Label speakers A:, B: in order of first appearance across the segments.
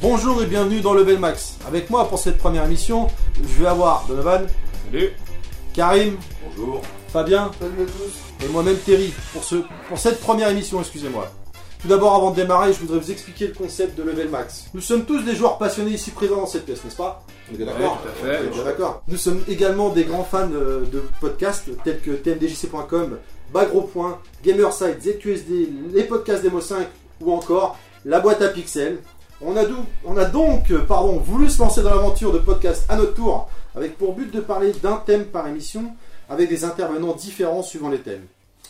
A: Bonjour et bienvenue dans Level Max. Avec moi pour cette première émission, je vais avoir Donovan,
B: Salut
A: Karim,
B: Bonjour
A: Fabien et moi-même Terry pour, ce, pour cette première émission, excusez-moi. Tout d'abord, avant de démarrer, je voudrais vous expliquer le concept de Level Max. Nous sommes tous des joueurs passionnés ici présents dans cette pièce, n'est-ce pas On est bien d'accord
B: tout à fait.
A: On est bien d'accord. Euh, Nous sommes également des grands fans euh, de podcasts tels que tmdjc.com, Bagro Point, Gamerside, ZQSD, les podcasts Demo5 ou encore La Boîte à Pixels. On a, dou- on a donc euh, pardon, voulu se lancer dans l'aventure de podcast à notre tour avec pour but de parler d'un thème par émission avec des intervenants différents suivant les thèmes.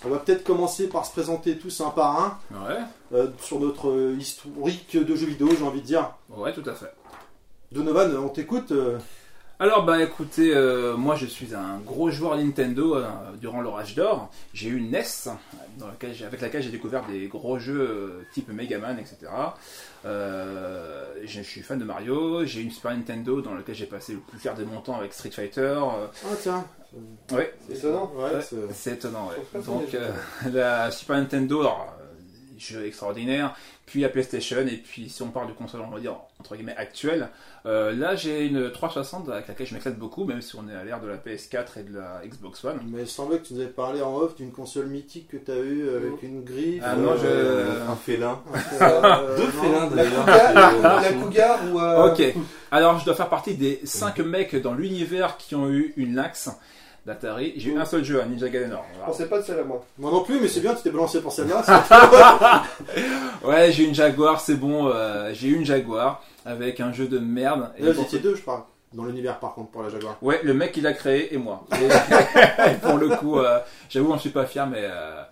A: On va peut-être commencer par se présenter tous un par un
B: Ouais,
A: euh, sur notre euh, historique de jeux vidéo, j'ai envie de dire.
B: ouais, tout à fait.
A: Donovan, on t'écoute euh,
B: Alors bah écoutez, euh, moi je suis un gros joueur Nintendo euh, durant leur âge d'or. J'ai eu une NES dans laquelle j'ai- avec laquelle j'ai découvert des gros jeux euh, type Mega Man, etc. Euh, je suis fan de Mario. J'ai eu une Super Nintendo dans laquelle j'ai passé le plus clair de mon temps avec Street Fighter. euh,
A: Ah tiens,
B: ouais,
A: c'est étonnant. Ouais,
B: Ouais,
A: c'est-
B: Euh, C'est étonnant, ouais.
A: Surprenant,
B: Donc,
A: les
B: euh, la Super Nintendo, alors, euh, jeu extraordinaire, puis la PlayStation, et puis si on parle de console, on va dire, entre guillemets, actuelle, euh, là j'ai une 360 avec laquelle je m'éclate beaucoup, même si on est à l'ère de la PS4 et de la Xbox One.
A: Mais il semblait que tu nous avais parlé en off d'une console mythique que tu as eue euh, avec une griffe.
B: Ah non, je-
A: euh,
C: Un félin.
A: euh,
C: Deux
A: non.
C: félins
D: La
C: d'ailleurs. Euh,
D: cougar, la cougar ou euh,
B: Ok, alors je dois faire partie des 5 mecs dans l'univers qui ont eu une Lax d'Atari. J'ai eu un seul jeu, un Ninja Gaiden. Alors,
D: Je pensais pas de celle à moi.
A: Moi non plus, mais c'est bien, tu t'es balancé pour celle-là.
B: Ouais, j'ai une Jaguar, c'est bon, euh, j'ai eu une Jaguar avec un jeu de merde.
A: Là, vous
B: pour-
A: étiez deux, je parle. Dans l'univers, par contre, pour la Jaguar.
B: Ouais, le mec qui l'a créé et moi. Et- et pour le coup, euh, j'avoue, j'en suis pas fier, mais euh,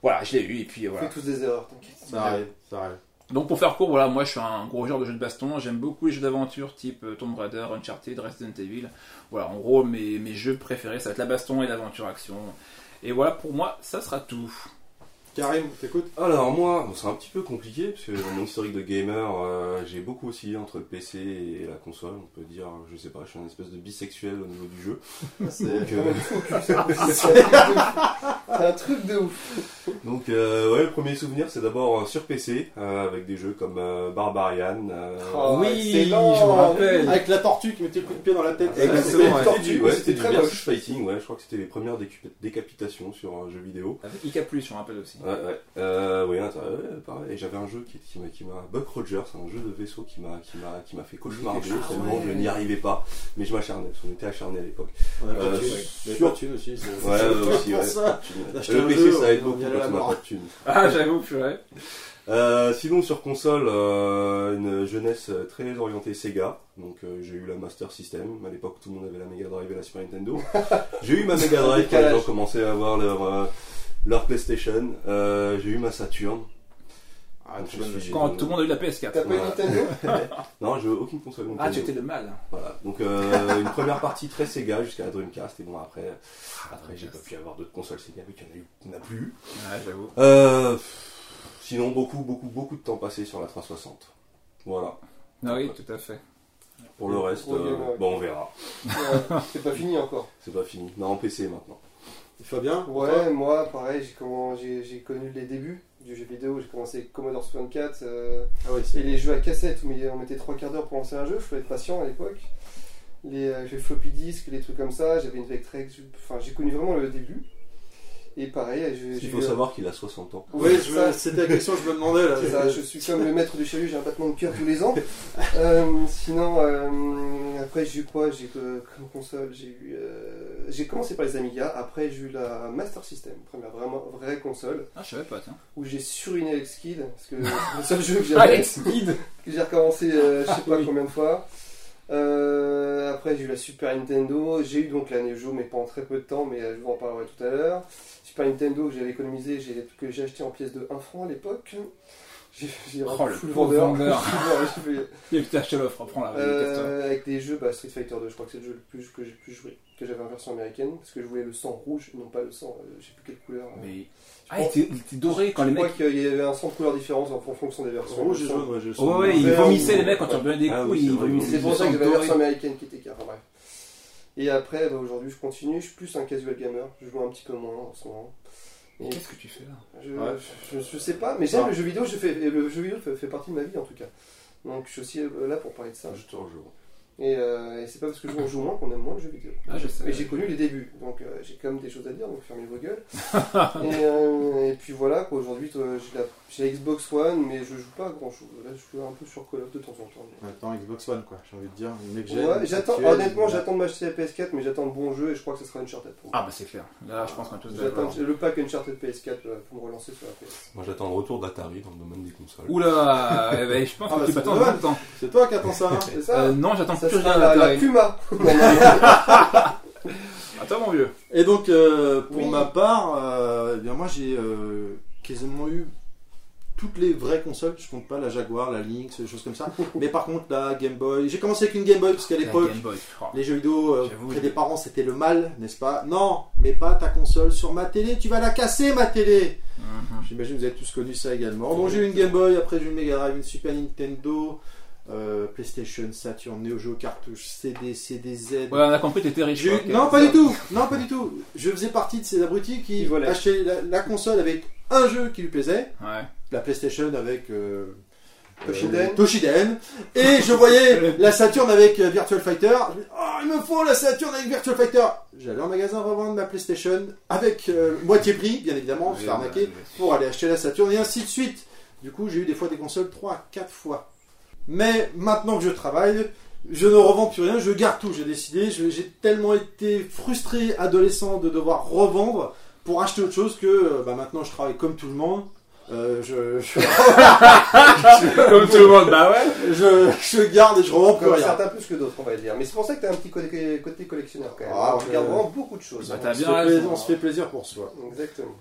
B: voilà, je l'ai eu et puis euh,
D: On
B: voilà.
D: fait tous des erreurs, t'inquiète.
A: Ça arrive, ça arrive.
B: Donc pour faire court, voilà, moi je suis un gros joueur de jeux de baston, j'aime beaucoup les jeux d'aventure type euh, Tomb Raider, Uncharted, Resident Evil. Voilà, en gros, mes, mes jeux préférés, ça va être la baston et l'aventure action. Et voilà, pour moi, ça sera tout.
A: Karim, on t'écoute
C: Alors moi, bon, c'est un petit peu compliqué parce que dans mon historique de gamer, euh, j'ai beaucoup oscillé entre le PC et la console. On peut dire, je sais pas, je suis un espèce de bisexuel au niveau du jeu. Donc, euh,
D: C'est Ah, un truc de ouf.
C: donc, euh, ouais, le premier souvenir, c'est d'abord euh, sur PC euh, avec des jeux comme euh, Barbarian. euh,
D: Oh,
B: oui, je
D: excellent.
B: me rappelle.
A: hein. Avec la tortue qui mettait le coup de pied dans la tête.
D: Exactement,
C: c'était
D: ouais.
C: du-
D: Tortue,
C: du, ouais,
D: c'était
C: c'était du
D: très
C: versus
D: moche.
C: fighting. Ouais, je crois que c'était les premières décu- décapitations sur un jeu vidéo.
B: Avec Ika Plus, je me rappelle aussi.
C: Ouais, ouais. Euh, oui, attends, ouais, pareil. Et J'avais un jeu qui, qui m'a, qui m'a- Buck Rogers, un jeu de vaisseau qui m'a, qui m'a, qui m'a fait cauchemarder.
D: Ah
C: tellement
D: ouais.
C: je n'y arrivais pas, mais je m'acharnais. Parce qu'on était acharnés à l'époque.
A: On a pas
C: Euh,
A: de thune,
C: sur-
A: ouais. On a pas de thune aussi. c'est-
C: Ouais,
A: c'est
C: ouais, aussi,
A: pour
C: ouais.
A: ça. D'acheter un
C: Le PC,
A: jeu,
C: ça aide
A: on y
C: beaucoup
A: allait à la
C: quand on n'a
A: mort.
C: pas de thunes.
B: Ah, j'avoue, purée.
C: Euh, sinon sur console, euh, une jeunesse très orientée Sega. Donc euh, j'ai eu la Master System. À l'époque, tout le monde avait la Mega Drive et la Super Nintendo. j'ai eu ma Mega Drive quand les gens
D: Décalage.
C: commençaient à avoir leur euh, leur PlayStation. Euh, j'ai eu ma Saturn.
A: Ah,
C: Donc,
A: très
C: je
A: bonne
C: suis-
B: Quand tout le monde a eu la
D: T'as
B: PS4.
D: pas une
C: Ouais.
D: Nintendo
C: Non, j'ai eu aucune console.
B: Ah, tu
C: Nintendo.
B: étais le mal.
C: Voilà, donc euh, une première partie très Sega jusqu'à la Dreamcast, et bon après, après j'ai pas pu avoir d'autres consoles Sega, vu qu'il y en a eu, qu'on n'a plus eu.
B: Ah, j'avoue.
C: Euh, pff, sinon beaucoup, beaucoup, beaucoup de temps passé sur la 360. Voilà,
B: Ah oui, tout à fait.
C: pour le reste,
D: Oui,
C: euh,
D: ouais.
C: bon on verra,
D: Ouais, C'est pas fini encore.
C: c'est pas fini. Non, en PC maintenant.
A: Fabien
D: Ouais, moi, pareil, j'ai comment- j'ai- j'ai connu les débuts du jeu vidéo. J'ai commencé avec Commodore 64 euh,
A: Ah oui,
D: et
A: c'est.
D: les jeux à cassette où on mettait trois quarts d'heure pour lancer un jeu. Faut être patient à l'époque. Les euh, jeux floppy disk, les trucs comme ça. J'avais une Vectrex. je- Enfin, j'ai connu vraiment le début. Et pareil, j'ai.
C: Il
D: j'ai euh,
C: faut
D: eu-
C: savoir qu'il a 60 ans.
A: Oui,
D: Ouais,
A: je
D: ça,
A: me- c'était la question que je me demandais là.
D: C'est ça, je suis comme le maître du chalut, j'ai un battement de cœur tous les ans. Euh, sinon, euh, après j'ai eu quoi J'ai euh, comme console, j'ai eu, euh, j'ai commencé par les Amiga, après j'ai eu la Master System, première vraiment vraie console,
B: Ah, je savais pas, tiens.
D: où j'ai suriné Alex Kidd, parce que c'est le seul jeu que
B: Ah,
D: j'avais,
B: Speed
D: que j'ai recommencé euh, je sais pas
B: Ah Oui.
D: combien de fois. Euh, après j'ai eu la Super Nintendo, j'ai eu donc la Neo Geo, mais pas en très peu de temps, mais euh, je vous en parlerai tout à l'heure. Super Nintendo que j'avais économisé, j'ai- que j'ai acheté en pièces de 1 franc à l'époque. J'ai j'ai
B: Oh, le
D: full
B: pauvre vendeur. Ah,
D: Full vendeur, j'ai fait-
B: Et putain, je te l'offre, prends la
D: Euh, avec des jeux, bah, Street Fighter 2, je crois que c'est le jeu le plus que j'ai pu jouer, que j'avais en version américaine, parce que je voulais le sang rouge, non pas le sang, euh, je sais plus quelle couleur. euh.
B: Mais.
D: Je
B: Ah, il
D: crois-
B: était, il était doré quand les
D: je crois
B: mecs.
D: qu'il y avait un sang de couleur différente en en fonction des versions.
A: Rouge et
D: Le sang-
A: jaune, ouais, je
B: Oh, ouais, ils
D: Ouais,
B: vomissaient
D: ouais.
B: les mecs quand tu revenais des
C: Ah
B: coups,
C: oui, c'est
B: ils
C: vrai,
B: vomissaient
D: C'est
B: du
D: pour ça
B: sang
D: que j'avais la
B: doré.
D: version américaine qui était car, bref. Et après, bah, aujourd'hui, je continue, je suis plus un casual gamer, je joue un petit peu moins en ce moment.
B: Mais qu'est-ce que tu fais là
D: Je,
B: Ouais.
D: je, je sais pas, mais j'aime
B: Ouais.
D: le jeu vidéo, je fais, et le jeu vidéo fait, fait partie de ma vie en tout cas. Donc je suis aussi euh, là pour parler de ça.
C: Je te rejoins.
D: Et, euh, et c'est pas parce que je joue moins qu'on aime moins le jeu vidéo.
B: Ah, je sais.
D: Mais j'ai connu les débuts, donc euh, j'ai quand même des choses à dire, donc fermez vos gueules. et, euh, et puis voilà, quoi, aujourd'hui toi, j'ai la, j'ai la Xbox One, mais je joue pas à grand chose. Là je joue un peu sur Call of de temps en temps.
E: Attends, Xbox One, quoi, j'ai envie de dire. Next gen,
D: Ouais, j'attends,
E: virtuel,
D: honnêtement, j'attends de m'acheter la PS4, mais j'attends de bons jeux et je crois que ce sera Uncharted pour moi.
B: Ah bah c'est clair. Là, je pense qu'on est tous
D: J'attends
B: Ah, d'accord.
D: le pack Uncharted PS4 là, pour me relancer sur la PS.
C: Moi, j'attends le retour d'Atari dans le domaine des consoles.
B: Oula, eh ben, je pense
A: Ah,
B: que
A: bah,
B: tu
A: c'est
B: m'attends
A: dommage.
B: longtemps.
A: C'est toi qui attends ça. hein
D: C'est ça
B: Euh, non, j'attends
D: Ça
B: plus
D: sera
B: rien
D: la, la
B: d'Atari.
D: Puma
B: Attends mon vieux.
A: Et donc, euh, pour
D: Oui.
A: ma part, euh, eh bien moi j'ai euh, quasiment eu toutes les vraies consoles. Je compte pas la Jaguar, la Lynx, des choses comme ça. Mais par contre, la Game Boy. J'ai commencé avec une Game Boy parce qu'à
B: La
A: l'époque,
B: Game Boy. Oh.
A: les jeux vidéo euh,
B: J'avoue,
A: auprès
B: je-
A: des parents c'était le mal, n'est-ce pas Non, mais pas ta console sur ma télé, tu vas la casser ma télé
B: Mhm.
A: J'imagine que vous avez tous connu ça également. Donc j'ai eu une Game Boy, après j'ai eu une Mega Drive, une Super Nintendo, euh, PlayStation, Saturn, Neo Geo, cartouche, CD, CDZ.
B: Ouais, on a compris, t'étais riche.
A: J'ai eu-
B: quoi, ok.
A: non, pas du tout. Non, pas du tout. Je faisais partie de ces abrutis qui
D: Ils volaient.
A: achetaient la, la console avec un jeu qui lui plaisait,
B: Ouais.
A: la PlayStation avec euh,
D: Toshiden.
A: euh, Toshiden. et je voyais la Saturn avec euh, Virtual Fighter. Je me dis, oh, il me faut la Saturn avec Virtual Fighter. J'allais en magasin revendre ma PlayStation avec euh, moitié prix, bien évidemment, je
B: Ouais,
A: suis arnaqué
B: bah,
A: pour aller acheter la Saturn et ainsi de suite. Du coup, j'ai eu des fois des consoles 3 à 4 fois. Mais maintenant que je travaille, je ne revends plus rien, je garde tout. J'ai décidé, je- j'ai tellement été frustré adolescent de devoir revendre pour acheter autre chose que euh, bah, maintenant je travaille comme tout le monde. Euh, je, je,
B: Comme tout le monde, bah ouais.
A: je- je garde et je revends plus
D: Comme
A: rien.
D: certains plus que d'autres, on va dire. Mais c'est pour ça que t'as un petit côté, côté collectionneur quand même.
A: Ah,
D: tu
A: ouais.
D: regardes vraiment beaucoup de choses.
B: Bah,
A: On
B: t'as
A: se
B: bien
A: fait
B: raison.
A: plaisir- on se fait plaisir pour soi.
D: Exactement.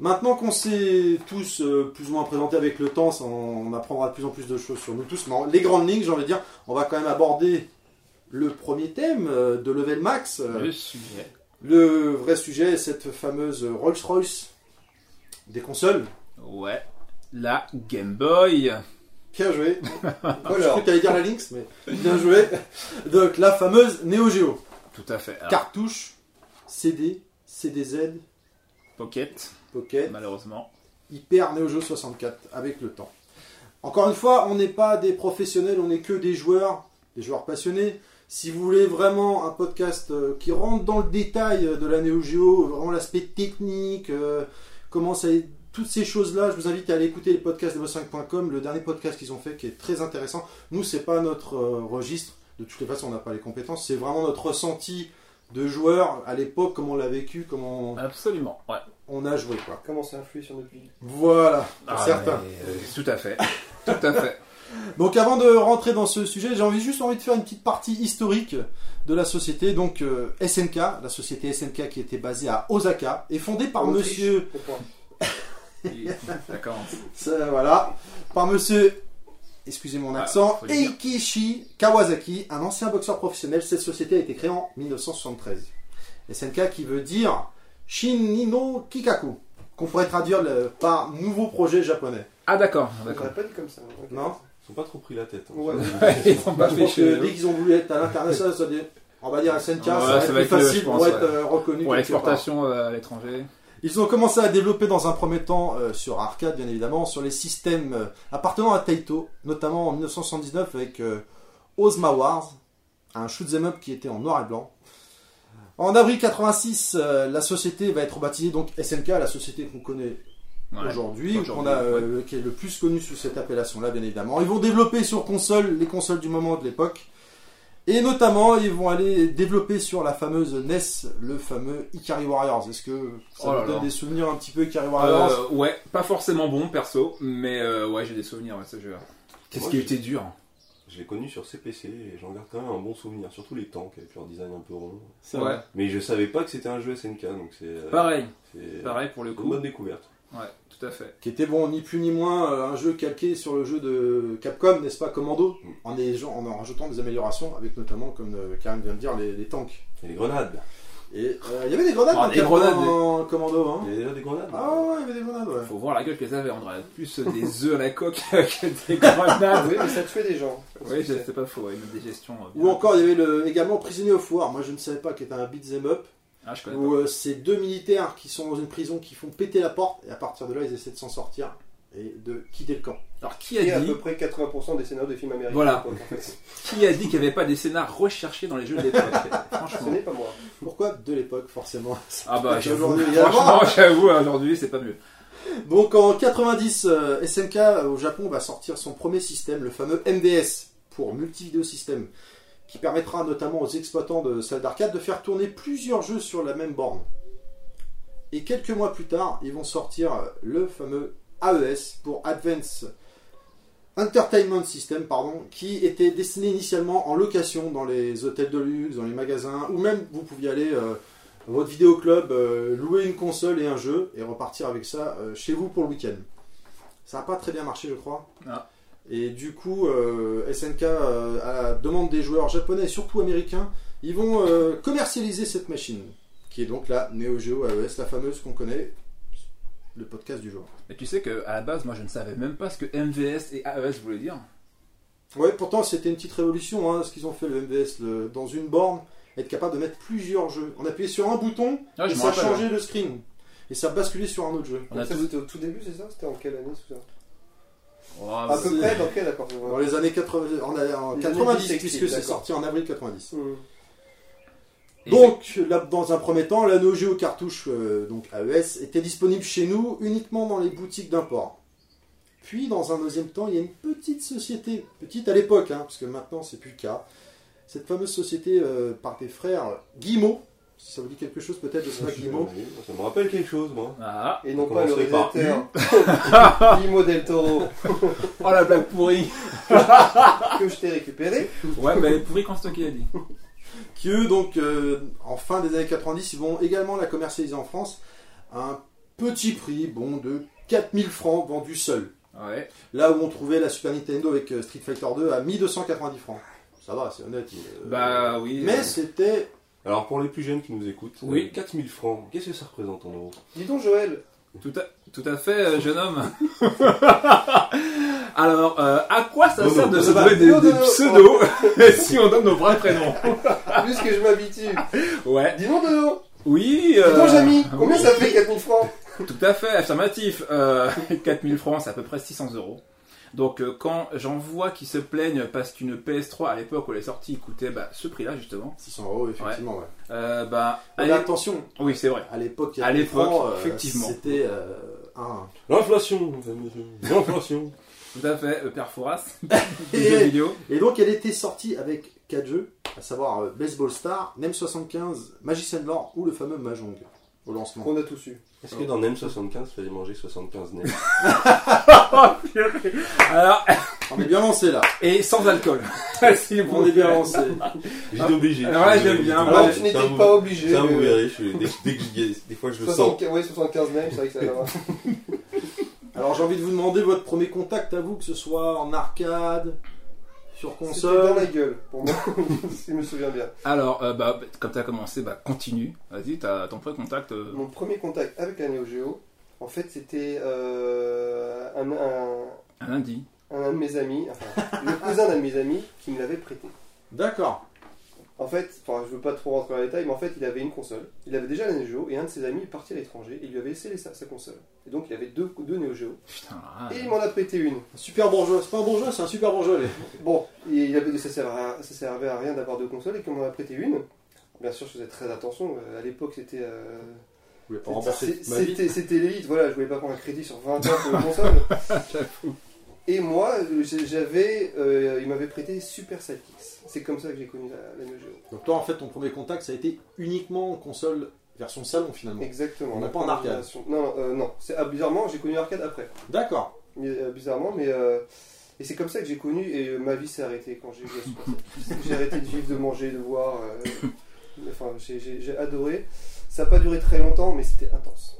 A: Maintenant qu'on s'est tous euh, plus ou moins présentés avec le temps, ça, on apprendra de plus en plus de choses sur nous tous. Mais en- les grandes lignes, j'ai envie de dire, on va quand même aborder le premier thème euh, de Level Max. Euh,
B: Le sujet.
A: Le vrai sujet est cette fameuse Rolls-Royce des consoles.
B: Ouais. La Game Boy.
A: Bien joué. Je
D: Color.
A: crois que t'allais dire la Lynx, mais bien joué. Donc la fameuse Neo Geo.
B: Tout à fait. Alors,
A: Cartouche, CD, CDZ,
B: Pocket,
A: Pocket.
B: malheureusement.
A: hyper Neo Geo 64 avec le temps. Encore une fois, on n'est pas des professionnels, on n'est que des joueurs, des joueurs passionnés. Si vous voulez vraiment un podcast euh, qui rentre dans le détail euh, de la Neo Geo, vraiment l'aspect technique, euh, comment ça est- toutes ces choses-là, je vous invite à aller écouter les podcasts de 5com le dernier podcast qu'ils ont fait qui est très intéressant. Nous, c'est pas notre euh, registre, de toutes les façons, on n'a pas les compétences, c'est vraiment notre ressenti de joueur à l'époque, comment on l'a vécu, comment
B: Absolument. Ouais.
A: on a joué, quoi.
D: Comment ça influe sur notre vie
A: Voilà,
B: Ah,
A: certain.
B: mais, euh, tout à fait. Tout à fait.
A: Donc avant de rentrer dans ce sujet, j'ai envie, juste envie de faire une petite partie historique de la société. Donc euh, SNK, la société SNK qui était basée à Osaka et fondée par
D: En Autriche.
A: monsieur
D: Pourquoi
B: Et- D'accord.
A: ça, voilà, par monsieur, excusez mon
B: Ah,
A: accent,
B: faut le dire.
A: Eikishi Kawasaki, un ancien boxeur professionnel. Cette société a été créée en 1973. SNK qui veut dire Shinino Kikaku, qu'on pourrait traduire le- par nouveau projet japonais.
B: Ah d'accord.
D: On
B: D'accord.
D: l'aurait pas dit comme ça. hein, ok.
A: Non
C: Ils ont pas trop pris la tête. hein.
D: Ouais.
B: Ils ont
A: Bah,
B: pas
A: je
B: fait
A: pense
B: chez
A: que dès qu'ils ont voulu être à l'international, ça dit, on va dire SNK,
B: Ouais,
A: ça va
B: ça
A: être
B: va
A: plus
B: être le-
A: facile
B: je
A: pour
B: pense,
A: être
B: ouais.
A: euh, reconnu.
B: Pour
A: quelque part.
B: l'exportation euh, à l'étranger.
A: Ils ont commencé à développer dans un premier temps euh, sur arcade, bien évidemment, sur les systèmes euh, appartenant à Taito, notamment en 1979 avec euh, Ozma Wars, un shoot'em up qui était en noir et blanc. En avril 86, euh, la société va être baptisée donc SNK, la société qu'on connaît
B: Ouais.
A: aujourd'hui,
B: Aujourd'hui,
A: qu'on a, euh, qui est le plus connu sous cette appellation-là, bien évidemment. Ils vont développer sur console les consoles du moment de l'époque. Et notamment, ils vont aller développer sur la fameuse NES le fameux Ikari Warriors. Est-ce que ça
B: Oh là
A: vous donne
B: là.
A: des souvenirs un petit peu Ikari Warriors
B: Euh, ouais, pas forcément bon perso, mais euh, ouais, j'ai des souvenirs de ce jeu. Qu'est-ce
C: Moi,
B: qui
C: j'ai-
B: était dur
C: Je l'ai connu sur CPC et j'en garde quand même un bon souvenir, surtout les tanks avec leur design un peu rond.
A: C'est
B: ouais.
A: vrai.
C: Mais je savais pas que c'était un jeu SNK, donc c'est euh,
B: Pareil,
C: c'est
B: pareil pour le
C: une
B: coup.
C: bonne découverte.
B: Ouais, tout à fait.
A: Qui était bon, ni plus ni moins, euh, un jeu calqué sur le jeu de Capcom, n'est-ce pas, Commando,
C: Mm.
A: en, les- en en rajoutant des améliorations, avec notamment, comme euh, Karim vient de dire, les, les tanks.
C: Et les grenades.
A: Et euh, il y avait des grenades
B: Ah,
A: dans
B: des
A: Capcom
B: grenades,
A: en Commando, hein
C: Il y a déjà des grenades.
A: Ah ouais, il y avait des grenades, ouais.
B: Faut voir la gueule qu'elles avaient, on dirait plus des œufs à la coque que des grenades.
D: Oui, mais ça tuait des gens.
B: Oui, c'est pas faux, ouais, même des gestions. euh,
A: Ou
B: bien.
A: encore, il y avait le, également Prisonnier of War. Moi, je ne savais pas qu'il était un beat'em up.
B: Ah, je connais
A: où euh, c'est deux militaires qui sont dans une prison qui font péter la porte et à partir de là ils essaient de s'en sortir et de quitter le camp.
B: pas. Alors, qui
D: Qui est
B: a
D: à
B: dit
D: peu près 80% des scénarios de films américains.
B: Voilà.
D: en fait.
B: Qui a dit qu'il n'y avait pas des scénars recherchés dans les jeux de l'époque
D: Ce
B: Franchement.
D: n'est pas moi.
A: Pourquoi de l'époque forcément
B: Ah bah j'avoue,
A: Aujourd'hui, il y a-
B: franchement j'avoue, aujourd'hui c'est pas mieux.
A: Donc en 90, euh, SMK euh, au Japon va sortir son premier système, le fameux MVS, pour Multivideo System, qui permettra notamment aux exploitants de salles d'arcade de faire tourner plusieurs jeux sur la même borne. Et quelques mois plus tard, ils vont sortir euh, le fameux AES pour Advance Entertainment System, pardon, qui était destiné initialement en location dans les hôtels de luxe, dans les magasins, ou même vous pouviez aller euh, dans votre vidéoclub, euh, louer une console et un jeu et repartir avec ça euh, chez vous pour le week-end. Ça n'a pas très bien marché, je crois.
B: Ah.
A: Et du coup, euh, SNK, euh, à la demande des joueurs japonais et surtout américains, ils vont euh, commercialiser cette machine, qui est donc la Neo Geo AES, la fameuse qu'on connaît, le podcast du jour.
B: Mais tu sais que à la base moi je ne savais même pas ce que MVS et AES voulaient dire.
A: Ouais, pourtant c'était une petite révolution, hein, ce qu'ils ont fait le MVS, le- dans une borne, être capable de mettre plusieurs jeux. On appuyait sur un bouton,
B: Ah,
A: et
B: je me
A: ça
B: rappelle.
A: changeait le screen, et ça basculait sur un autre jeu.
B: On a
D: ça,
B: tous-
D: c'était au tout début, c'est ça C'était en quelle année tout ça
B: Oh,
D: À
B: bah,
D: peu près, dans quelle accord
A: Dans les années 80, en, en
D: Les
A: 90,
D: années
A: puisque
D: sexy,
A: c'est
D: d'accord.
A: sorti en avril 90.
D: Hmm.
B: et-
A: Donc, là, dans un premier temps, la Neo Geo cartouche euh, donc AES était disponible chez nous uniquement dans les boutiques d'import. Puis, dans un deuxième temps, il y a une petite société, petite à l'époque, hein, parce que maintenant c'est plus le cas. Cette fameuse société euh, par des frères Guimau, si ça vous dit quelque chose peut-être de ce
C: Ah,
A: frère
C: je-
A: Guimau.
C: oui, Ça me rappelle quelque chose, moi.
B: Ah,
D: Et non
C: On
D: pas le
C: commencerait par
D: réalisateur Limo del Toro
B: oh la blague pourrie
D: que je t'ai récupéré.
B: Ouais mais elle est pourrie quand c'est toi qui l'as dit.
A: qui eux, donc, euh, en fin des années 90, ils vont également la commercialiser en France à un petit prix, bon, de 4000 francs vendus seuls.
B: Ouais.
A: Là où on trouvait la Super Nintendo avec euh, Street Fighter 2 à 1290 francs. Ça va, c'est honnête. euh,
B: Bah oui.
A: Mais c'était.
C: Alors pour les plus jeunes qui nous écoutent,
B: Oui.
C: euh, 4000 francs, qu'est-ce que ça représente en euros
D: Dis donc Joël,
B: Tout à, tout à fait, euh, jeune homme. Alors, euh, à quoi ça
C: Non,
B: sert
C: non,
B: de
C: non,
B: se
D: non,
B: donner des,
D: non,
B: des
D: non,
B: pseudos si on donne nos vrais prénoms
D: plus que je m'habitue.
B: Ouais.
D: Dis donc Dodo,
B: Oui.
D: dis
B: euh,
D: donc Jamy, combien
B: oui,
D: ça fait 4000 francs
B: Tout à fait, affirmatif. Euh, 4000 francs, c'est à peu près 600 euros. Donc, euh, quand j'en vois qui se plaignent parce qu'une PS3 à l'époque où elle est sortie coûtait bah, ce prix-là, justement,
A: 600 euros, effectivement, ouais.
B: euh, bah.
A: Mais
B: allez-
A: attention,
B: Oui, c'est vrai.
A: à l'époque, il y
B: À
A: a des
B: l'époque,
A: francs, euh,
B: effectivement.
A: C'était euh, un.
C: L'inflation, mesdames, messieurs, l'inflation.
B: Tout à fait, euh, Père Fouras, des jeux
A: Et,
B: vidéo.
A: et donc, elle était sortie avec 4 jeux, à savoir euh, Baseball Star, Nem 75, Magician Lore ou le fameux Mahjong au lancement.
D: Qu'on a tous eu.
C: Est-ce que dans M75, fallait manger 75 nems
B: Alors,
A: On est bien lancé là.
B: et sans alcool. si
A: On est bien lancé.
C: J'étais obligé.
B: Alors là, j'aime bien.
C: Ça,
D: Alors
B: ouais,
D: tu
C: vous-
D: n'étais
C: ça, vous-
D: pas obligé. euh.
C: Ça, vous
D: mais-
C: verrez, je suis- dès, dès que j'y ai- des fois je le sens.
D: 75 ouais, 75 même, c'est vrai que ça va.
A: Alors, j'ai envie de vous demander votre premier contact à vous, que ce soit en arcade, sur
D: C'était dans la
A: console.
D: gueule pour moi, si je me souviens bien.
B: Alors, euh, bah, comme tu as commencé, bah, continue. Vas-y, t'as ton premier contact. euh,
D: Mon premier contact avec la Neo Geo, en fait c'était euh, un- un,
B: un lundi.
D: un de mes amis, enfin, le cousin d'un de mes amis qui me l'avait prêté.
A: D'accord.
D: En fait, enfin, je veux pas trop rentrer dans les détails, mais en fait, il avait une console. Il avait déjà la Neo Geo et un de ses amis est parti à l'étranger et il lui avait laissé sa, sa console. Et donc, il avait deux, deux Neo Geo
B: Putain, ah,
D: et il m'en a prêté une.
A: Un super bourgeois. C'est pas un bourgeois, c'est un super bourgeois. les.
D: Bon, et il avait, ça, servait à, ça servait à rien d'avoir deux consoles et comme on a prêté une, bien sûr, je faisais très attention. euh, À l'époque, c'était. euh,
A: Je voulais pas rembourser
D: c'est-
A: ma vie.
D: C'était c'était l'élite, voilà, je voulais pas prendre un crédit sur 20 ans pour une console. Et moi, j'ai- j'avais, euh, il m'avait prêté Super Sidekicks. C'est comme ça que j'ai connu la, la Neo Geo.
A: Donc toi, en fait, ton premier contact, ça a été uniquement en console version salon finalement.
D: Exactement.
A: On
D: la
A: n'a pas en
D: première
A: arcade.
D: version. Non, non, euh, non. C'est ah, bizarrement, j'ai connu l'arcade après.
A: D'accord.
D: Mais, euh, bizarrement, mais euh, et c'est comme ça que j'ai connu et euh, ma vie s'est arrêtée quand j'ai eu la Super Nintendo. J'ai arrêté de vivre, de manger, de boire. euh, enfin, j'ai- j'ai j'ai adoré. Ça n'a pas duré très longtemps, mais c'était intense.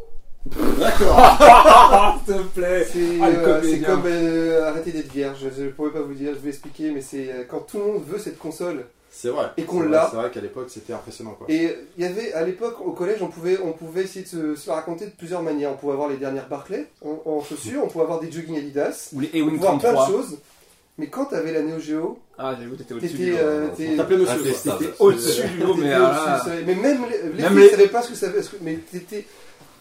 D: Ah
A: D'accord.
B: s'il te plaît.
D: C'est
B: Ah, le
D: euh, c'est
B: comédien.
D: comme euh, arrêter d'être vierge. Je ne pourrais pas vous dire, je vais expliquer, mais c'est euh, quand tout le monde veut cette console.
A: C'est vrai.
D: Et qu'on
A: C'est vrai,
D: l'a.
A: C'est vrai qu'à l'époque, c'était impressionnant quoi.
D: Et euh, il y avait à l'époque au collège, on pouvait, on pouvait essayer de se, se la raconter de plusieurs manières. On pouvait avoir les dernières Barclay en, en chaussures, on pouvait avoir des jogging Adidas.
B: Ou les
D: On
B: Ewing
D: pouvait voir plein de
B: 33.
D: choses. Mais quand t'avais la Neo Geo,
B: Ah, j'avoue, t'étais au-dessus du
D: t'étais.
B: lot.
D: euh, t'es-
A: On t'appelait monsieur. quoi.
C: Infestable.
B: T'étais au-dessus du lot,
D: t'étais
B: mais
D: au-dessus,
B: alors là,
D: ça- mais même les, les
B: Même
D: filles
B: les-
D: savaient pas ce que ça ce que- Mais t'étais,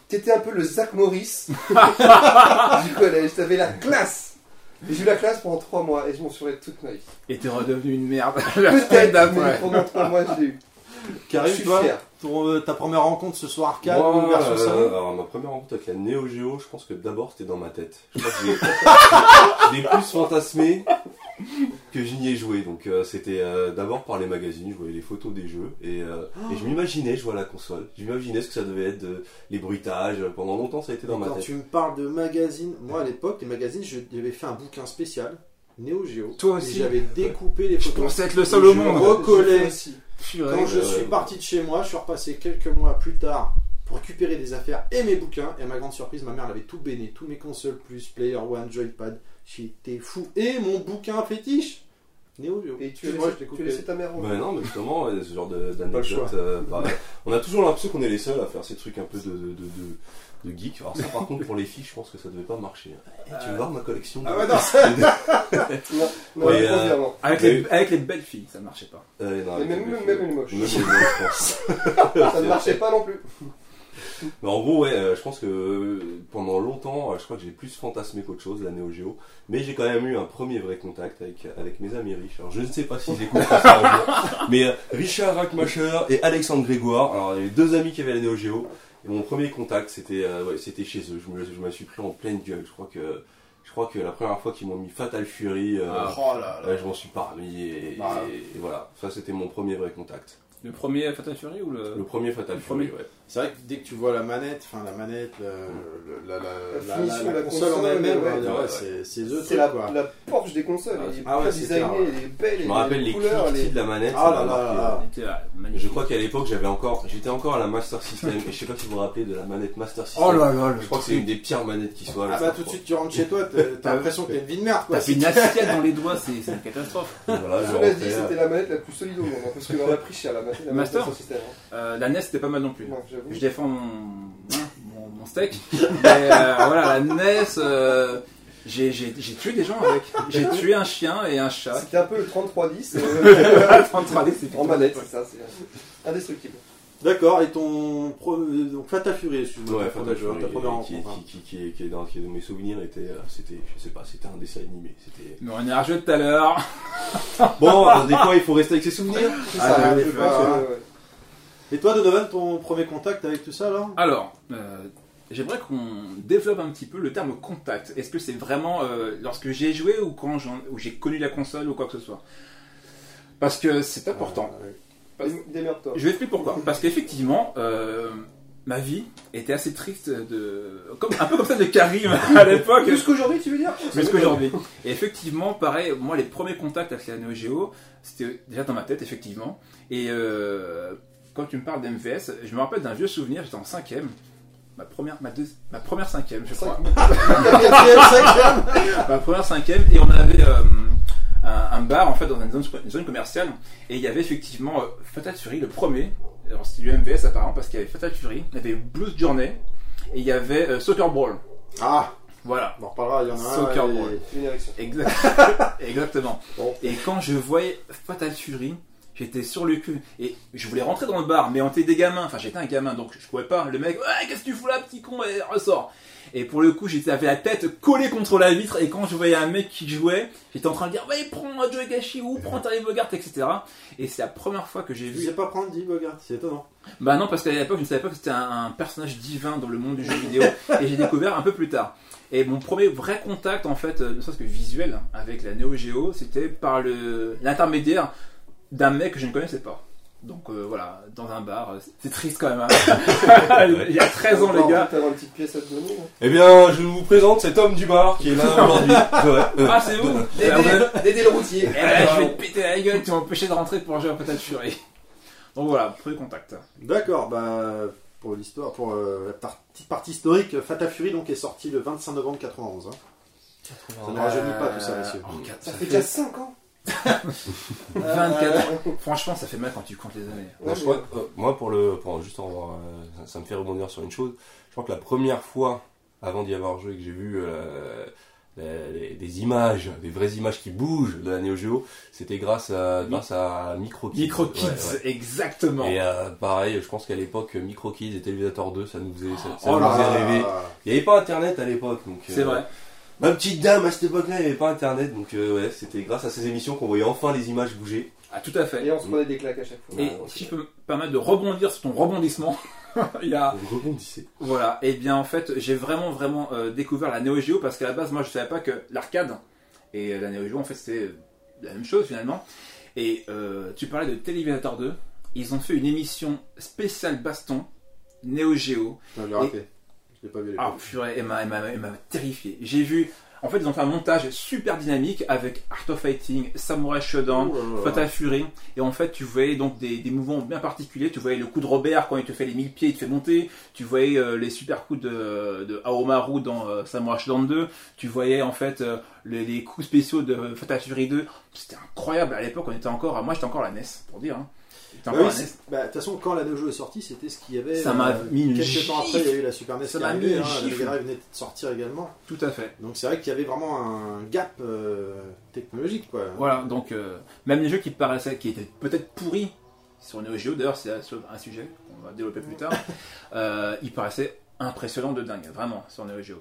D: t'étais un peu le Zach Morris du collège. T'avais la classe. Et J'ai eu la classe pendant 3 mois et je m'en souviens toute ma vie.
B: et t'es redevenu une merde.
D: Peut-être, mais
B: d'après.
D: pendant 3 mois, je l'ai eu. je
A: Karim,
D: suis
A: toi,
D: fier.
A: ton, euh, ta première rencontre ce soir arcade
C: Moi,
A: ou version
C: euh,
A: salon
C: Alors, ma première rencontre avec la Neo Geo, je pense que d'abord c'était dans ma tête. Je crois que j'ai- j'ai plus fantasmé que je n'y ai joué. Donc, euh, c'était euh, d'abord par les magazines, je voyais les photos des jeux et, euh, et je m'imaginais jouer à la console. Je m'imaginais ce que ça devait être, de- les bruitages. Pendant longtemps, ça a été dans ma
A: Quand
C: tête.
A: tu me parles de magazines, moi à l'époque, les magazines, je- j'avais fait un bouquin spécial, Néo Géo.
B: Toi
A: Et
B: aussi.
A: j'avais découpé les
B: Je
A: photos.
B: pensais être le seul au
A: Je
B: monde.
A: recollais.
D: Je l'ai aussi.
B: Purée.
A: Quand je
C: euh,
A: suis
C: ouais.
A: parti de chez moi, je suis repassé quelques mois plus tard pour récupérer des affaires et mes bouquins. Et à ma grande surprise, ma mère elle avait tout béné, tous mes consoles plus Player One, Joypad. J'étais fou. Et mon bouquin fétiche, Neo Geo.
D: Et tu as
A: moi, je t'ai
D: laissé, tu as
A: coupé.
D: laissé ta mère en
C: Ben non, mais justement, ouais, ce genre de-
A: Pas le choix.
C: d'anecdote. euh, par- on a toujours l'impression qu'on est les seuls à faire ces trucs un peu de, de, de, de- de geek. Alors, ça, par contre, pour les filles, je pense que ça devait pas marcher. Eh, tu veux voir ma collection de-
A: Ah ouais, non,
D: Non, non,
C: Ouais,
D: mais
C: euh,
D: contrairement.
B: Avec
C: Mais-
B: les, avec les belles filles, ça ne marchait pas.
C: Euh, non,
D: Mais
C: avec
D: même-
C: les
D: même-
C: filles.
D: même les moches.
C: Même les moches, je pense.
D: Ça ne marchait pas non plus.
C: Mais en gros, ouais, euh, je pense que euh, pendant longtemps, euh, je crois que j'ai plus fantasmé qu'autre chose, la Neo Geo. Mais j'ai quand même eu un premier vrai contact avec, avec mes amis riches. Alors, je ne sais pas s'ils écoutent ça un jour, mais euh, Richard Rackmacher et Alexandre Grégoire, alors les deux amis qui avaient la Neo Geo. Et mon premier contact, c'était euh, ouais, c'était chez eux. Je me, je me suis pris en pleine gueule. Je crois que, je crois que la première fois qu'ils m'ont mis Fatal Fury, euh,
B: Ah,
A: Oh là là.
C: euh, je m'en suis parmi. Et,
B: Bah.
C: et- et voilà, ça c'était mon premier vrai contact.
B: Le premier Fatal Fury ou le.
C: Le premier Fatal
B: Le
C: Fury,
B: premier.
C: ouais.
E: C'est vrai que dès que tu vois la manette, enfin la manette, le- le- la, la-
D: La
E: la-
D: finition
E: la
D: de la
E: console en
D: console,
E: elle-même,
D: ouais,
E: on va dire,
C: ouais,
E: ouais,
C: ouais.
E: c'est c'est the
D: C'est
E: truc
D: la,
E: quoi.
D: la Porsche des consoles.
C: Ah,
D: elle est
E: ah ouais,
D: bien
E: c'est
D: designée,
E: clair, ouais.
D: elle est belle,
C: Je
D: elle est-
C: me rappelle
D: les
C: les
D: couleurs,
C: cliquetis
D: les...
C: de la manette.
E: Ah
C: ça
E: là
C: m'a
E: là
C: marqué.
E: là.
B: Il était, euh, magnifique.
C: Je crois qu'à l'époque j'avais encore, j'étais encore à la Master System et je sais pas si vous vous rappelez de la manette Master System.
B: Oh là là, le
C: Je crois que c'est une des pires manettes qui soit.
A: Ah bah tout de suite tu rentres chez toi, t'as t'as l'impression que t'as une vie de merde quoi.
B: T'as fait une assiette dans les doigts, c'est c'est une catastrophe.
C: Voilà, je
D: Ah, Cela dit,
C: rentrais,
D: c'était la manette la plus solide au monde, hein, parce qu'on en a pris cher la manette. la manette
B: Master
D: de son système, hein.
B: Euh, la NES, c'était pas mal non plus.
D: Non, j'avoue.
B: Je défends mon, hein, mon, mon steak. Mais euh, voilà, la NES, euh, j'ai j'ai- j'ai tué des gens avec. J'ai tué un chien et un chat.
D: C'était un peu le 3310 euh,
B: 33D, c'est
D: en manette, c'est ça, c'est indestructible.
A: D'accord, et ton. pro- euh, Donc Fatal Fury, excuse-moi.
C: Ouais,
A: ta
C: Fatal
A: première-
C: Fury,
A: ta première
C: qui,
A: rencontre. hein.
C: qui, qui, qui, est- qui est dans qui est dans mes souvenirs était, euh, c'était, je sais pas, c'était un dessin animé. C'était.
B: Mais on est à rejouer tout à l'heure.
C: Bon, euh, des fois il faut rester avec ses souvenirs.
D: C'est
B: Ah,
D: ça, hein,
B: oui,
D: un peu
B: oui,
D: parce
A: oui.
D: que, euh, ouais.
A: Et toi, Donovan, ton premier contact avec tout ça alors
B: Alors, euh, j'aimerais qu'on développe un petit peu le terme contact. Est-ce que c'est vraiment euh, lorsque j'ai joué ou quand j'en- ou j'ai connu la console ou quoi que ce soit Parce que c'est important.
E: Euh,
D: Dé- Démerde-toi.
B: Je vais expliquer pourquoi. Parce qu'effectivement, euh, ma vie était assez triste, de... comme, un peu comme celle de Karim à l'époque.
D: Plus qu'aujourd'hui, tu veux dire
B: Plus qu'aujourd'hui. Et effectivement, pareil, moi, les premiers contacts avec la Neo Geo, c'était déjà dans ma tête, effectivement. Et euh, quand tu me parles d'MVS, je me rappelle d'un vieux souvenir, j'étais en cinquième. Ma première, ma, deux, ma première cinquième, je crois.
A: Ah,
B: ma première cinquième, et on avait euh, un, un bar, en fait, dans une zone, une zone commerciale. Et il y avait effectivement euh, Fatal Fury, le premier. Alors, c'était du MVS, apparemment, parce qu'il y avait Fatal Fury, il y avait Blues Journey, et il y avait euh, Soccer Brawl.
A: Ah,
B: Voilà.
A: on en reparlera, il y en a un.
B: Soccer
A: et-
B: ball.
D: Une érection.
B: Exact- Exactement.
A: Bon.
B: Et quand je voyais Fatal Fury, j'étais sur le cul. Et je voulais rentrer dans le bar, mais on était des gamins. Enfin, j'étais un gamin, donc je pouvais pas. Le mec, ouais, qu'est-ce que tu fous là, petit con, et ressort. Et pour le coup, j'étais avec la tête collée contre la vitre. Et quand je voyais un mec qui jouait, j'étais en train de dire, ouais, prends euh, Joe Gashi ou prends Terry Bogart, etc. Et c'est la première fois que j'ai
A: Tu
B: vu.
A: sais pas prendre, dis Bogart, c'est étonnant.
B: Bah non, parce qu'à l'époque, je ne savais pas que c'était un, un personnage divin dans le monde du jeu vidéo, et j'ai découvert un peu plus tard. Et mon premier vrai contact, en fait, euh, ne serait-ce que visuel, hein, avec la Neo Geo, c'était par le l'intermédiaire d'un mec que je ne connaissais pas. Donc euh, voilà, dans un bar, euh, c'est triste quand même. hein. Il y a 13 ans, les gars.
D: T'as une petite pièce à te donner. hein.
C: Eh bien, je vous présente cet homme du bar qui est là aujourd'hui. Ouais, ouais.
B: Ah, c'est vous Eh ben,
D: Dédé- Dédé le routier.
B: eh ben, je vais te péter la gueule, tu m'as empêché de rentrer pour jouer à Fatal Fury. Donc voilà, premier contact.
A: D'accord, bah. Pour l'histoire, pour euh, la par- petite partie historique, Fatal Fury donc est sorti le 25 novembre 91. hein. Ça ne rajeunit pas tout ça, messieurs.
B: Oh, quatre-
D: Ça fait déjà 5 ans.
B: 24 Franchement, ça fait mal quand tu comptes les années.
C: Moi, je crois que, euh, moi, pour le. pour- juste en, euh, ça, ça me fait rebondir sur une chose. Je crois que la première fois, avant d'y avoir joué, que j'ai vu euh, les- les- des images, des vraies images qui bougent de la Neo Geo, c'était grâce à, grâce à Micro Kids.
B: Micro
C: Ouais,
B: Kids,
C: ouais.
B: exactement.
C: Et euh, pareil, je pense qu'à l'époque, Micro Kids et Télévisateur 2, ça nous faisait, ça, ça
B: Oh
C: nous
B: là
C: faisait rêver. Il n'y avait pas internet à l'époque, donc.
B: C'est
C: euh,
B: vrai.
C: Ma petite dame, à cette époque-là, il n'y avait pas internet, donc euh, ouais, c'était grâce à ces émissions qu'on voyait enfin les images bouger.
B: Ah, tout à fait.
D: Et on se prenait des claques à chaque fois.
B: Et
C: euh, Ouais,
B: si je peux me permettre de rebondir sur ton rebondissement, il y a
C: Vous rebondissez.
B: Voilà, et bien en fait, j'ai vraiment vraiment euh, découvert la Neo Geo parce qu'à la base, moi je savais pas que l'arcade et euh, la Neo Geo en fait c'était euh, la même chose finalement. Et euh, tu parlais de Télévisateur 2, ils ont fait une émission spéciale baston Neo Geo.
E: Je l'ai raté. Je l'ai pas vu. les
B: Ah purée, elle m'a elle m'a- elle m'a terrifié. J'ai vu, en fait, ils ont fait un montage super dynamique avec Art of Fighting, Samurai Shodown,
E: Ouh
A: Oh
E: là là.
B: Ah, Fatal Fury. Et en fait, tu voyais donc des, des mouvements bien particuliers. Tu voyais le coup de Robert quand il te fait les mille pieds, il te fait monter. Tu voyais euh, les super coups de, de Aomaru dans euh, Samurai Shodown 2. Tu voyais en fait euh, les, les coups spéciaux de Fatal Fury 2. C'était incroyable. À l'époque, on était encore, moi j'étais encore à la NES, pour dire. hein. J'étais
A: Bah
B: encore
A: oui,
B: à la NES.
A: c'est- bah, De toute façon, quand la Neo Geo est sortie, c'était ce qu'il y avait. euh,
B: Ça m'a mis une
A: Quelques temps après, il y a
B: gifle.
A: eu la Super NES
B: Ça
A: qui
B: m'a mis
A: arrivait,
B: une
A: hein, la
B: gifle.
A: Mega Drive venait de sortir également.
B: Tout à fait.
A: Donc c'est vrai qu'il y avait vraiment un gap euh, technologique, quoi.
B: Voilà, donc euh, même les jeux qui paraissaient, qui étaient peut-être pourris sur Neo Geo, d'ailleurs c'est un un sujet qu'on va développer plus tard, euh, ils paraissaient impressionnants de dingue, vraiment, sur Neo Geo.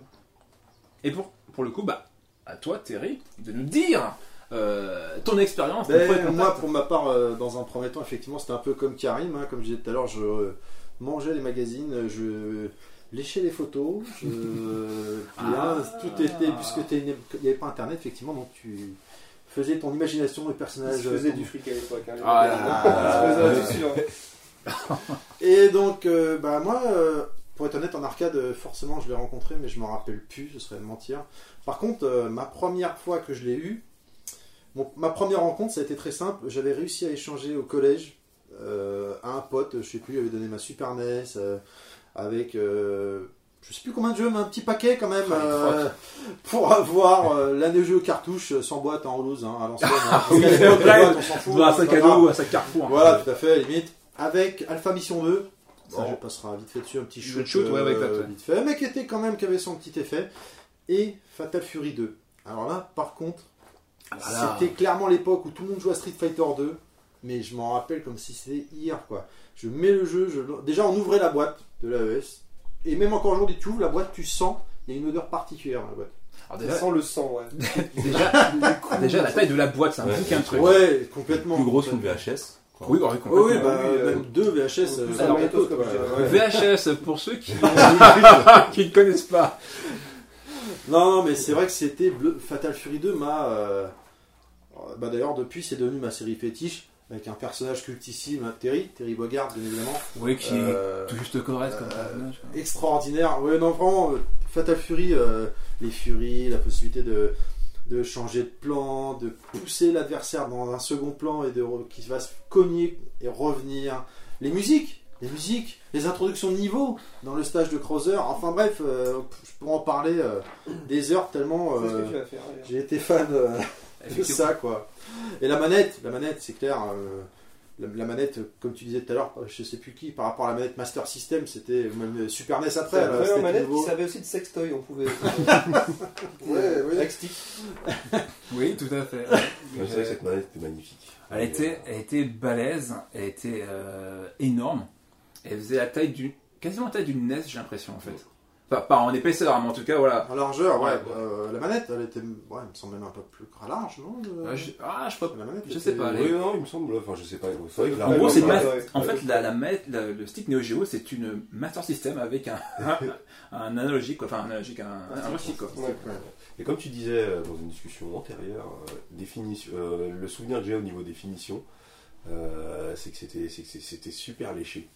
B: Et pour, pour le coup, bah, à toi Terry, de nous dire euh, ton expérience, ton
A: Ben,
B: premier contact.
A: moi, pour ma part, euh, dans un premier temps, effectivement, c'était un peu comme Karim, hein, comme je disais tout à l'heure, je euh, mangeais les magazines, euh, je léchais les photos, je- euh, puis là,
B: Ah.
A: tout était, puisque t'es- il n'y avait pas internet, effectivement, donc tu faisais ton imagination, le
D: Ils
A: personnage. euh,
D: se faisaient
A: ton-
D: du fric à l'époque. hein, les
B: Ah
D: mecs,
B: là
D: hein.
C: là
D: Ils se
C: là
D: faisaient
C: là.
D: du sucre, hein.
A: Et donc, euh, bah, moi, euh, pour être honnête, en arcade, euh, forcément, je l'ai rencontré, mais je m'en rappelle plus, ce serait mentir. Par contre, euh, ma première fois que je l'ai eu, mon- ma première rencontre, ça a été très simple. J'avais réussi à échanger au collège euh, à un pote, je sais plus, il avait donné ma Super NES euh, avec. euh, je sais plus combien de jeux, mais un petit paquet quand même
B: Ah, les
A: euh,
B: crottes.
A: pour avoir euh, la Neo Geo cartouche euh, sans boîte hein, en loose hein, à l'ancienne. hein.
B: Ah Oui,
A: Parce qu'à
B: c'est
A: l'époque, la
B: vrai.
A: boîte, on s'en fout,
B: Dans un
A: c'est
B: sac
A: pas
B: à
A: grave.
B: dos ou un sac Carrefour. hein.
A: Voilà, tout à fait, à la limite. Avec Alpha Mission 2. Ça,
B: Bon.
A: je passerai vite fait dessus, un petit shoot,
B: Le shoot, ouais, ouais,
A: euh,
B: exact.
A: vite fait, mais qui était quand même, qui avait son petit effet. Et Fatal Fury 2. Alors là, par contre,
B: Voilà.
A: c'était clairement l'époque où tout le monde jouait à Street Fighter 2, mais je m'en rappelle comme si c'était hier, quoi. Je mets le jeu, je... déjà on ouvrait la boîte de l'AES, et même encore aujourd'hui, tu ouvres la boîte, tu sens, il y a une odeur particulière dans la boîte.
B: Alors
D: Ils
B: déjà,
D: sentent le sang, ouais.
B: déjà, déjà, la taille de la boîte, c'est un
C: Ouais.
B: bouquin truc.
A: Ouais, complètement.
C: Plus grosse qu'une VHS.
B: Oui, alors,
A: Ouais, ouais,
B: complètement.
A: bah,
D: Oui, euh,
A: même deux VHS.
D: plus
A: euh,
D: un
A: dans
D: matos,
A: la
D: comme
A: côte,
D: je dirais,
A: ouais.
D: ouais.
B: VHS pour ceux qui qui ne connaissent pas.
A: Non, non, mais c'est vrai que c'était bleu- Fatal Fury 2 m'a. euh, Bah d'ailleurs depuis c'est devenu ma série fétiche avec un personnage cultissime, hein, Terry, Terry Bogard bien évidemment.
B: Oui, qui
A: Euh,
B: est tout juste correct comme
A: euh,
B: personnage. quoi.
A: extraordinaire. Ouais non vraiment euh, Fatal Fury, euh, les Furies, la possibilité de de changer de plan, de pousser l'adversaire dans un second plan et de re- qu'il va se cogner et revenir. Les musiques, les musiques, les introductions de niveau dans le stage de Crowther. Enfin bref, euh, je pourrais en parler euh, des heures tellement.
D: C'est ce que
A: euh,
D: tu vas faire. regarde.
A: j'ai été fan euh, de
B: Effectivement.
A: ça, quoi. Et la manette, la manette, c'est clair. euh, la, la manette, comme tu disais tout à l'heure, je sais plus qui, par rapport à la manette Master System, c'était même euh, Super NES après.
D: C'est la
A: là,
D: première
A: c'était
D: manette
A: nouveau.
D: qui savait aussi de sextoy, on pouvait.
A: Ouais, ouais.
D: Avec stick.
B: Oui, tout à fait.
C: Ouais, c'est vrai que cette manette était magnifique.
B: Elle était, elle était balèze, elle était euh, énorme. Elle faisait la taille d'une, quasiment la taille d'une NES, j'ai l'impression en fait. Enfin, pas en épaisseur, mais en tout cas, voilà.
A: En largeur, ouais.
B: Ouais, ouais.
A: euh, la manette, elle était, ouais, elle me semble même un peu plus large, non de-
B: Ah, je, ah, je crois.
A: La manette,
B: je
A: était-
B: sais pas, elle
C: Euh, Oui, non, il me semble, enfin je sais pas. C'est vrai que la-
B: En gros, c'est
C: la-
B: ma-
D: ouais.
B: En fait, la, la ma- la- le stick Neo Geo, c'est une Master System avec un, un analogique, quoi. enfin un analogique, un, un vrai stick, quoi.
D: Ouais.
C: Et comme tu disais euh, dans une discussion antérieure, euh, définition- euh, le souvenir que j'ai au niveau définition, euh, c'est que c'était c'est que c'est- c'était super léché.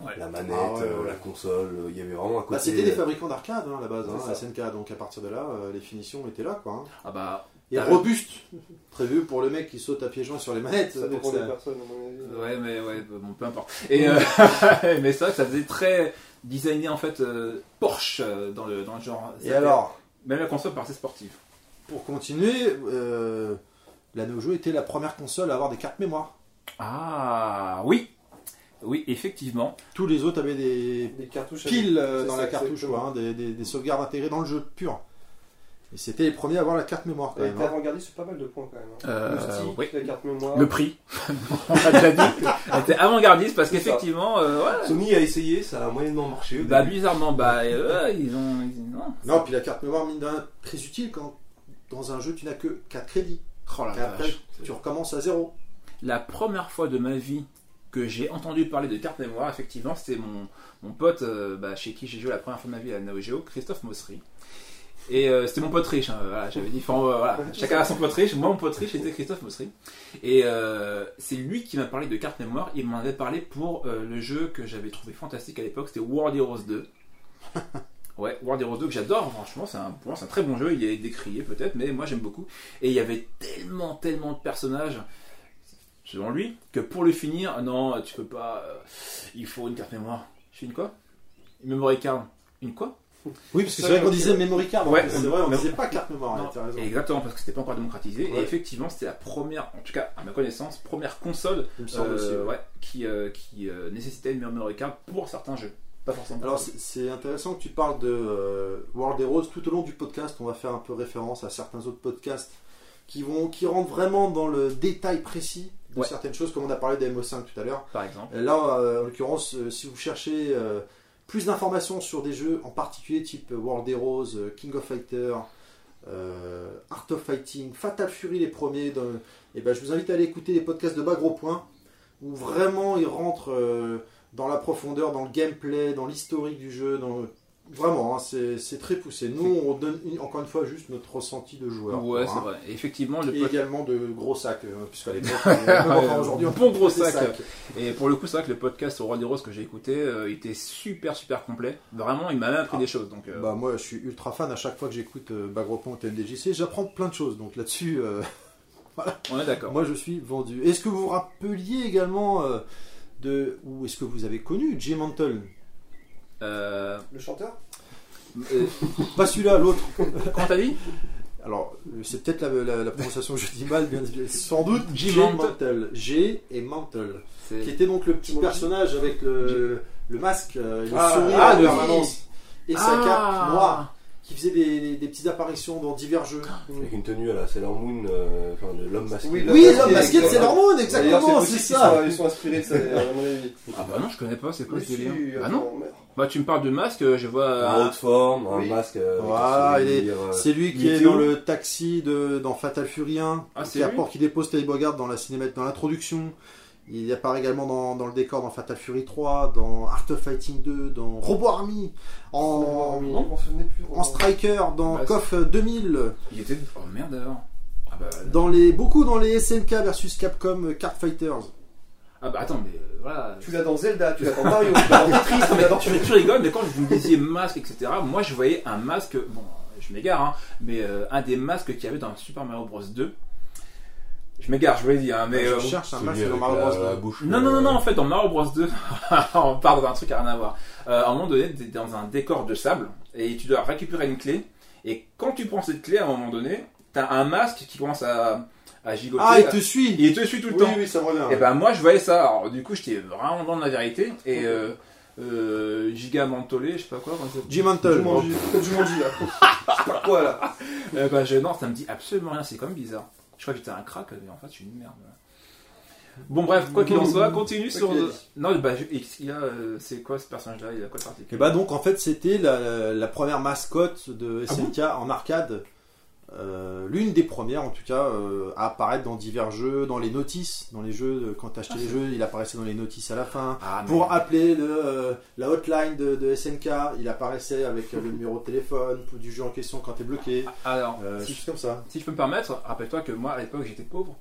B: Ouais.
C: La manette,
A: Ah ouais,
C: euh,
A: ouais.
C: la console, euh, il y avait vraiment un côté.
A: Bah, c'était des fabricants d'arcade hein, à la base,
C: C'est
A: hein,
C: ça.
A: SNK, donc à partir de là, euh, les finitions étaient là, quoi. hein.
B: Ah bah,
A: Et
B: Ah,
A: robuste, prévu pour le mec qui saute à pieds joints sur les manettes.
D: Ça
A: pour
D: dépend
A: que
D: des
A: ça-
D: personnes, à mon avis.
B: Ouais, mais ouais, bah, bon, peu importe. Et euh, mais ça, ça faisait très designé en fait euh, Porsche euh, dans le dans le genre.
A: Et alors,
B: Même la console paraissait sportive.
A: Pour continuer, euh, la Neo Geo était la première console à avoir des cartes mémoire.
B: Ah oui, oui, effectivement.
A: Tous les autres avaient des
D: Des cartouches. avec-
A: piles euh,
D: C'est
A: dans
D: ça,
A: la cartouche,
D: exactement.
A: quoi, hein, des, des- des sauvegardes intégrées dans le jeu pur. Et c'était les premiers à avoir la carte mémoire quand
D: Elle
A: même.
D: était
A: hein.
D: avant-gardiste sur pas mal de points quand même. hein.
B: Euh,
D: le stick,
B: oui.
D: la carte mémoire.
B: Le prix, on l'a déjà dit, Elle était avant-gardiste parce
D: C'est ça.
B: qu'effectivement, euh, ouais,
C: Sony a essayé, ça a moyennement marché. au
B: bah,
C: début.
B: bizarrement, bah, euh, ils ont. ils- non.
A: Non, puis la carte mémoire, mine de rien, très utile quand dans un jeu tu n'as que 4 crédits.
B: Oh la
A: Et après,
B: vache.
A: tu recommences à zéro.
B: La première fois de ma vie que j'ai entendu parler de carte mémoire, effectivement, c'était mon, mon pote euh, bah, chez qui j'ai joué la première fois de ma vie à Nao Geo, Christophe Mossery. Et euh, c'était mon pote riche, hein, voilà, j'avais dit, enfin, euh, voilà, chacun a son pote riche, moi mon pote riche était Christophe Mossery. Et euh, c'est lui qui m'a parlé de carte mémoire, il m'en avait parlé pour euh, le jeu que j'avais trouvé fantastique à l'époque, c'était World Heroes 2. Ouais, World Heroes 2 que j'adore, franchement, c'est un, pour moi, c'est un très bon jeu, il est décrié peut-être, mais moi j'aime beaucoup. Et il y avait tellement, tellement de personnages, selon lui, que pour le finir, non, tu peux pas, euh, il faut une carte mémoire. Je fais une quoi Une memory card. Une quoi
A: Oui, parce que c'est
D: Ça,
A: vrai qu'on
D: ok.
A: disait memory card.
B: Ouais,
A: hein, c'est
B: on-
A: vrai, on
B: mais-
A: disait pas carte mémoire.
B: Non,
A: hein, t'as raison.
B: Exactement, parce que c'était pas encore démocratisé. Et
A: Ouais.
B: effectivement, c'était la première, en tout cas à ma connaissance, première console
A: Il me semble
B: euh,
A: aussi. ouais.
B: ouais, qui, euh, qui euh, nécessitait une memory card pour certains jeux. Pas forcément.
A: Alors c'est- c'est intéressant que tu parles de euh, World Heroes tout au long du podcast. On va faire un peu référence à certains autres podcasts qui vont qui rentrent vraiment dans le détail précis de
B: Ouais.
A: certaines choses, comme on a parlé des MO5 tout à l'heure.
B: par exemple.
A: Et Là, euh, en l'occurrence, euh, si vous cherchez euh, plus d'informations sur des jeux, en particulier type World Heroes, euh, King of Fighter, euh, Art of Fighting, Fatal Fury les premiers, dans- eh ben, je vous invite à aller écouter les podcasts de Bagro Point, où vraiment ils rentrent euh, dans la profondeur, dans le gameplay, dans l'historique du jeu, dans le- Vraiment, hein, c'est c'est très poussé. Nous, on donne une- encore une fois juste notre ressenti de joueur.
B: ouais,
A: quoi,
B: c'est
A: hein.
B: vrai. Et effectivement, le
A: Et
B: pod-
A: également de gros sacs, euh, puisqu'à l'époque, euh,
B: Ouais,
A: enfin, aujourd'hui, on
B: bon gros
A: fait des
B: sac.
A: sacs.
B: Et pour le coup, c'est vrai que le podcast au Roi des Roses que j'ai écouté euh, était super super complet. Vraiment, il m'a même appris
A: Ah.
B: des choses. Donc, euh,
A: Bah moi je suis ultra fan à chaque fois que j'écoute euh, Bagropon ou TMDJC, j'apprends plein de choses donc là-dessus euh,
B: on est d'accord.
A: moi je suis vendu. Est-ce que vous vous rappeliez également euh, de ou est-ce que vous avez connu Jay Mantle
B: Euh,
D: Le chanteur
B: euh,
A: Pas celui-là, l'autre.
B: comment t'as dit
A: Alors euh, c'est peut-être la, la- la prononciation que je dis mal bien sans doute
B: Jay
A: Jay
B: Mantle.
A: Mantle. Jay et Mantle
B: C'est-
A: qui était donc le petit
D: Jay.
A: personnage avec le, le masque euh, et le
B: Ah,
A: sourire
B: ah,
A: en
B: oui.
A: permanence et sa
B: Ah.
A: cape noire qui faisait des, des- des petites apparitions dans divers jeux.
C: Avec une tenue à la Sailor Moon, euh, enfin de l'homme masqué.
D: Oui,
A: Oui,
D: l'homme
A: l'homme masqué de
D: c'est
A: Sailor Moon,
D: D'ailleurs,
A: exactement, c'est
D: possible qu'ils
A: ça.
D: soient- Ils sont inspirés de ça, à mon avis.
B: Ah bah non, je connais pas, c'est quoi ce
D: Oui,
B: délire
D: si,
B: Ah
D: euh,
B: non
D: on meurt.
B: Bah tu me parles de masque, euh, je vois...
C: En
B: euh,
C: haute forme, un
D: Oui.
C: masque. euh, avec
A: Voilà,
C: un
A: il est-
C: sourire, euh,
A: C'est lui qui
C: Il
A: est
C: était
A: dans
C: où
A: le taxi de, dans Fatal Fury 1,
B: Ah, c'est
A: qui, apporte, qui dépose Terry Bogard dans la cinématique, dans l'introduction. Il apparaît également dans, dans le décor dans Fatal Fury 3, dans Art of Fighting 2, dans Robo Army, en,
D: On m'en souvenait plus. euh,
A: en Striker, dans
B: Bah, c'est-
A: KOF 2000,
B: Il était... Oh merde alors ah bah,
A: dans les, beaucoup dans les SNK versus Capcom euh, Card Fighters.
B: ah bah attends, mais euh, voilà...
D: Tu l'as dans Zelda, tu l'as dans Mario, tu l'as dans Tetris,
B: Ah,
D: tu
B: mais
D: l'as dans.
B: tu, tu rigoles, mais quand vous me disiez masque, etc., moi je voyais un masque, bon, je m'égare, hein, mais euh, un des masques qu'il y avait dans Super Mario Bros 2. Je m'égare, je voulais dire, hein, mais...
A: je
B: euh,
A: cherche un
C: celui
A: masque
C: avec
A: dans Mario
C: la-
A: Bros.
C: la
A: deux.
C: bouche,
B: Non, non, non, non,
C: euh,
B: en fait, dans Mario Bros 2, on part d'un truc à rien à voir. Euh, à un moment donné, t'es dans un décor de sable et tu dois récupérer une clé. Et quand tu prends cette clé, à un moment donné, t'as un masque qui commence à, à gigoter.
A: Ah, il te suit!
B: Il te suit tout le
A: Oui,
B: temps.
A: oui, ça me revient.
B: Et ben moi, je voyais ça. Alors, du coup, j'étais vraiment dans la vérité. Et euh, euh, giga mentolé, je sais pas quoi. comment ça s'appelle.
A: Jim Mantle.
D: Jumanji, Jumanji, là. Quoi là
B: Eh ben, je, non, ça me dit absolument rien, c'est quand même bizarre. Je crois que j'étais un crack, mais en fait, je suis une merde. Bon, bref, quoi qu'il en soit, continue sur.
D: qu'il a dit.
B: Non, bah, je- et il y a. euh, c'est quoi ce personnage-là Il a quoi de particulier
A: Et bah donc en fait c'était la, la première mascotte de
B: Ah
A: SNK en arcade, Euh, l'une des premières en tout cas euh, à apparaître dans divers jeux, dans les notices, dans les jeux de- quand t'achetais les jeux, il apparaissait dans les notices à la fin.
B: Ah, mais-
A: Pour appeler le, euh, la hotline de, de SNK, il apparaissait avec euh, le numéro de téléphone pour- du jeu en question quand t'es bloqué.
B: Ah, Alors,
A: Euh,
B: si,
A: c'est comme ça.
B: si je peux me permettre, rappelle-toi que moi à l'époque j'étais pauvre.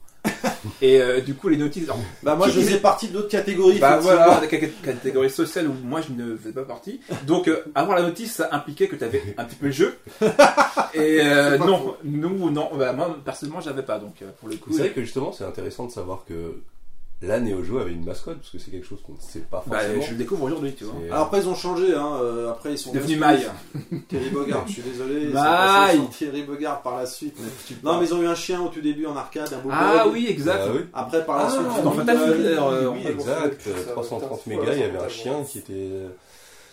B: Et euh, du coup, les notices. alors,
A: Bah moi
B: Qui-
A: je
B: qui-
A: faisais partie de l'autre catégorie.
B: bah
A: effectivement.
B: voilà, la cate- catégorie sociale où moi je ne faisais pas partie. Donc, euh, avoir la notice, ça impliquait que tu avais un petit peu le jeu. Et euh,
A: C'est pas
B: non,
A: faux.
B: nous, non. Bah, moi, personnellement, j'avais pas. Donc, euh, pour le coup.
C: Vous savez que justement, c'est intéressant de savoir que la Neo Geo avait une mascotte, parce que c'est quelque chose qu'on ne sait pas
B: bah,
C: forcément.
B: je le découvre aujourd'hui, tu vois.
C: C'est-
A: Alors après ils ont changé, hein. euh, après ils sont
B: Devenu Maille.
A: Terry Bogard, je suis désolé. ils sont passés
B: Maille.
A: sur Terry Bogard par la suite. Non, mais ils ont eu un chien au tout début en arcade, un beau
B: Ah
A: blog.
B: oui, exact.
C: Ah oui.
A: Après, par la
B: Ah,
A: suite,
B: dans
A: ils ont
B: Fatal
A: Google,
B: Fury, alors, euh,
C: Oui,
D: on-
C: exact.
D: on- on-
C: 330
D: on-
C: mégas, il y avait
D: on-
C: un chien qui était.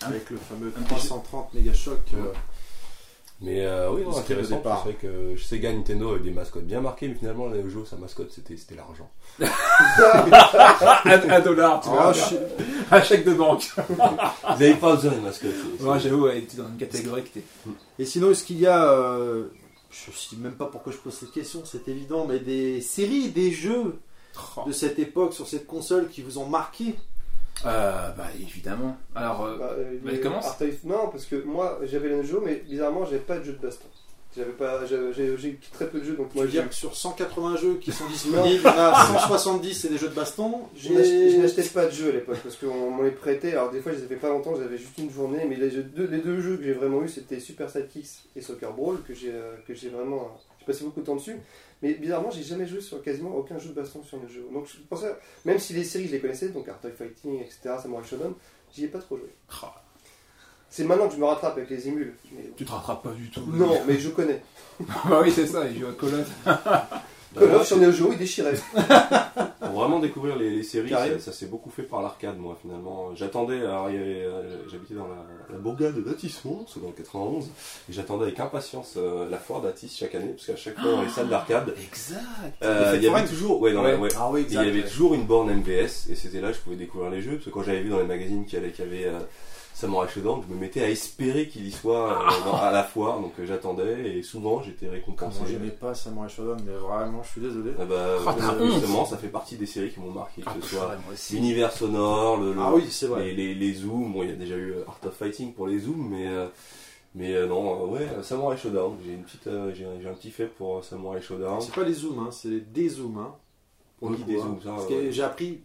A: avec le fameux
B: Un petit-
A: euh, 330 méga choc.
C: Ouais. Mais euh, oui, non,
E: Ce qui est le
C: intéressant.
E: départ.
C: C'est vrai que Sega, Nintendo avait des mascottes bien marquées, mais finalement, la Neo Geo, sa mascotte, c'était c'était l'argent.
B: Ah, un, un dollar, tu vois.
A: Ah, je-
B: Un chèque de banque.
C: Ils
B: Ah.
C: n'avaient pas besoin de mascotte. c'est- c'est-
B: Moi, j'avoue, elle était dans une catégorie qui était.
A: Et sinon, est-ce qu'il y a. euh, je ne sais même pas pourquoi je pose cette question, c'est évident, mais des séries, des jeux
B: Oh.
A: de cette époque sur cette console qui vous ont marqué
B: Euh, bah, évidemment. Alors, euh,
D: Bah, euh,
B: Bah,
D: les-
B: commence.
D: Art of- Non, parce que moi j'avais la jeu, mais bizarrement j'avais pas de jeu de baston. J'avais pas, j'avais- j'ai j'ai très peu de jeux, donc
A: Je
D: moi
A: veux
D: j'ai
A: dire que sur 180 jeux qui sont disponibles, il y en a 170 c'est des jeux de baston.
D: Je
A: J'ai
D: n'ach- je n'achetais pas de jeux à l'époque parce qu'on m'en les prêtait. Alors des fois, je les avais pas longtemps, j'avais juste une journée. Mais les, jeux- deux, les deux jeux que j'ai vraiment eu, c'était Super Sidekicks et Soccer Brawl que j'ai euh, que j'ai vraiment. euh, J'ai passé beaucoup de temps dessus. Mais bizarrement, j'ai jamais joué sur quasiment aucun jeu de baston sur le jeu. Donc je pour ça, même si les séries je les connaissais, donc Art of Fighting, etc., Samurai Shodown, j'y ai pas trop joué.
B: tra-
D: C'est maintenant que je me rattrape avec les émules. Mais...
B: tu te rattrapes pas du tout.
D: Non, mais je connais.
B: bah oui, c'est ça, il joue à Call of. Bah
D: Call
C: Bah,
D: of sur Neo Geo, il déchirait.
C: Pour vraiment découvrir les, les séries,
A: Carré.
C: ça, ça s'est beaucoup fait par l'arcade, moi, finalement. J'attendais, alors il y avait, euh, j'habitais dans la, la bourgade d'Atis-Mons, dans le 91, et j'attendais avec impatience euh, la foire d'Atis chaque année, parce qu'à chaque fois, dans les salles d'arcade,
B: Exact.
C: euh,
E: Les
C: il y avait
E: foraines.
C: toujours, ouais, non,
B: Ah, Ouais.
C: ouais.
E: Ah oui,
C: Et il y avait toujours une borne MVS, et c'était là que je pouvais découvrir les jeux, parce que quand j'avais vu dans les magazines qu'il y avait, qu'il y avait euh, Samurai Shodown, je me mettais à espérer qu'il y soit
B: Ah.
C: euh, dans- à la foire, donc euh, j'attendais, et souvent j'étais récompensé.
E: Comment j'aimais pas Samurai Shodown, mais vraiment, je suis désolé.
C: Ah bah,
B: Ah, t'as honte.
C: justement, ça fait partie des séries qui m'ont marqué,
B: Ah,
C: que ce
B: pff,
C: soit
B: ouais, moi aussi.
C: l'univers sonore, le, le-
A: Ah oui, c'est vrai.
C: les, les, les zooms. Bon, il y a déjà eu euh, Art of Fighting pour les zooms, mais, euh, mais euh, non, euh, ouais, euh, Samurai Showdown. J'ai une petite, euh, j'ai un, j'ai un petit fait pour euh, Samurai Showdown.
A: C'est pas les zooms, hein, c'est des zooms. Hein, pour le
C: Oui,
A: coup,
C: des
A: hein.
C: zooms, ça,
A: Parce
C: ouais.
A: que j'ai appris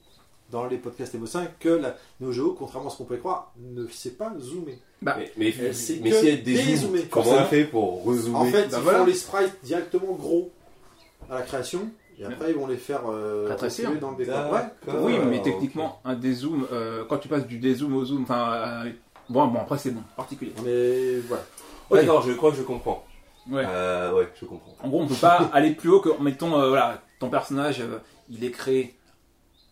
A: dans les podcasts Evo 5 que la Neo Geo, contrairement à ce qu'on peut croire, ne sait pas zoomer.
C: Mais, mais,
A: Elle sait
C: mais
A: Eh, que
C: si elle dézoome,
A: dézoomer,
C: comment
A: forcément.
C: on fait pour rezoomer
A: En fait,
B: bah
A: ils
B: voilà.
A: font les sprites directement gros à la création, et après ils vont les faire euh,
B: Rétrécir.
A: reculer dans le décor. Ouais.
C: D'accord.
B: oui, mais
C: Ah, ok.
B: techniquement, un dézoom, euh, quand tu passes du dézoom au zoom, enfin. euh, bon, bon, après, c'est bon, particulier.
A: Mais voilà.
B: Ok.
C: D'accord, je crois que je comprends.
B: Ouais.
C: Euh, ouais, je comprends.
B: En gros, on peut pas aller plus haut que, mettons, euh, voilà, ton personnage, euh, il est créé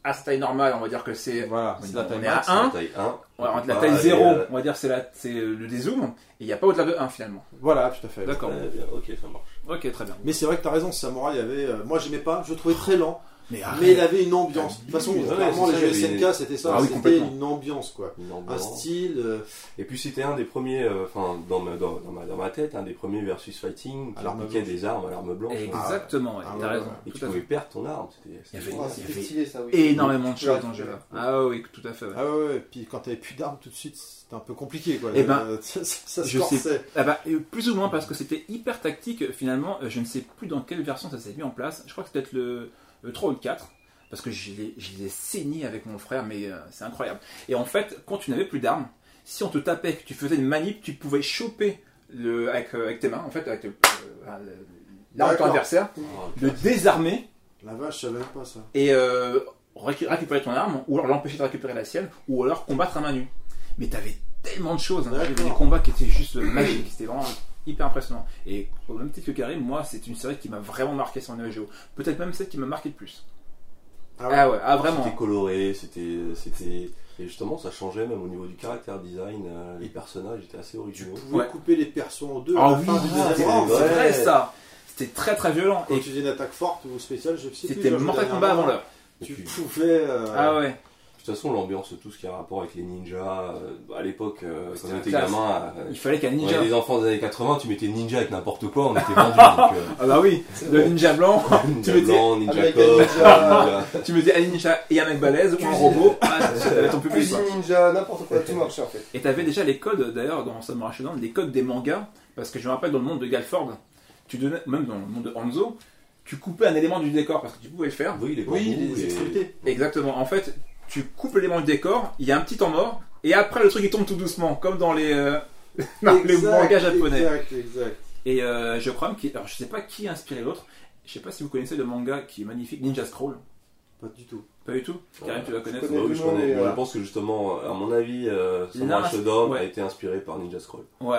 B: à sa taille normale, on va dire que c'est.
A: Voilà,
B: on
A: c'est la taille
B: est à
A: max.
B: 1,
C: taille 1.
B: la taille 0, on va dire c'est la- c'est le dézoom, et il n'y a pas au-delà de 1 finalement.
A: Voilà, tout à fait.
B: D'accord.
C: Euh, ok, ça marche.
B: Ok, très bien.
A: Mais c'est vrai que t'as raison, Samurai avait. euh, moi j'aimais pas, je le trouvais très lent,
B: Ah, Mais,
A: mais il avait une ambiance. De toute façon,
C: Ouais,
A: clairement
C: c'est
A: les
C: ça,
A: jeux
C: il y avait-
A: SNK c'était ça,
B: Ah oui,
A: c'était
B: complètement.
A: une ambiance quoi.
C: Une
A: Un
C: ambiance.
A: style. euh,
C: Et puis c'était un des premiers, euh, enfin dans, ma, dans, dans ma, dans ma tête, un des premiers versus fighting
A: À
C: qui
A: l'arme
C: impliquait
A: blanche.
C: des armes à l'arme blanche.
B: Exactement, ouais,
E: Ah,
B: t'as
E: ouais,
B: raison.
E: ouais.
C: Et
B: tout
C: tu
B: à
C: pouvais perdre ton arme. c'était- c'était-
B: Il y avait-
D: Oh,
C: c'était-
D: C'était stylé ça, oui.
B: fait. Énormément de
D: Tu
B: choses
D: peux
B: dans ce
D: arrêter.
B: jeu-là. Ah oui, tout à fait. ouais.
A: Ah ouais, ouais, puis quand t'avais plus d'armes tout de suite, c'était un peu compliqué quoi.
B: Eh ben,
A: Euh, ça, ça se
B: je sais.
A: corsait.
B: Ah bah, euh, plus ou moins parce que c'était hyper tactique finalement. euh, Je ne sais plus dans quelle version ça s'est mis en place. Je crois que c'est peut-être le, le 3 ou le 4. Parce que je les, je les ai saignés avec mon frère, mais euh, c'est incroyable. Et en fait, quand tu n'avais plus d'armes, si on te tapait, que tu faisais une manip, tu pouvais choper le, avec, euh, avec tes mains, en fait, avec le- euh, le- l'arme de ton
A: D'accord.
B: adversaire,
C: Ah,
B: le désarmer
A: La vache, je savais même pas ça.
B: et euh, récu- récupérer ton arme, ou alors l'empêcher de récupérer la sienne, ou alors combattre à main nue. Mais t'avais tellement de choses, hein.
A: D'accord.
B: J'avais des combats qui étaient juste euh, magiques, c'était vraiment hyper impressionnant. Et au même titre que Karim, moi, c'est une série qui m'a vraiment marqué sur Neo Geo. Peut-être même celle qui m'a marqué le plus.
A: Ah
B: Ah
A: ouais.
B: ouais, ah vraiment.
C: C'était coloré, c'était, c'était, et justement, ça changeait même au niveau du caractère design. euh, les personnages étaient assez
A: Tu
C: originaux.
A: pouvais
B: Ouais.
A: couper les persos en deux à
B: Ah
A: la
B: oui,
A: fin du
B: c'est
A: deuxième round.
B: c'est
C: ouais.
B: vrai ça. C'était très très violent.
A: Quand
B: Et
A: tu faisais une attaque forte ou spéciale, je sais plus.
B: c'était
A: genre,
B: mortel
A: dernièrement,
B: combat avant l'heure.
C: Et
A: Tu
C: puis, de
A: pouvais. euh,
B: Ah ouais.
C: toute façon, l'ambiance, tout ce qui a rapport avec les ninjas, euh, à l'époque, euh, quand
B: C'était
C: on
B: la
C: était
B: classe.
C: gamin, euh,
B: Il fallait qu'un
C: on
B: ninja.
C: était des enfants des années 80, tu mettais ninja avec n'importe quoi, on était vendus.
B: Ah bah oui,
D: C'est
B: le
D: bon.
B: ninja blanc,
C: donc, euh, ninja
B: mettais-
C: blanc, ninja
D: American
C: cop,
D: Ninja.
C: ninja-
B: tu mettais un ninja et un mec balèze ou un
D: Cuisine.
B: robot, ah, t'avais ton public. quoi.
D: Cuisine ninja, n'importe quoi, tout marchait en fait.
B: Et t'avais déjà les codes, d'ailleurs, dans Samurai Shodown, les codes des mangas, parce que je me rappelle dans le monde de Galford, tu donnais, même dans le monde de Hanzo, tu coupais un élément du décor parce que tu pouvais le faire.
C: Oui, les
A: Oui,
C: bambous,
A: les extrémités.
B: Exactement. En fait, tu coupes l'élément du décor, il y a un petit temps mort, et après le truc il tombe tout doucement, comme dans les, euh, dans les
A: Exact,
B: mangas japonais.
A: Exact, exact.
B: Et euh, je crois même qu'il. Alors je sais pas qui a inspiré l'autre, je sais pas si vous connaissez le manga qui est magnifique, Ninja Scroll.
A: Pas du tout.
B: Pas du tout Karim, tu vas connaître.
C: Bah oui, je,
D: Honnêtement,
C: connais.
D: mais,
C: Mais
D: euh,
C: je pense que justement, à mon avis, euh, Samurai
B: Là,
C: Shodown a
B: ouais.
C: été inspiré par Ninja Scroll.
B: Ouais,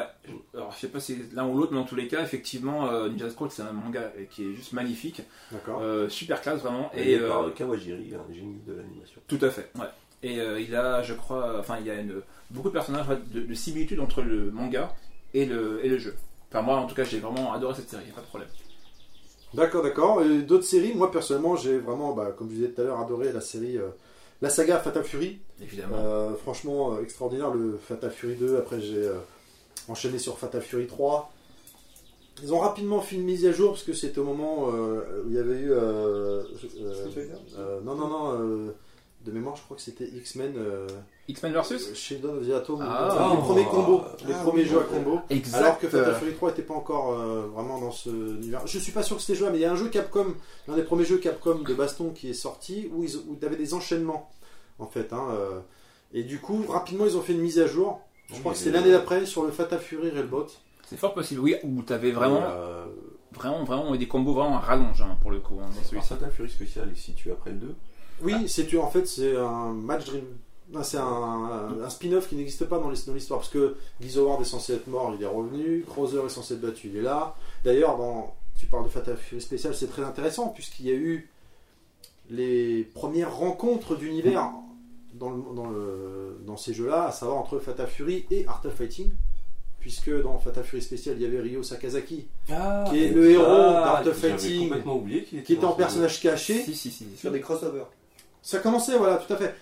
B: alors je sais pas si c'est l'un ou l'autre, mais dans tous les cas, effectivement, euh, Ninja Scroll c'est un manga euh, qui est juste magnifique.
A: D'accord.
B: Euh, super classe vraiment
C: Et
B: et
C: par
B: euh,
C: Kawajiri, un génie de l'animation.
B: tout à fait ouais. et euh, il a je crois euh, enfin il y a une, beaucoup de personnages ouais, de, de similitude entre le manga et le, et le jeu Enfin, moi, en tout cas, j'ai vraiment adoré cette série, y a pas de problème.
A: D'accord, d'accord. Et D'autres séries, moi personnellement, j'ai vraiment, bah, comme je disais tout à l'heure, adoré la série, euh, la saga Fatal Fury.
B: Évidemment.
A: Euh, franchement, euh, extraordinaire le Fatal Fury 2. Après, j'ai euh, enchaîné sur Fatal Fury 3. Ils ont rapidement fait une mise à jour parce que c'était au moment euh, où il y avait eu. euh, euh,
D: Street Fighter
A: euh, non, non, non. euh, de mémoire, je crois que c'était X-Men. Euh,
B: X-Men versus
A: Sheldon of the Atom.
B: Ah.
A: les premiers combos. Les
D: Ah,
A: premiers
D: oui,
A: jeux à
D: ouais.
A: combo.
B: Exact. Euh,
A: Alors que Fatal Fury 3 n'était pas encore euh, vraiment dans ce univers. Je suis pas sûr que c'était jouable, mais il y a un jeu Capcom, l'un des premiers jeux Capcom de baston qui est sorti, où ils où t'avais des enchaînements, en fait. hein, euh. et du coup, rapidement, ils ont fait une mise à jour. Je
C: Oui,
A: crois que
C: mais-
A: c'est l'année d'après sur le Fatal Fury Railbot.
B: C'est fort possible, oui, où t'avais vraiment,
A: Euh,
B: vraiment, vraiment des combos vraiment à rallonge hein, pour le coup. hein, dans
C: Alors,
B: celui-ci.
C: Fatal Fury spécial est situé après le 2.
A: oui, c'est tu en fait, c'est un match dream. non, C'est un, un spin-off qui n'existe pas dans l'his- dans l'histoire parce que Guizo Ward est censé être mort, il est revenu. Crozer est censé être battu, il est là. D'ailleurs, dans- tu parles de Fatal Fury spécial, c'est très intéressant puisqu'il y a eu les premières rencontres d'univers dans, le- dans le- dans ces jeux-là, à savoir entre Fatal Fury et Art of Fighting, puisque dans Fatal Fury spécial il y avait Ryo Sakazaki qui est le héros d'Art of
C: J'avais
A: Fighting,
C: complètement oublié qu'il était
A: qui était
C: dans
A: en
C: ce
A: personnage caché.
B: Si, si, si. si.
D: Sur des crossovers.
A: Ça commençait, voilà, tout à fait.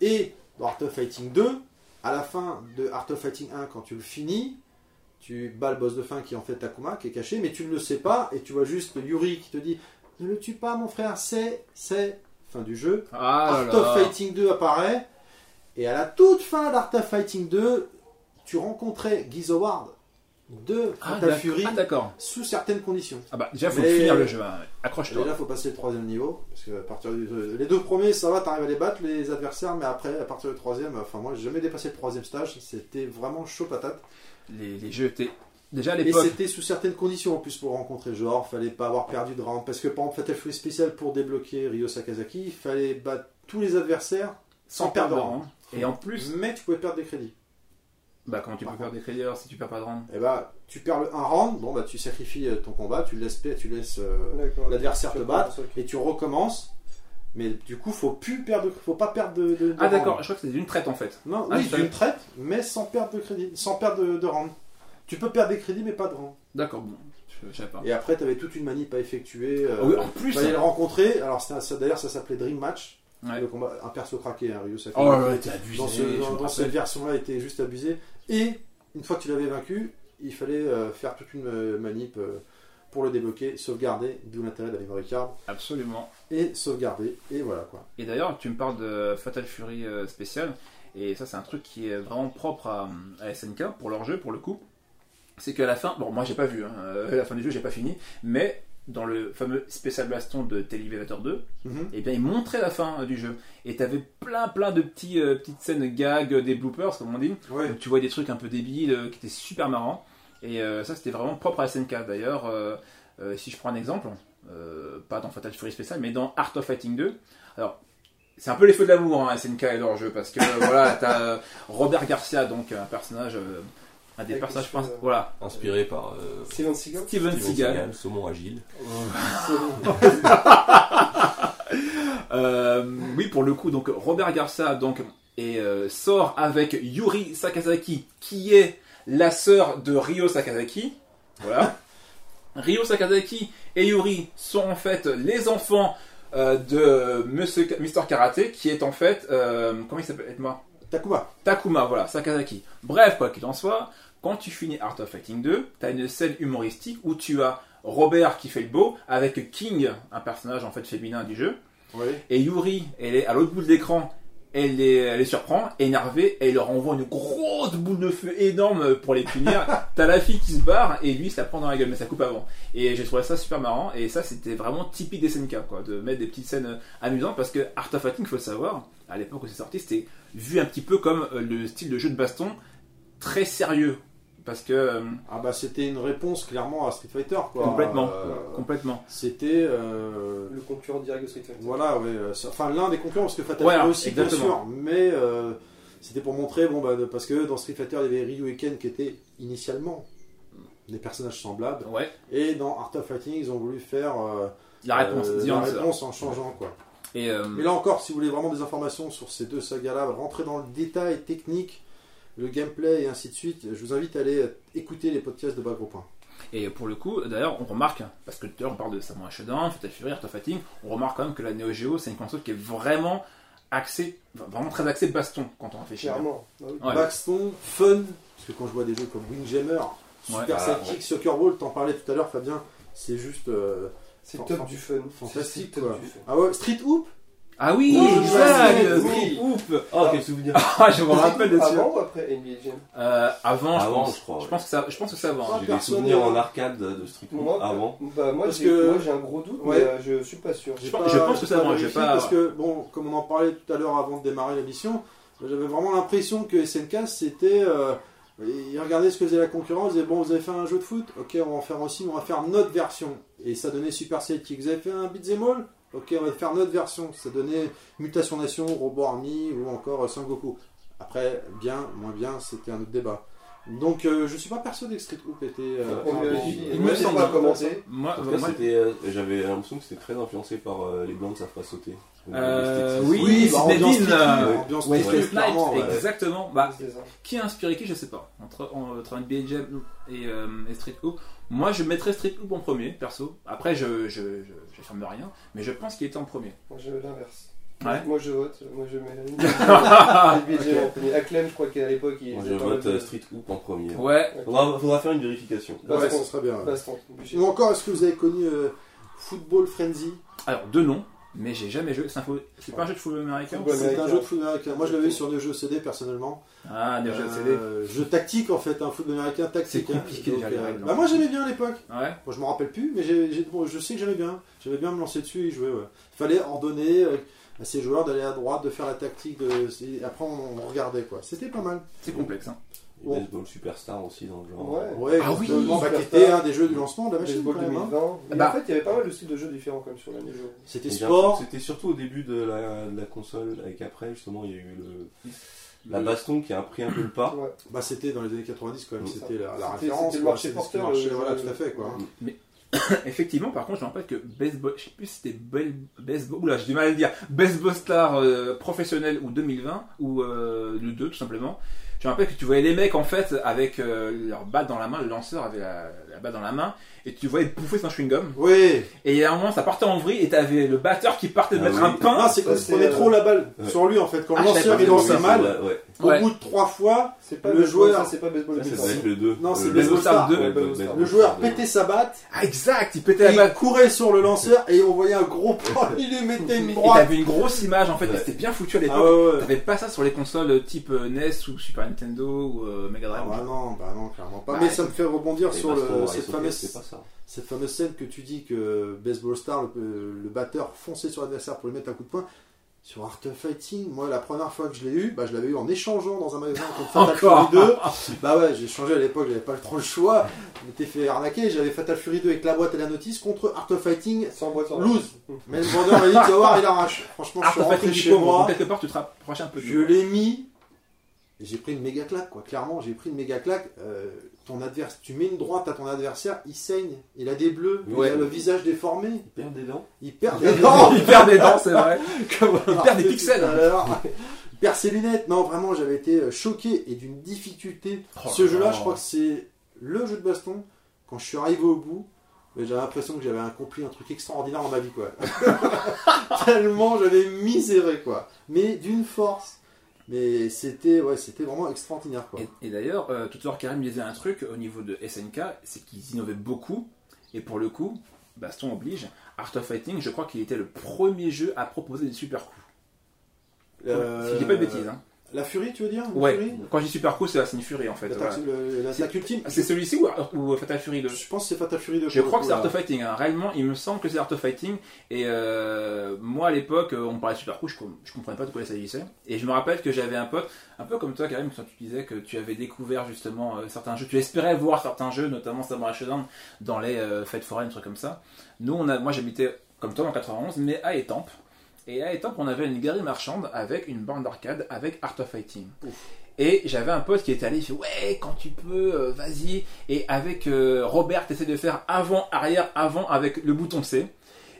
A: Et dans Art of Fighting 2, à la fin de Art of Fighting 1, quand tu le finis, tu bats le boss de fin qui est en fait Takuma, qui est caché, mais tu ne le sais pas, et tu vois juste Yuri qui te dit Ne le tue pas, mon frère, c'est, c'est. Fin du jeu.
B: Ah
A: Art
B: là
A: of
B: là.
A: Fighting 2 apparaît, et à la toute fin d'Art of Fighting 2, tu rencontrais Guizo Ward de
B: Ah,
A: Fatal
B: d'ac-
A: Fury
B: ah, d'accord.
A: sous certaines conditions.
B: Ah bah déjà faut
A: Mais-
B: finir le jeu. hein.
A: Et là,
B: Accroche-toi.
A: il faut passer le troisième niveau. Parce que à partir du- euh, les deux premiers, ça va, t'arrives à les battre, les adversaires, mais après, à partir du troisième, enfin, moi, j'ai jamais dépassé le troisième stage. C'était vraiment chaud patate.
B: Les, les jeux étaient déjà à
A: Et
B: l'époque.
A: c'était sous certaines conditions en plus pour rencontrer genre, fallait pas avoir perdu de round. Parce que par exemple, Fatal Fury spécial pour débloquer Ryo Sakazaki, il fallait battre tous les adversaires, sans perdre.
B: hein. Et en plus,
A: mais tu pouvais perdre des crédits.
B: bah comment tu peux
A: Par
B: faire des crédits si tu perds pas de rang
A: Et bah, tu perds le- un round, bon, bah, tu sacrifies euh, ton combat, tu le laisses, pa- tu laisses euh,
D: D'accord.
A: l'adversaire te
D: Sur-
A: battre.
D: sur-
A: et tu recommences. Mais du coup, faut plus perdre, de- faut pas perdre de. de- de
B: Ah
A: round.
B: d'accord, je crois que c'était d'une traite en fait.
A: Non,
B: Ah,
A: oui,
B: je
A: c'est
B: savais.
A: une traite, mais sans perdre de crédit, sans perdre de, de round. Tu peux perdre des crédits, mais pas de round.
B: D'accord, bon, je, je savais pas.
A: Et après, t'avais toute une manip à effectuer. euh,
B: Ah oui, en plus.
A: fallait le rencontrer. Alors, c'était un- ça, d'ailleurs, ça s'appelait Dream Match.
B: Ouais.
A: Le combat, un perso craqué, hein, Ryu Sakaguchi.
B: Oh là là, t'es abusé.
A: Dans, ce-
B: je
A: dans-
B: me
A: dans cette
B: rappelle.
A: version-là, était juste abusé. Et une fois que tu l'avais vaincu, il fallait euh, faire toute une euh, manip euh, pour le débloquer, sauvegarder, d'où l'intérêt de la memory card,
B: Absolument.
A: et sauvegarder, et voilà quoi.
B: Et d'ailleurs, tu me parles de Fatal Fury euh, spécial, et ça, c'est un truc qui est vraiment propre à, à SNK pour leur jeu, pour le coup. C'est qu'à la fin, bon, moi j'ai pas vu, hein, euh, la fin du jeu, j'ai pas fini, mais dans le fameux spécial baston de Televator 2,
A: Mhm.
B: et bien ils montraient la fin euh, du jeu. Et t'avais plein, plein de petits, euh, petites scènes gags, euh, des bloopers, comme on dit. Donc, tu vois des trucs un peu débiles euh, qui étaient super marrants. Et euh, ça, c'était vraiment propre à SNK. D'ailleurs, euh, euh, si je prends un exemple, euh, pas dans Fatal Fury Special, mais dans Art of Fighting 2. Alors, c'est un peu les feux de l'amour, hein, SNK et leur jeu, parce que euh, voilà, t'as euh, Robert Garcia, donc un personnage, euh, un des
D: Avec
B: personnages
D: les cheveux,
B: principaux. Voilà,
C: Inspiré par euh,
D: Steven Seagal
B: Steven
C: Steven
B: Seagal.
C: Seagal, saumon agile.
B: Euh, oui, pour le coup, donc Robert Garcia donc, et, euh, sort avec Yuri Sakazaki, qui est la sœur de Ryo Sakazaki. Voilà. Ryo Sakazaki et Yuri sont en fait les enfants euh, de Monsieur, Mister Karate, qui est en fait. euh, comment il s'appelle Aide-moi.
A: Takuma.
B: Takuma, voilà, Sakazaki. Bref, quoi qu'il en soit, quand tu finis Art of Fighting 2, t'as une scène humoristique où tu as Robert qui fait le beau avec King, un personnage en fait féminin du jeu,
A: Oui.
B: et Yuri, elle est à l'autre bout de l'écran, elle les, elle les surprend, énervée, et elle leur envoie une grosse boule de feu énorme pour les punir. T'as la fille qui se barre, et lui, ça prend dans la gueule, mais ça coupe avant. Et j'ai trouvé ça super marrant, et ça, c'était vraiment typique des SNK, quoi, de mettre des petites scènes euh, amusantes, parce que Art of Fighting, faut le savoir, à l'époque où c'est sorti, c'était vu un petit peu comme euh, le style de jeu de baston très sérieux. Parce que, euh,
A: Ah bah c'était une réponse clairement à Street Fighter quoi.
B: complètement,
A: Euh,
B: complètement.
A: c'était euh,
D: Le concurrent direct de Street Fighter.
A: voilà ouais, euh, ça- enfin l'un des concurrents parce que Fatal
B: Ouais, hein,
A: Fury aussi bien sûr,
B: exactement.
A: mais euh, c'était pour montrer bon bah de- parce que dans Street Fighter il y avait Ryu et Ken qui étaient initialement des personnages semblables
B: Ouais,
A: et dans Art of Fighting ils ont voulu faire euh,
B: la réponse,
A: euh,
B: The
A: la
B: Answer.
A: réponse en changeant quoi.
B: Et, euh,
A: Mais là encore, si vous voulez vraiment des informations sur ces deux sagas-là, rentrez dans le détail technique. le gameplay et ainsi de suite. Je vous invite à aller euh, écouter les podcasts de Bas Gros Point.
B: Et pour le coup, d'ailleurs, on remarque, parce que d'ailleurs on parle de Samurai Shodown, Fatal Fury, Art of Fighting, on remarque quand même que la Neo Geo, c'est une console qui est vraiment axée, enfin, vraiment très axée baston quand on réfléchit. bien.
D: Clairement. Bah oui.
B: Ouais.
A: Baxton, fun, parce que quand je vois des jeux comme Windjammer,
B: Ouais.
A: Super
C: Ah,
A: Sidekick, Soccer Ball, t'en parlais tout à l'heure Fabien, c'est juste euh,
D: C'est le top du fun.
A: fantastique
D: C'est le
A: quoi.
D: top du fun.
A: Ah ouais, Street Hoop
B: Ah oui,
A: Oui,
B: exact
A: oui, oui.
C: Oh, quel souvenir
B: Ah, je me rappelle de ça.
D: Avant ou après NBA Jam
B: Euh, avant, je
C: Avant,
B: pense.
C: je crois, ouais.
B: pense que ça, hein. je pense que c'est avant.
C: J'ai des
A: personne,
C: souvenirs
A: euh,
C: en arcade de Street Fighter
D: Moi,
C: avant.
D: bah, moi,
A: Parce
D: j'ai,
A: que-
D: moi, j'ai un gros doute,
A: Ouais.
D: mais euh, je suis pas sûr.
A: J'ai
B: Je pense- je pense que
A: j'ai
B: ça, moi, j'ai
A: vérifié
B: pas-
A: Parce que, bon, comme on en parlait tout à l'heure avant de démarrer l'émission, j'avais vraiment l'impression que SNK c'était. euh, ils regardaient ce que faisait la concurrence, ils disaient bon, vous avez fait un jeu de foot Ok, on va en faire aussi, mais on va faire notre version. Et ça donnait Super Sidekick. Vous avez fait un Beat'em All Ok, on va faire notre version. Ça donnait Mutation Nation, Robot Army ou encore euh, Sangoku. Après, bien, moins bien, c'était un autre débat. Donc, euh, je suis pas persuadé que Street Hoop était. euh,
D: On lui a
A: un bon-
D: dit,
B: il
D: il
B: me
D: m'a dit
B: semble.
D: pas commenté.
B: Moi,
C: En tout
B: euh,
C: cas,
B: moi,
C: c'était, euh, j'avais l'impression que c'était très influencé par euh, les blancs ne savent pas sauter.
B: Euh,
C: Les
B: oui,
C: stétistes.
B: oui,
A: bah,
B: c'était
A: ambiance Street Hoop,
B: Dean,
C: euh,
A: ambiance
B: ouais,
A: Street Hoop,
B: Street Knight,
A: clairement, ouais.
B: exactement. Bah,
D: C'est ça.
B: qui a inspiré qui, je sais pas. Entre, en- entre NBA Jam et, euh, et Street Hoop. Moi, je mettrais Street Hoop en premier, perso. Après, je, je, je, j'affirme rien, mais je pense qu'il était en premier.
D: Moi, je l'inverse.
B: Ouais.
D: Moi, je vote. Moi, je mets NBA Jam en premier. Acclem, je crois qu'à l'époque, il
C: Moi,
D: était
C: je
D: dans
C: vote
D: le-
C: euh, Street Hoop en premier.
B: Ouais.
C: Faudra, faudra faire une vérification.
D: Ouais.
A: Ouais, ça serait bien. ouais.
D: Baston, obligé.
A: Ou encore, est-ce que vous avez connu euh, Football Frenzy
B: Alors, deux noms, mais j'ai jamais joué. C'est, un faux- c'est pas un jeu de football américain
D: Football.
A: C'est un
D: américain.
A: jeu de foot américain. Moi, je l'avais eu sur des jeux CD personnellement.
B: Ah, des jeux de CD.
A: Euh, jeu tactique en fait, un foot américain tactique.
B: C'est compliqué,
A: hein.
B: déjà, les règles,
A: bah,
B: non.
A: moi, j'aimais bien à l'époque.
B: Ouais.
A: Bon, je me rappelle plus, mais j'ai- j'ai- bon, je sais que j'aimais bien. J'aimais bien me lancer dessus et jouer. Ouais. Fallait ordonner euh, à ces joueurs d'aller à droite, de faire la tactique. De... c'est- Après, on on regardait quoi. C'était pas mal.
B: C'est complexe, hein.
C: Et
A: Ouais.
C: Baseball Superstar aussi dans le genre.
D: Ouais.
A: Ouais,
B: Ah oui,
A: justement, bah, qui
D: Superstar.
A: était un des jeux du lancement de la machine.
D: Baseball
A: quand même, hein.
D: 2020.
C: Eh ben.
D: Mais
B: Bah.
D: en fait, il y avait pas mal de styles de jeux différents comme sur l'année jeu.
A: C'était
C: Et j'ai l'impression que
A: sport.
C: C'était surtout au début de la, de la console, avec après, justement, il y a eu le, la
B: Euh,
C: baston qui a pris un peu le pas.
D: Ouais.
A: Bah, c'était dans les années 90 quand même.
C: Oui.
A: C'était la, la
D: C'était-
A: référence.
D: c'était le
A: quoi.
D: marché
A: C'était ce qui
D: porteur,
A: marchait,
D: le-
A: Voilà, tout à fait quoi. hein.
B: Effectivement, par contre, je me rappelle que Baseball, je sais plus si c'était Bel- Baseball, oula, j'ai du mal à le dire, Baseball Star euh, professionnel ou 2020, ou euh, le 2 tout simplement. Je me rappelle que tu voyais les mecs en fait avec euh, leur batte dans la main, le lanceur avait la, la batte dans la main, et tu voyais bouffer son chewing-gum.
A: Oui.
B: Et il y a un moment, ça partait en vrille, et t'avais le batteur qui partait de
C: Ah
B: mettre
C: oui.
B: un pain.
A: Non, c'est qu'on
D: Ça, c'est,
A: prenait
D: euh,
A: trop la balle
C: ouais.
A: sur lui en fait. Quand
B: Hein Ah,
A: le
B: je savais
A: lanceur
B: pas
A: il lançait
B: il
C: Oui, oui,
A: mal,
C: ça, ouais.
B: Ouais.
A: au bout de trois fois,
D: C'est pas
A: Le
D: Baseball
A: joueur-
D: Star, c'est pas baseball
C: Ça, ça doit
D: 2020.
C: être le 2.
A: Non, c'est
C: le
A: Baseball Star.
C: Ouais,
D: Ouais,
C: Baseball
D: Baseball
C: Star.
A: le joueur pétait sa batte,
B: Ah, exact, il pétait
A: et
B: la
A: il
B: batte.
A: courait sur le lanceur et on voyait un gros pas, il lui mettait une
B: Et
A: droite.
B: t'avais une grosse image en fait,
C: Ouais.
B: et c'était bien foutu à l'époque.
A: Ah ouais, ouais, ouais.
B: T'avais pas ça sur les consoles type euh, NES ou Super Nintendo ou euh, Mega Drive.
A: Ah bah non, bah non, clairement pas.
B: Bah,
A: Mais ça me fait rebondir
C: Et
A: sur le- cette,
C: Baston, Rise of Death,
A: fameuse,
C: C'est pas ça.
A: cette fameuse scène que tu dis que Baseball Star, le, le batteur, fonçait sur l'adversaire pour lui mettre un coup de poing. Sur Art of Fighting, moi la première fois que je l'ai eu, bah, je l'avais eu en échangeant dans un magasin contre Fatal Fury
B: Encore
A: 2. Bah ouais, j'ai changé à l'époque, j'avais pas trop le choix. Je m'étais fait arnaquer, j'avais Fatal Fury 2 avec la boîte et la notice contre Art of Fighting.
D: Sans boîte sans
A: Lose. Mais le vendeur m'a dit, tu vas voir, il arrache. Franchement, je
B: Art
A: suis
B: of
A: rentré
B: Fighting
A: chez moi,
B: quelque part tu te rapproches un peu de
A: je l'ai mis, et j'ai pris une méga claque, quoi. Clairement, j'ai pris une méga claque. Euh, ton adversaire, tu mets une droite à ton adversaire, il saigne, il a des bleus,
C: Ouais.
A: il a le visage déformé,
C: Il perd des dents.
A: il perd des dents.
B: il perd des dents, c'est vrai.
A: Comme
B: Il
A: on
B: perd des
A: disait
B: pixels.
A: Ah, tout à l'heure. Il perd ses lunettes. Non, vraiment, j'avais été euh, choqué et d'une difficulté.
B: Oh
A: Ce
B: là
A: jeu-là,
B: là.
A: je crois que c'est le jeu de baston. Quand je suis arrivé au bout, mais j'avais l'impression que j'avais accompli un truc extraordinaire dans ma vie, quoi. Tellement j'avais miséré, quoi. Mais d'une force. Mais c'était, ouais, c'était vraiment extraordinaire, quoi.
B: Et, et d'ailleurs, euh, tout à l'heure, Karim disait un truc au niveau de SNK, c'est qu'ils innovaient beaucoup, et pour le coup, baston oblige, Art of Fighting, je crois qu'il était le premier jeu à proposer des super coups.
A: Euh,
B: Si je dis pas de bêtises. Hein.
A: La furie, tu veux dire la
B: Ouais,
A: Fury
B: quand je dis super coups, c'est Assassin's Fury en fait.
A: L'attaque
B: voilà. Ah,
A: le- l'attaque ultime.
B: C'est celui-ci ou, Art- ou Fatal Fury 2
A: Je pense que c'est Fatal Fury 2.
B: Je crois que c'est Art
A: artefact
B: of Fighting. hein. Réellement, il me semble que c'est Art of Fighting. Et euh, moi, à l'époque, euh, on parlait de Super Coup, je, com- je comprenais pas de quoi il s'agissait. Et je me rappelle que j'avais un pote, un peu comme toi, Karim, quand tu disais que tu avais découvert justement euh, certains jeux. Tu espérais voir certains jeux, notamment Samurai Shodown, dans les euh, fêtes foraines, trucs comme ça. Nous, on a, moi, j'habitais comme toi en 91, mais à Étampes. Et à Étampes, on avait une galerie marchande avec une bande d'arcade avec Art of Fighting. Et j'avais un pote qui était allé, il fait ouais, quand tu peux, euh, vas-y. Et avec euh, Robert, t'essaies de faire avant, arrière, avant avec le bouton C.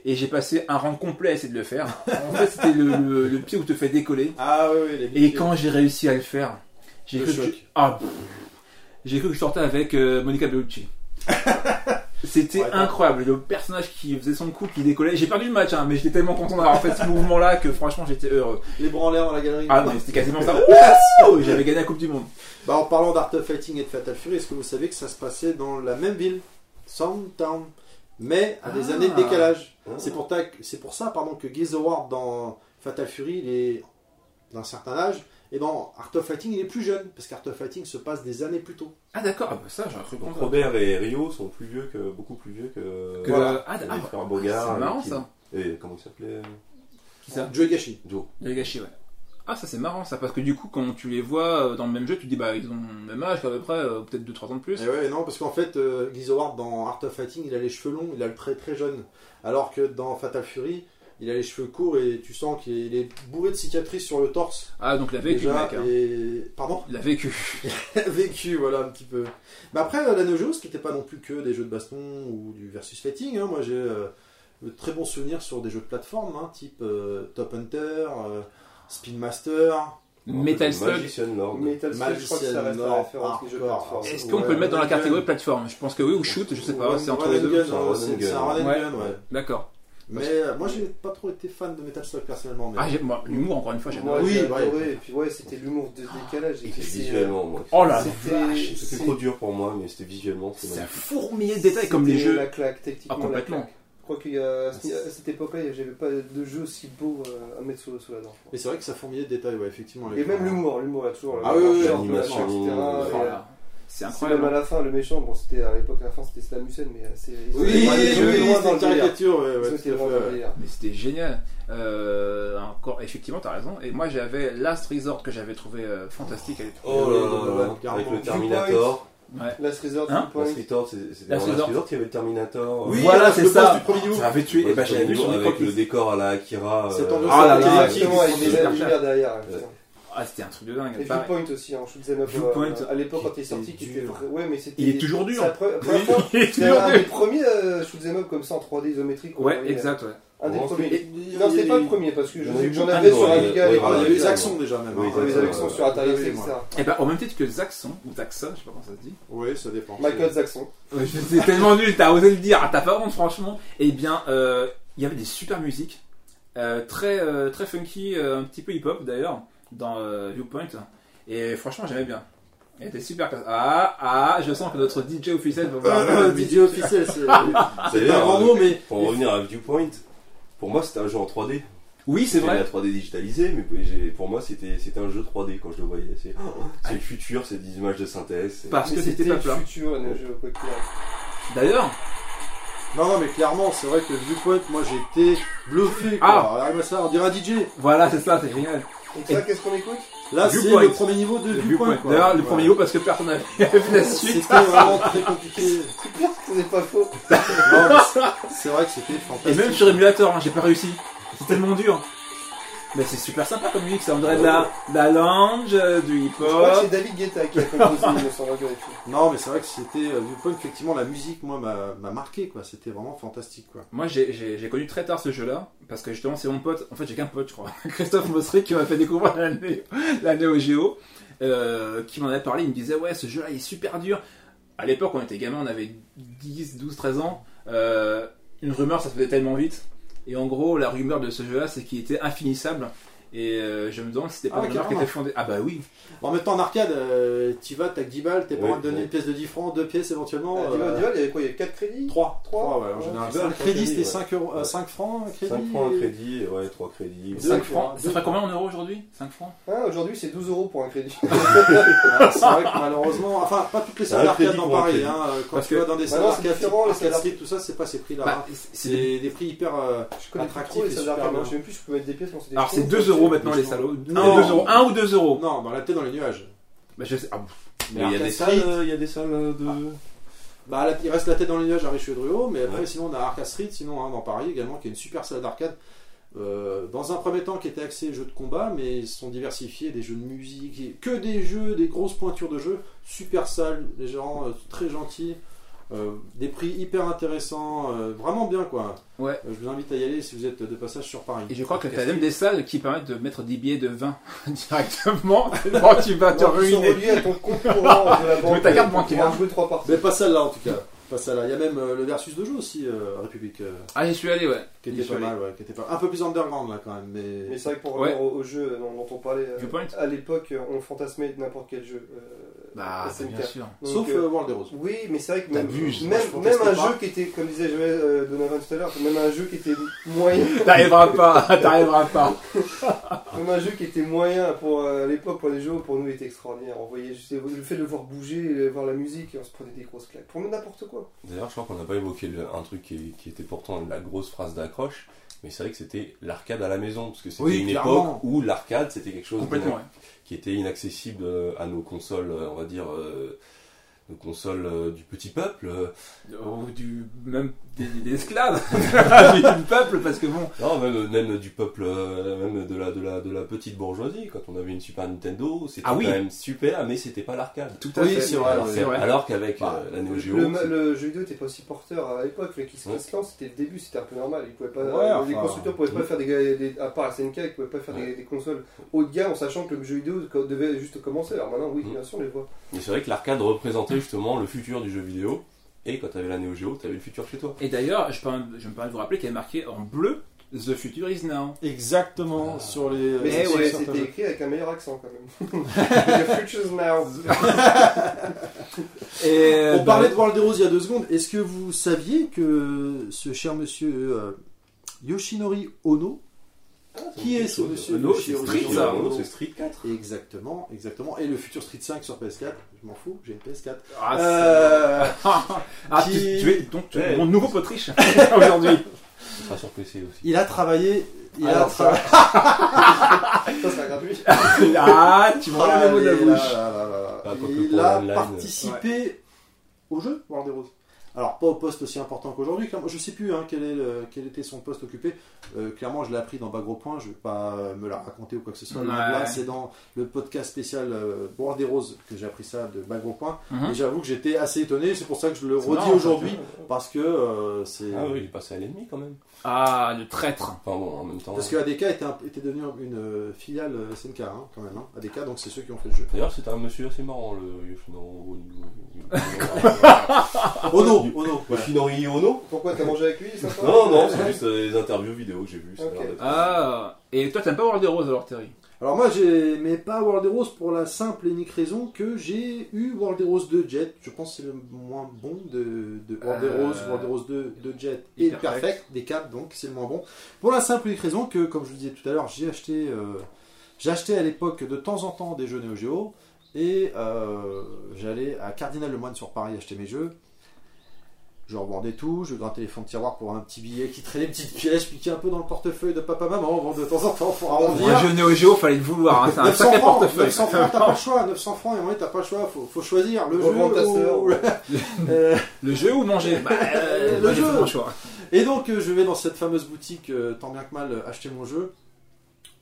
B: Et j'ai passé un rang complet à essayer de le faire. en fait, c'était le, le- le pied où tu te fais décoller.
A: Ah oui, oui, les
B: Et quand j'ai réussi à le faire, J'ai
E: Le
B: cru, que
E: choc.
B: tu- ah, pff. J'ai cru que je sortais avec euh, Monica Bellucci. C'était
E: Ouais,
B: incroyable. Le personnage qui faisait son coup, qui décollait. J'ai perdu le match, hein, mais j'étais tellement content d'avoir fait ce mouvement-là que franchement j'étais heureux.
A: Les bras en l'air dans la galerie.
B: Ah non, c'était quasiment ça. Ouh, J'avais gagné la Coupe du Monde.
A: Bah, en parlant d'Art of Fighting et de Fatal Fury, est-ce que vous savez que ça se passait dans la même ville, Soundtown, mais à des
B: Ah.
A: années de décalage
C: Ah.
A: C'est pour, ta- c'est pour ça pardon, que Guy Ward dans Fatal Fury, il est d'un certain âge, et dans Art of Fighting, il est plus jeune, parce qu'Art of Fighting se passe des années plus tôt.
B: Ah d'accord, ah, bah, ça j'aurais cru
C: Donc
B: comprendre.
C: Robert et Rio sont plus vieux que beaucoup plus vieux que,
B: Que-
C: Voilà.
B: ah,
C: les
B: ah,
C: frères Bogart.
B: c'est marrant
C: qui-
B: ça.
C: Et comment il s'appelait euh,
B: Qui ça
A: Joe Gashi.
C: Joe.
B: Les gâchis, ouais. Ah ça c'est marrant ça, parce que du coup quand tu les vois euh, dans le même jeu, tu te dis bah ils ont le même âge à peu près, euh, peut-être 2-3 ans de plus.
A: Et Eh ouais, non, parce qu'en fait, euh, Guy Ward dans Art of Fighting, il a les cheveux longs, il a le trait très jeune, alors que dans Fatal Fury, il a les cheveux courts et tu sens qu'il est bourré de cicatrices sur le torse.
B: Ah donc il a vécu le
A: déjà,
B: mec. hein.
A: et... Pardon
B: Il a vécu.
A: vécu, voilà, un petit peu. Mais après, euh, la Neo Geo, c'était pas non plus que des jeux de baston ou du versus fighting. hein. Moi, j'ai euh, de très bons souvenirs sur des jeux de plateforme, hein, type euh, Top Hunter, euh, Spin Master.
B: Metal Slug.
C: Magician Lord.
D: Metal Slug, je crois que ça reste la
A: Magician,
D: référence des jeux de plateforme.
A: hardcore.
B: Est-ce qu'on peut le mettre dans la
A: Gun.
B: catégorie plateforme Je pense que oui, ou shoot, je sais pas,
A: Run-
B: c'est entre
A: run
B: les
A: and
B: deux.
A: gun,
C: c'est un
A: hein,
C: run
A: c'est-
C: and
A: c'est un run and
B: gun.
A: gun, ouais.
B: D'accord.
A: Mais euh, moi, j'ai pas trop été fan de Metal Slug personnellement. Mais...
B: Ah, j'ai- moi, l'humour, encore une fois, j'adore.
D: Moi,
A: Oui,
D: j'ai adoré,
A: ouais.
D: et puis ouais, c'était l'humour de
A: Ah,
D: décalage. et
C: Et
D: puis c'est-
C: visuellement, moi.
B: Oh là
D: C'était-
C: C'était
D: c'est-
C: trop dur pour moi, mais c'était visuellement. c'est
B: Ça
C: magnifique.
B: fourmillait de détails comme les
D: c'était
B: jeux.
D: La claque, techniquement.
B: Ah, complètement. Ah,
D: la claque. Je crois qu'il y a- à cette époque-là, j'avais pas de jeu aussi beau euh, à mettre sous, sous la dent.
A: Mais c'est vrai que ça fourmillait de détails, ouais, effectivement.
D: Et
A: avec-
D: même l'humour, l'humour a toujours.
A: Ah oui, oui, oui,
C: l'animation,
B: Oh
D: etc.
B: là
D: Et,
B: là. C'est
D: C'est même à
B: incroyable. hein.
D: la fin, le méchant, bon, c'était à l'époque, à la fin, c'était Saddam Hussein, mais euh, c'est. ils ont
A: Oui,
D: été
A: oui,
D: loin- ils ont été
A: oui,
D: loin
A: c'est
D: dans
A: une
D: le délire.
A: caricature, ouais,
D: Ils
A: ouais,
D: ont
A: tout
D: été
A: à
D: loin
A: fait,
D: dans le
A: ouais.
D: délire.
B: Mais c'était génial. Euh, encore, effectivement, t'as raison. Et moi, j'avais Last Resort que j'avais trouvé euh, fantastique. à l'époque.
C: Oh là là là, avec le Terminator.
D: Last Resort,
B: Hein
D: Two Point.
C: Last Resort, c'est- c'était
B: Last
C: dans Last
B: Resort.
C: Resort, il y avait le Terminator.
A: Oui,
C: euh,
B: Voilà,
A: voilà,
B: c'est
A: c'est
B: ça.
A: ça. Du premier niveau.
B: Ça avait tué. Et bah,
C: Boss
B: j'avais vu
C: Terminator
B: sur les
C: avec le
B: croquis.
C: décor à la Akira.
A: C'est
C: euh,
A: en deux
B: Ah là
A: sens,
B: là,
A: c'est
D: Exactement, avec des
A: super
D: ailes lumière derrière.
C: Ouais.
D: putain.
B: Ah, c'était un truc de dingue.
D: Et
B: Pareil.
D: Viewpoint aussi, en shoot'em up.
B: Viewpoint,
D: euh, À l'époque, quand il est
A: qui était
D: sorti, qui était
A: dur.
D: vrai- Ouais, mais c'était.
B: Il est toujours dur.
D: C'est la pre- première fois.
B: Il est
D: C'était un
B: toujours
D: des
B: nul.
D: premiers euh, shoot'em up comme ça en 3D isométrique. qu'on
B: Ouais,
D: voyait.
B: exact, ouais.
D: Un des
C: Bon,
D: premiers.
A: Et-
D: Non, c'était
A: il-
D: pas le premier parce que je
C: il-
D: sais que j'en
C: il-
D: avais sur
C: il-
D: Amiga
C: il-
D: avec
A: Ah, Il y a eu
D: les
A: les actions déjà, même.
C: Oui,
A: hein.
C: il y a eu les
D: avec
C: actions
D: sur Atari,
A: Oui, oui,
D: etc.
B: Et bah, au même titre que Zaxxon, ou Zaxxon, je sais pas comment ça se dit.
A: Oui, ça dépend.
D: Michael Jackson.
B: Ouais, je- C'est tellement nul, t'as osé le dire, Ah, t'as pas honte franchement. Eh bien, euh, il y avait des super musiques, euh, très, euh, très funky, euh, un petit peu hip-hop d'ailleurs, dans euh, Viewpoint. Et franchement, j'aimais bien. Elle était super classe. Ah, ah, je sens que notre DJ officiel va voir.
A: Euh, DJ officiel, c'est hein. c'est
C: D'ailleurs,
A: un grand
C: euh,
A: mot, mais
C: Pour en revenir à Viewpoint, pour moi c'était un jeu en 3D.
B: Oui, c'est
C: C'était
B: vrai.
C: la 3D digitalisée, mais j'ai- pour moi c'était c'était un jeu 3D quand je le voyais. C'est oh, c'est le futur, c'est des images de synthèse. c'est-
B: Parce
D: Mais
B: que c'était pas
D: le
B: plat.
D: futur, le jeu, quoi qu'il arrive.
B: D'ailleurs,
A: Non, non, mais clairement, c'est vrai que Viewpoint, moi j'ai été bluffé. Quoi.
B: Ah.
A: Alors, regarde-moi ça, on dirait un DJ.
B: voilà, c'est ça, c'est génial.
D: Donc ça, qu'est-ce qu'on écoute
A: Là, c'est
B: Viewpoint.
A: le premier niveau de
B: Le
A: Viewpoint.
B: Viewpoint.
A: quoi.
B: D'ailleurs, le
A: Ouais.
B: premier mot parce que personne n'avait vu la suite.
A: C'était vraiment très compliqué.
D: C'est pas faux.
A: Non, mais c'est- c'est vrai que c'était
B: Et
A: fantastique.
B: même sur émulateur, hein, j'ai pas réussi. C'est tellement dur. Mais c'est super sympa comme musique, ça on dirait de la, de la lounge, euh, du
D: Je crois que
B: hip-hop.
D: c'est David Guetta qui a composé 1922 et tout.
A: Non, mais c'est vrai que c'était euh, Viewpoint, effectivement, la musique, moi, m'a m'a marqué, quoi. C'était vraiment fantastique, quoi.
B: Moi, j'ai- j'ai j'ai connu très tard ce jeu-là, parce que justement, c'est mon pote. En fait, j'ai qu'un pote, je crois. Christophe Mossery, qui m'a fait découvrir l'année l'année au Géo, euh, qui m'en a parlé. Il me disait, ouais, ce jeu-là, il est super dur. À l'époque, on était gamin, on avait 10, 12, 13 ans. Euh, une rumeur, ça se faisait tellement vite. Et en gros, la rumeur de ce jeu-là, c'est qu'il était infinissable. Et euh, je me demande si c'était pas
A: Ah,
B: une rumeur qui
A: carrément.
B: était fondée. Ah bah oui.
A: En même temps, en arcade, euh, t'y vas, t'as que 10 balles, t'es pas
C: Oui,
A: loin de donner
C: oui.
A: une pièce de 10 francs, deux pièces
B: Oh
A: éventuellement.
B: Bah,
D: Ah, Duval,
A: euh,
D: Duval, il y avait quoi Il y avait 4 crédits
A: 3.
D: Trois.
A: ouais, en général.
C: Cinq
A: Le crédit, c'était
C: crédits,
A: 5, euros, euh,
C: ouais.
A: 5 francs, un crédit.
C: 5 francs un crédit, et ouais, 3 crédits.
D: Deux.
B: 5 francs. Ça
D: deux.
B: ferait combien en euros aujourd'hui 5 francs
D: Hein, Aujourd'hui, c'est 12 euros pour un crédit.
A: Ouais, c'est vrai que malheureusement, enfin, pas toutes les salles
C: Un
A: d'arcade
C: crédit
A: dans
C: pour un
A: Paris.
C: crédit.
A: Hein, euh, quand
B: Parce
A: tu
B: que-
A: vas dans des salles
D: Maintenant, c'est
A: d'arcade,
D: différent,
A: type
D: les salles
A: arcade street, tout ça, c'est pas ces prix-là.
B: Bah,
A: hein.
B: c'est-
A: C'est
B: c'est-
A: des prix hyper. euh,
D: Je connais plus
A: Attractif
D: trop les
A: et
D: salles
A: super
D: d'arcade.
A: bien.
D: Je sais même plus, je peux mettre des pièces. mais des
B: Alors c'est
D: cons,
B: 2
D: ça,
B: euros maintenant les salauds.
A: Non.
B: 2 euros. 1 ou 2 euros.
A: Non, dans la tête, dans les nuages.
B: Bah, je sais. Ah,
C: Mais il y a des
A: Arcade
C: salles,
A: Street.
C: euh, il y a des salles euh, de.
A: Bah, la- il reste la tête dans les nuages à Richelieu-Druot, mais après,
C: Ouais.
A: sinon, on a Arcade Street, sinon, hein, dans Paris également, qui est une super salle d'arcade. euh, dans un premier temps, qui était axée jeux de combat, mais ils se sont diversifiés des jeux de musique, et que des jeux, des grosses pointures de jeux. Super salle, des gens euh, très gentils. Euh, des prix hyper intéressants, euh, vraiment bien quoi.
B: Ouais.
A: Euh, je vous invite à y aller si vous êtes de passage sur Paris.
B: Et je crois que tu as
A: Casting.
B: même des salles qui permettent de mettre des billets de 20 directement. tellement tu vas te
D: Non, ils sont
B: ruiner.
D: reliés à ton compte courant de la banque.
B: ta carte
D: pour
B: bancaire. hein.
D: pouvoir jouer trois parties.
A: Mais pas celle-là en tout cas. Pas celle-là. Il y a même euh, le versus de jeu aussi, euh, République, euh,
B: Ah, j'y suis allé, ouais.
A: qui
B: Il
A: était
B: est
A: pas
B: joli.
A: mal, ouais, qui était pas un peu plus underground là quand même, mais.
D: Mais c'est vrai que pour
B: Ouais.
D: revenir au, au jeu dont, dont on parlait euh,
B: Viewpoint
D: à l'époque, euh, on fantasmait de n'importe quel jeu. euh,
B: Bah,
D: SNK.
B: bien sûr.
D: Donc,
A: Sauf
D: euh,
A: euh, World des Roses.
D: Oui, mais c'est vrai que même,
B: T'abuses,
D: même,
A: moi, je
D: même un
A: conteste pas.
D: jeu qui était, comme disait Joël euh, Donovan tout à l'heure, même un jeu qui était moyen,
B: T'arriveras pas, t'arriveras pas.
D: même un jeu qui était moyen pour euh, à l'époque pour les jeux, pour nous il était extraordinaire. On voyait juste le fait de le voir bouger, de voir la musique, et on se prenait des grosses claques. Pour n'importe quoi.
C: D'ailleurs, je crois qu'on n'a pas évoqué le- un truc qui, qui était pourtant la grosse phrase d'accroche, mais c'est vrai que c'était l'arcade à la maison, parce que c'était
A: Oui,
C: une
A: clairement.
C: époque où l'arcade c'était quelque chose de-
B: Complètement, ouais.
C: qui était inaccessible euh, à nos consoles, euh, on va dire, euh, nos consoles euh, du petit peuple. euh.
B: Ou du, même des, des esclaves, du peuple, parce que bon.
C: Non, même, même du peuple, euh, même de la, de, la, de la petite bourgeoisie. Quand on avait une Super Nintendo, c'était
B: Ah oui.
C: quand même super, mais c'était pas l'arcade.
B: Tout
A: Oui, c'est vrai.
C: Alors,
A: oui.
B: c'est vrai.
C: alors qu'avec
A: Bah,
C: euh, la Neo
D: Le,
C: Geo,
D: le-
C: c'est-
D: le jeu vidéo n'était pas aussi porteur à l'époque, les Kiss
C: Ouais.
D: Kiss Clan, c'était le début, c'était un peu normal. Ils pouvaient pas, euh,
A: Ouais,
D: les
A: enfin,
D: constructeurs pouvaient pas faire des, des- à part SNK, ils pouvaient pas faire
C: Ouais.
D: des, des consoles haut de gamme en sachant que le jeu vidéo co- devait juste commencer. Alors maintenant, oui,
C: Mm.
D: bien sûr, on les voit.
C: mais c'est vrai que l'arcade représentait justement le futur du jeu vidéo. Et quand t'avais la Neo Geo, t'avais le futur chez toi.
B: Et d'ailleurs, je, peux- je me permets de vous rappeler qu'il y a marqué en bleu The Future is Now.
A: Exactement
C: Ah.
A: sur les. euh,
D: Mais
B: Eh
D: c'était-
B: ouais,
A: sur certains
D: c'était
A: jeux.
D: écrit avec un meilleur accent quand même. The Futures Now.
B: Et,
A: On parlait de World des Roses il y a deux secondes. Est-ce que vous saviez que ce cher monsieur euh, Yoshinori Ono, qui est ce monsieur
B: Ono, c'est
A: Yoshinori
B: Street,
C: Street,
B: ça,
A: Ono
C: Euh, c'est Street 4.
A: Exactement, exactement. Et le futur Street 5 sur PS4, je m'en fous, j'ai une PS4.
B: Ah,
A: Euh,
B: c'est- Ah, tu,
A: qui-
B: tu es donc tu es
C: Ouais.
B: mon nouveau potriche aujourd'hui.
C: Ce sera sur PC aussi.
A: il a travaillé. Il a
D: Alors, ça-
A: travaillé.
D: Ça sera gratuit.
B: Ah, tu me rends le mot de la
A: Allez, là,
B: bouche.
A: là, là, là, là.
C: Ah, quoique
A: Il
C: pour
A: a
C: online,
A: participé au jeu, World des Roses. Alors, pas au poste aussi important qu'aujourd'hui, clairement. Je sais plus hein, quel, est le- quel était son poste occupé. Euh, clairement, je l'ai appris dans Bas Gros Point, je vais pas euh, me la raconter ou quoi que ce soit.
B: Ouais.
A: Là, c'est dans le podcast spécial euh, Boire des Roses que j'ai appris ça de Bas Gros Point.
B: Mhm.
A: Et j'avoue que j'étais assez étonné, c'est pour ça que je le
B: C'est
A: redis
B: marrant,
A: aujourd'hui, parce que euh, c'est.
C: Ah oui, il est passé à l'ennemi quand même.
B: Ah, le traître.
C: Enfin bon, en même temps.
A: Parce que ADK était, un- était devenu une euh, filiale euh, SNK hein, quand même. hein. ADK, donc c'est ceux qui ont fait le jeu.
C: D'ailleurs, c'était un monsieur assez marrant, le Yoshinori
B: Ah,
A: Ono, Ono.
C: Yoshinori Ono
D: Pourquoi t'as mangé avec lui ça, toi
C: Non, non, c'est juste euh, les interviews vidéo que j'ai vues. ça a
D: Ok.
C: l'air d'être-
B: Ah, et toi, t'aimes pas World des Roses alors, Terry
A: Alors moi j'aimais pas World Heroes pour la simple et unique raison que j'ai eu World Heroes 2 Jet, je pense que c'est le moins bon de, de World
B: Euh,
A: Heroes, World Heroes 2, de Jet et
B: Perfect.
A: Perfect, des 4 donc c'est le moins bon. Pour la simple et unique raison que comme je vous disais tout à l'heure j'ai acheté, euh, j'ai acheté à l'époque de temps en temps des jeux Neo Geo et euh, j'allais à Cardinal Lemoine sur Paris acheter mes jeux. Je revendais tout, je grattais les fonds de tiroir pour un petit billet qui traînait une petite pièce, je piquais un peu dans le portefeuille de papa-maman, bon, de temps en temps pour arrondir.
B: Un jeu Neo Geo, fallait le vouloir. hein, C'est un
A: 900
B: sacré
A: francs,
B: portefeuille.
A: 900 francs, t'as pas le choix, 900 francs, et moment t'as pas le choix, faut, faut choisir le
D: Revends ta
A: jeu.
D: sœur.
A: Euh,
B: Le jeu ou manger Bah, euh,
A: Le
B: moi, j'ai
A: jeu.
B: fait mon choix.
A: et donc euh, je vais dans cette fameuse boutique, euh, tant bien que mal, euh, acheter mon jeu.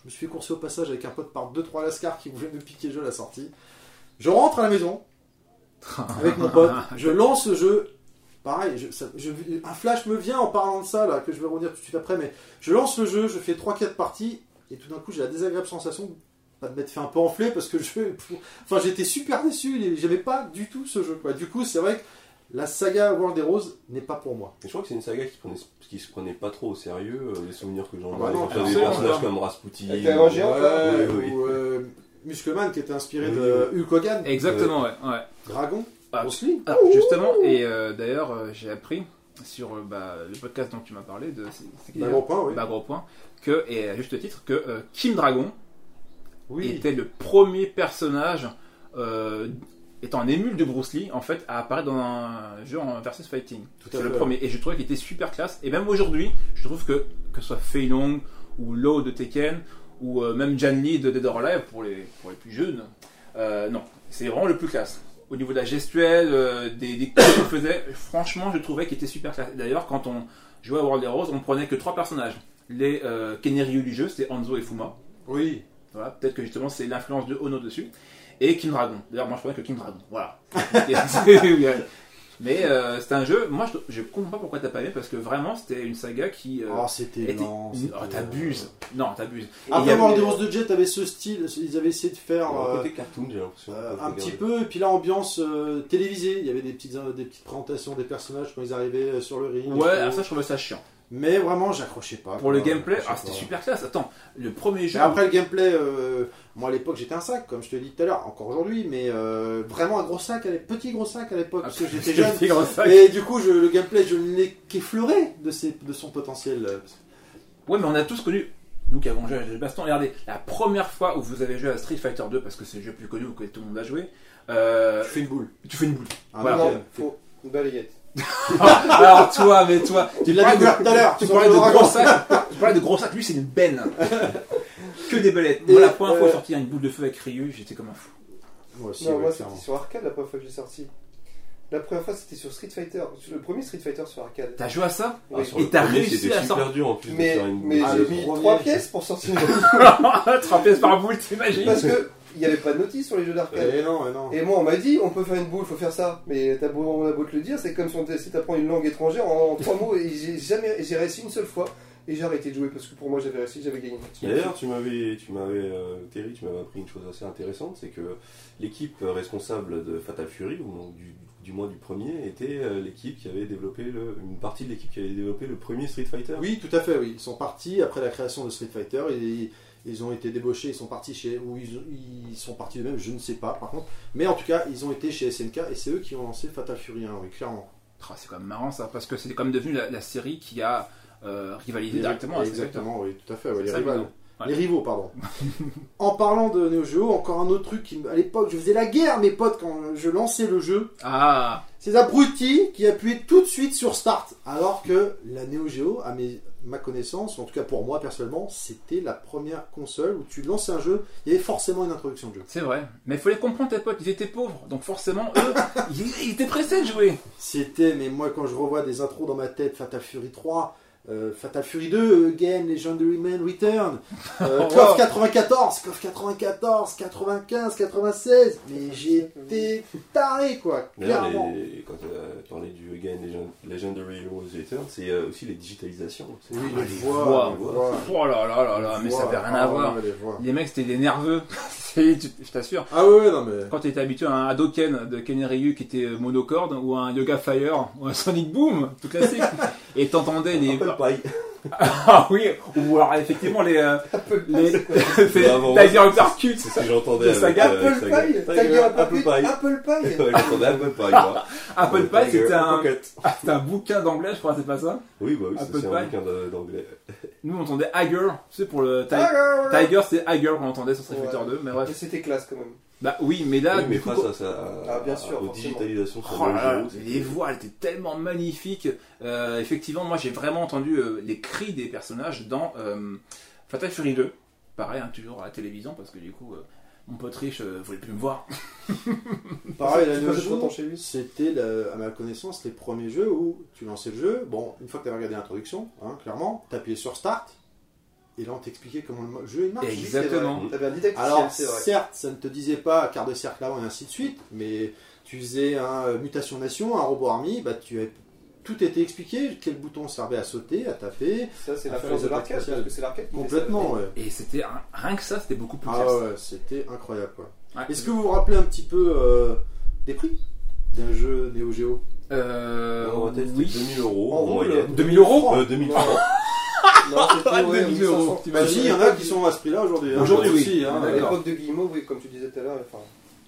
A: Je me suis fait courser au passage avec un pote par 2-3 lascars qui voulaient me piquer le jeu à la sortie. Je rentre à la maison, avec mon pote, je lance le jeu. Pareil, je- ça- je- un flash me vient en parlant de ça, là, que je vais revenir tout de suite après, mais je lance le jeu, je fais 3-4 parties, et tout d'un coup j'ai la désagréable sensation de- pas de m'être fait un peu enfler parce que je. Enfin, j'étais super déçu, il- j'aimais pas du tout ce jeu, quoi. Du coup, c'est vrai que la saga World des Roses n'est pas pour moi.
C: Mais Je crois que c'est une saga qui, se prenait- qui se prenait pas trop au sérieux, euh, les souvenirs que j'en
A: Ah bah
C: ai.
A: non,
C: Quand t'avais des
B: absolument
C: personnages
B: pas.
C: comme Rasputin.
D: Avec un
C: euh,
D: géant, là.
C: Ouais, oui,
A: ou, euh, Muscleman qui était inspiré
C: Oui,
B: euh,
A: de Hulk Hogan,
B: Exactement, ouais. ouais.
A: Dragon,
B: Ah,
A: Bruce Lee.
B: Alors, justement, et euh, d'ailleurs, euh, j'ai appris sur euh, bah, le podcast dont tu m'as parlé, de c'est- c'est qui,
A: Bah,
B: d'ailleurs
A: gros point, oui.
B: Bah, gros point, que, et à juste titre, que euh, Kim Dragon
A: oui.
B: était le premier personnage, euh, étant un émule de Bruce Lee, en fait, à apparaître dans un jeu en versus fighting.
A: Tout à
B: C'est le
A: fait.
B: premier. Et je trouvais qu'il était super classe. Et même aujourd'hui, je trouve que, que ce soit Fei Long ou Lo de Tekken, ou euh, même Jan Lee de Dead or Alive pour les, pour les plus jeunes, euh, non, c'est vraiment le plus classe. Au niveau de la gestuelle, euh, des, des coups qu'il faisait, franchement, je trouvais qu'il était super classe. D'ailleurs, quand on jouait à World Heroes, on prenait que trois personnages. Les euh, Kenryu du jeu, c'était Hanzo et Fuma.
A: Oui.
B: Voilà, peut-être que justement c'est l'influence de Ono dessus. Et Kim Dragon. D'ailleurs, moi je trouvais que Kim Dragon. Voilà. Et c'est- Mais euh, c'était un jeu, moi je, je comprends pas pourquoi t'as pas aimé parce que vraiment c'était une saga qui. euh,
A: Ah,
E: Oh, c'était
B: était-
E: lent. c'était-
B: oh, t'abuses. Non, t'abuses. il y
A: Après
B: avait-
A: Borderlands 2 Jet avait ce style, ils avaient essayé de faire
C: Un
A: euh,
C: côté cartoon, j'ai l'impression.
A: euh,
C: quand je
A: un
C: regarde.
A: petit peu, et puis là ambiance euh, télévisée, il y avait des petites, euh, des petites présentations des personnages quand ils arrivaient euh, sur le ring.
B: Ouais,
A: Et
B: alors
A: tout.
B: ça je trouvais ça chiant.
A: Mais vraiment j'accrochais pas.
B: Pour le
A: quoi,
B: gameplay,
A: j'accrochais
B: ah, c'était
A: pas.
B: super classe. Attends, le premier jeu.
A: Mais après le gameplay, euh, moi à l'époque j'étais un sac, comme je te l'ai dit tout à l'heure, encore aujourd'hui, mais euh, vraiment un gros sac, à l'é- petit gros sac à l'époque, parce que j'étais jeune.
B: C'était grand sac.
A: Et du coup, je- le gameplay, je ne l'ai qu'effleuré de, ses- de son potentiel. euh,
B: Ouais, mais on a tous connu, nous qui avons joué à Jeux de Baston, regardez, la première fois où vous avez joué à Street Fighter 2, parce que c'est le jeu plus connu que tout le monde a joué, euh,
A: Tu fais une boule.
B: tu fais une boule.
A: Ah,
B: Voilà.
A: non,
D: non, faut une balayette.
B: Ah, Alors toi, mais toi, tu
A: Tu l'as
B: parlais de,
A: découvert tout à l'heure.
B: tu
A: sur
B: parlais
A: le
B: de gros
A: dragon.
B: sac, tu parlais de gros sac, lui c'est une benne. Que des balettes.
A: Et,
B: Moi, la première fois
A: euh,
B: où sortir une boule de feu avec Ryu, j'étais comme un fou.
A: Moi aussi,
D: non,
A: ouais,
D: moi c'était
A: clairement.
D: sur arcade la première fois que j'ai sorti. La première fois c'était sur Street Fighter, le premier Street Fighter sur arcade.
B: T'as joué à ça
C: Ah,
D: Oui.
C: sur le
B: Et t'as
C: premier,
B: réussi
C: c'était
B: à
C: super dur en plus de
D: Mais,
C: faire une
D: mais
C: boule.
A: Ah,
D: j'ai
A: le
D: mis
A: premier,
D: trois
A: je-
D: pièces pour sortir une
B: Trapèze par boule, t'imagines
D: parce que il n'y avait pas de notice sur les jeux d'arcade.
A: Eh non, eh non.
D: Et moi on m'a dit on peut faire une boule, faut faire ça. Mais t'as beau, on a beau te le dire, c'est comme si on t- si t'apprends une langue étrangère en, en trois mots et j'ai jamais j'ai réussi une seule fois et j'ai arrêté de jouer parce que pour moi j'avais réussi, j'avais gagné.
C: D'ailleurs, tu m'avais, tu m'avais, euh, Terry, tu m'avais appris une chose assez intéressante, c'est que l'équipe euh, responsable de Fatal Fury, ou non, du, du moins du premier, était euh, l'équipe qui avait développé le, une partie de l'équipe qui avait développé le premier Street Fighter.
A: Oui, tout à fait, oui. Ils sont partis après la création de Street Fighter. Ils, ils ont été débauchés, ils sont partis chez. Ou ils, ils sont partis eux-mêmes, je ne sais pas par contre. Mais en tout cas, ils ont été chez SNK et c'est eux qui ont lancé Fatal Fury 1, oui, clairement.
B: Ah, C'est quand même marrant ça, parce que c'est quand même devenu la, la série qui a euh, rivalisé directement à Street Fighter.
A: Exactement, oui, tout à fait. ouais,
B: C'est
A: les,
B: ça,
A: rivales.
B: l'idée. Ouais.
A: les rivaux, pardon. en parlant de Neo Geo, encore un autre truc qui, me- à l'époque, je faisais la guerre, mes potes, quand je lançais le jeu.
B: Ah,
A: Ces abrutis qui appuyaient tout de suite sur Start, alors que la Neo Geo, à mes- ma connaissance, en tout cas pour moi personnellement, c'était la première console où tu lançais un jeu, il y avait forcément une introduction de jeu.
B: c'est vrai. Mais il faut les comprendre, tes potes, ils étaient pauvres. Donc forcément, eux, ils, ils étaient pressés de jouer.
A: C'était, mais moi quand je revois des intros dans ma tête, Fatal Fury 3, euh, Fatal Fury 2, Again, Legendary Man Return, euh,
B: Oh,
A: KOF
B: wow.
A: 94, KOF 94, 95, 96, mais j'étais taré quoi,
C: D'ailleurs,
A: clairement.
C: les- quand tu as parlé du Again Legend- Legendary Heroes Return, c'est euh, aussi les digitalisations.
A: Oui,
C: Ah,
A: les
C: les
A: voix,
B: voix,
A: les
C: voix.
A: voix,
B: Oh là là là là,
A: les
B: mais ça
A: voix.
B: fait rien
A: Ah
B: à voir.
A: ouais, les voix.
B: Les mecs, c'était des nerveux. C'est- tu- Je t'assure.
A: Ah ouais, non mais...
B: Quand tu étais habitué à un Hadoken de Ken Ryu qui était monocorde, ou un Yoga Fire, ou un Sonic Boom, tout classique, et t'entendais les.
C: Apple Pie.
B: Ah oui, ou alors effectivement les. euh, les... c'est
C: Bravo.
B: Tiger Uppercut.
C: C'est ce que j'entendais.
B: Le saga
C: avec, euh,
D: Apple
C: saga.
D: Pie,
C: Tiger,
D: Tiger
C: Apple Pie.
D: Apple Pie.
C: Ouais, J'entendais Apple Pie, moi.
B: Apple Pie,
C: Tiger,
B: c'était un, ah,
C: Pocket.
B: c'était un bouquin d'anglais, je crois, c'est pas ça
C: Oui, bah oui,
B: Apple
C: c'est- c'est
B: Pie.
C: un bouquin de- d'anglais.
B: Nous, on entendait Hager, tu sais, pour le Tiger.
D: Et
B: Tiger, c'est Hager qu'on entendait sur Street
D: Ouais.
B: Fighter 2, mais bref.
D: c'était classe quand même.
B: Bah oui, mais là,
C: oui, mais
B: du coup,
C: face à, ça,
D: Ah, bien sûr,
C: aux
D: forcément.
C: digitalisations sur
B: Oh
C: le
B: là là,
C: jeu,
B: les voix elles étaient tellement magnifiques. Euh, effectivement, moi j'ai vraiment entendu euh, les cris des personnages dans euh, Fatal Fury 2. Pareil, hein, toujours à la télévision, parce que du coup, euh, mon pote riche euh, voulait plus me voir.
A: Pareil, la
D: Tu
A: Neo
D: passes
A: Geo,
D: ton temps chez lui.
A: C'était, le- à ma connaissance, les premiers jeux où tu lançais le jeu. Bon, une fois que tu avais regardé l'introduction, hein, clairement, tu appuyais sur Start, et là on t'expliquait comment le jeu il marche.
D: Oui,
B: Exactement.
D: c'est vrai. T'avais un didacticiel,
A: Alors,
D: c'est vrai.
A: certes, ça ne te disait pas quart de cercle avant et ainsi de suite, mais tu faisais un euh, Mutation Nation, un Robot Army, bah, tu avais- tout était expliqué, quel bouton servait à sauter, à taper,
D: Ça, c'est
A: à faire les
D: l'influence de
A: attaques
D: l'arcade,
A: spéciales.
D: parce que c'est l'arcade qui fait ça.
A: complètement. ouais.
B: Et c'était un- rien que ça, c'était beaucoup plus
A: Ah
B: classe.
A: ouais, c'était incroyable. quoi.
B: Ouais.
A: Est-ce que vous vous rappelez un petit peu euh, des prix d'un jeu Neo Geo
B: Euh,
D: Oh,
C: on va tester
B: oui.
C: 2000 euros
D: En Oh,
C: en
D: roule,
C: moyenne.
B: 2000 euros
C: Euh, 2000 francs.
A: Ah,
D: Non, c'était ouais,
B: 2000 euros,
D: 1500.
A: Bah
B: t'imagines
A: si, il y en a qui sont à ce prix-là aujourd'hui. hein.
B: Aujourd'hui, oui.
A: Aussi, hein.
D: À
B: D'accord.
D: l'époque de Guillemot, oui, comme tu disais tout à l'heure, enfin,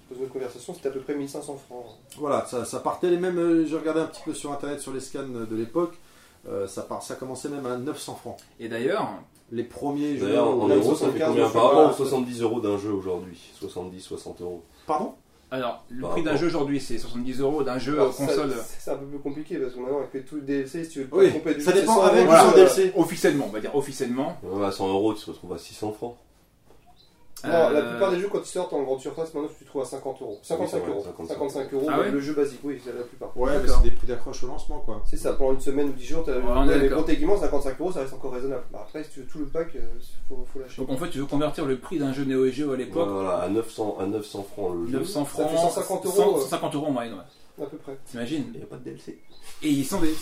D: dans une conversation, c'était à peu près 1500 francs.
A: Voilà, ça, ça partait les mêmes. euh, J'ai regardé un petit peu sur internet sur les scans de l'époque. euh, ça, part, ça commençait même à 900 francs.
B: Et d'ailleurs,
A: Les premiers jeux.
C: D'ailleurs, en
A: là, ils
C: euros,
A: ont
C: ça fait
A: 75,
C: combien
A: je
C: par
A: sais
C: rapport
A: pas.
C: aux 70 euros d'un jeu aujourd'hui 70, 60 euros.
A: Pardon
B: alors le
C: Par
B: prix d'un
C: rapport-
B: jeu aujourd'hui, c'est 70 euros d'un jeu
D: Alors,
B: euh, console
D: Bah, Oh, ça- C'est un peu plus compliqué parce que maintenant, avec tout le DLC, si tu veux
A: Oui,
D: pas tromper du
A: ça
D: jeu,
A: dépend
D: c'est cent
A: avec ou
D: euros,
A: sans
D: euh,
A: DLC.
B: officiellement, on va dire officiellement.
C: Ouais, À 100 euros, tu te retrouves à 600 francs.
D: Non, la
B: Euh,
D: plupart des jeux, quand ils sortent en grande surface, maintenant, tu te trouves à 50 euros. 55
C: vrai,
D: euros.
C: 55.
D: 55 euros,
B: Ah ouais
D: le jeu basique, oui, c'est la plupart.
A: Ouais, mais
B: D'accord.
A: c'est des prix d'accroche au lancement quoi.
D: C'est ça, pendant une semaine ou 10 jours, t'as
B: Ouais, on est
D: ouais, mais
B: d'accord.
D: pour tes guillemets, 55 euros, ça reste encore raisonnable. Bah, Après, si tu veux tout le pack, euh, faut, faut lâcher.
B: Donc en fait, tu veux convertir le prix d'un jeu Neo Geo à l'époque
C: Voilà, à 900, à 900 francs le jeu.
B: 900
D: Ça fait
B: francs.
D: 150 euros.
B: 150 euros en moyenne, ouais.
D: à peu près.
B: T'imagines
C: Il n'y a pas de DLC.
B: Et ils sont des.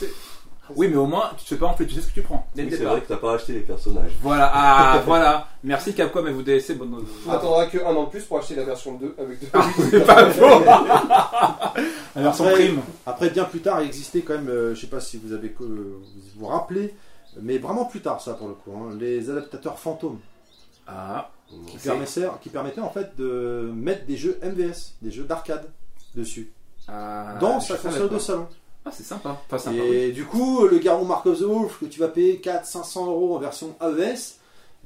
B: Oui, mais au moins, tu te fais pas en fait, tu sais ce que tu prends. Dès le
C: Oui, c'est
B: départ.
C: vrai que t'as pas acheté les personnages.
B: Voilà, ah, voilà. Merci Capcom et vous DLC. Bon, non,
D: On attendra que un an de plus pour acheter la version 2 avec deux.
B: c'est Ah, pas faux Alors, son
A: Après-
B: prime.
A: Après, bien plus tard, il existait quand même, euh, je sais pas si vous avez co- euh, vous, vous rappelez, mais vraiment plus tard, ça pour le coup, hein, les adaptateurs fantômes
B: Ah,
A: qui
B: C'est-
A: permettaient, qui permettaient en fait de mettre des jeux MVS, des jeux d'arcade dessus,
B: ah,
A: dans
B: je
A: sa
B: savais
A: console
B: pas.
A: de salon.
B: Ah, c'est sympa. Enfin, sympa. oui.
A: Et du coup, le Garou Mark of the Wolf que tu vas payer 400-500 euros en version AES,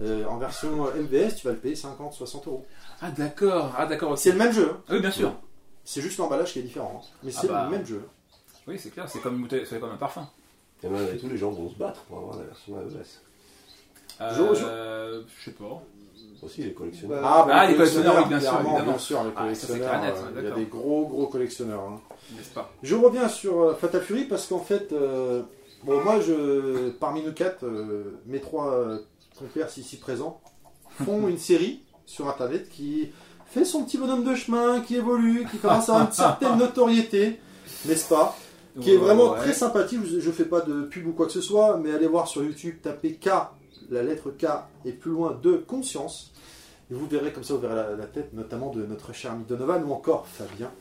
A: euh, en version MVS, tu vas le payer 50-60 euros.
B: Ah, d'accord. Ah, d'accord. ok.
A: C'est le même jeu, hein.
B: Ah Oui, bien sûr.
A: c'est juste l'emballage qui est différent, hein. mais
B: Ah
A: c'est
B: bah.
A: le même jeu.
B: Oui, c'est clair. C'est comme une bouteille, c'est comme un parfum.
C: Et même avec tous les gens vont se battre pour avoir la version E AES.
A: Jo-
B: Euh, je sais pas.
C: Aussi, les collectionneurs.
D: Bah,
A: bah,
B: Ah, les collectionneurs, oui, bien sûr,
A: clairement,
B: évidemment.
A: bien sûr, les
B: Ah, ça, c'est
A: collectionneurs,
B: clair net,
A: euh,
B: ouais,
A: il y a
B: d'accord.
A: des gros gros collectionneurs. hein.
B: N'est-ce pas
A: Je reviens sur euh, Fatal Fury parce qu'en fait, euh, bon, moi, je, parmi nous quatre, euh, mes trois euh, compères ici présents font une série sur Internet qui fait son petit bonhomme de chemin, qui évolue, qui commence à avoir une certaine notoriété, n'est-ce pas Qui est vraiment
B: Ouais.
A: très sympathique. Je, je fais pas de pub ou quoi que ce soit, mais allez voir sur YouTube, tapez K, la lettre K et plus loin de conscience. Et vous verrez comme ça, vous verrez la, la tête notamment de notre cher ami Donovan ou encore Fabien.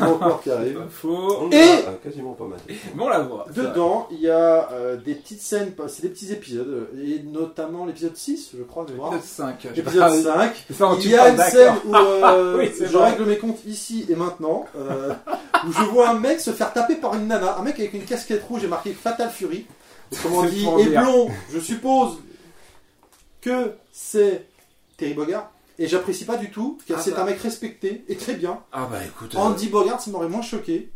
A: ou encore qui arrive.
B: Pas faux.
C: On
A: Et-
C: l'a, euh, quasiment pas maté.
B: Bon, la voix.
A: Dedans, il y a euh, des petites scènes, pas- c'est des petits épisodes, et notamment l'épisode 6, je crois, de mémoire.
B: Épisode 5.
A: L'épisode 5. Il y a une scène où euh,
B: Ah, Oui, c'est
A: je
B: vrai.
A: règle mes comptes ici et maintenant, euh, où je vois un mec se faire taper par une nana, un mec avec une casquette rouge et marqué Fatal Fury. Autrement
B: C'est
A: dit, et
B: extraordinaire.
A: blond, je suppose que c'est Terry Bogard. Et j'apprécie pas du tout, car
B: Ah,
A: c'est
B: bah.
A: un mec respecté et très bien.
B: Ah, bah écoute. euh,
A: Andy Bogard, ça m'aurait moins choqué.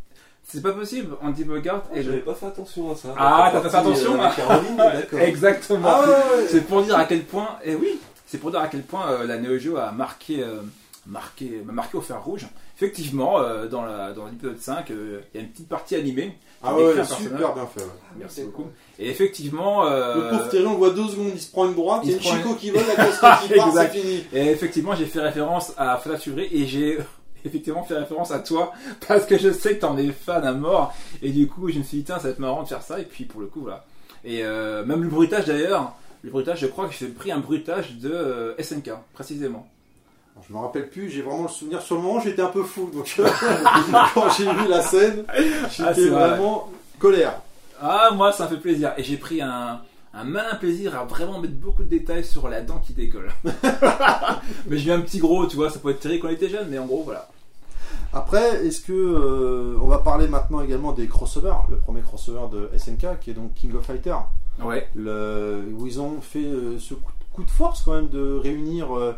B: C'est pas possible. Andy Bogart et
C: J'avais
B: le.
C: pas fait attention à ça.
B: Ah,
C: T'es
B: t'as fait
C: parti,
B: attention,
C: euh,
B: hein.
C: avec Caroline, d'accord.
B: Exactement.
A: Ah ouais, ouais, ouais.
B: C'est pour dire à quel point, et oui, c'est pour dire à quel point euh, la Neo Geo a marqué, euh, marqué, m'a marqué au fer rouge. Effectivement, euh, dans la- dans l'épisode 5, euh, il y a une petite partie animée.
A: Ah
B: Il
A: ouais,
B: écrit un
A: super
B: personnage.
A: bien fait. ouais.
B: Merci beaucoup. Et effectivement, euh,
A: Ah Le pauvre Terry, on le voit deux secondes, il se prend une droite, il y a
B: Il
A: une
B: se prend
A: Chico qui vole, la casquette qui part, c'est
B: Exact.
A: fini.
B: et effectivement, j'ai fait référence à Fatal Fury et j'ai effectivement fait référence à toi parce que je sais que t'en es fan à mort. Et du coup, je me suis dit, tiens, ça va être marrant de faire ça. Et puis, pour le coup, voilà. Et euh, même le bruitage d'ailleurs, le bruitage, je crois que j'ai pris un bruitage de euh, SNK, précisément.
A: Alors, Je me rappelle plus, j'ai vraiment le souvenir. Sur le moment, j'étais un peu fou, donc euh, quand j'ai vu la scène, j'étais
B: Ah, c'est vrai.
A: vraiment colère.
B: Ah, moi, ça me fait plaisir. Et j'ai pris un, un malin plaisir à vraiment mettre beaucoup de détails sur la dent qui décolle. mais j'ai eu un petit gros, tu vois, ça peut être terrible quand on était jeune, mais en gros, voilà.
A: Après, est-ce que euh, on va parler maintenant également des crossovers Le premier crossover de SNK, qui est donc King of Fighter,
B: Ouais.
A: le- où ils ont fait euh, ce coup de, coup de force quand même de réunir euh,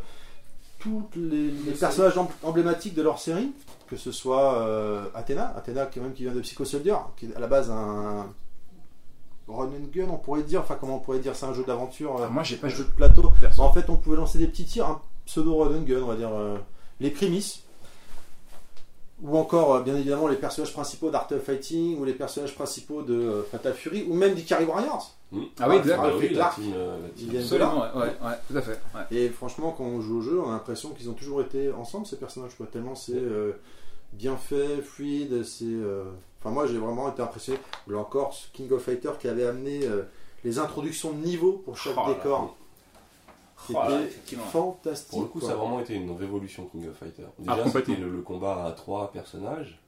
A: tous les, les personnages em- emblématiques de leur série, que ce soit euh, Athena, Athena qui, même, qui vient de Psycho Soldier, qui est à la base un run and gun, on pourrait dire, enfin comment on pourrait dire, c'est un jeu d'aventure. euh,
B: moi, j'ai pas
A: un jeu
B: joué
A: de plateau.
B: perso.
A: En fait, on pouvait lancer des petits tirs, un pseudo run and gun, on va dire euh, les prémices. Ou encore, euh, bien évidemment, les personnages principaux d'Art of Fighting, ou les personnages principaux de euh, Fatal Fury, ou même d'Ikari Warriors.
C: Mmh.
B: Ah oui,
C: Ah
B: exact.
C: oui, la
A: Clark.
C: team, euh, la team.
A: Ils viennent de là.
B: Absolument, ouais, ouais, ouais, tout à fait. ouais.
A: Et franchement, quand on joue au jeu, on a l'impression qu'ils ont toujours été ensemble, ces personnages. Quoi. Tellement c'est euh, bien fait, fluide, c'est. euh, Enfin, moi, j'ai vraiment été impressionné. Ou Là encore, ce King of Fighter qui avait amené euh, les introductions de niveau pour chaque
B: Oh là
A: décor.
B: Oh là,
A: C'était
B: effectivement.
A: fantastique.
C: Pour le coup,
A: quoi.
C: ça a vraiment été une révolution King of Fighter. Déjà,
B: Ah, complètement.
C: c'était le, le combat à trois personnages.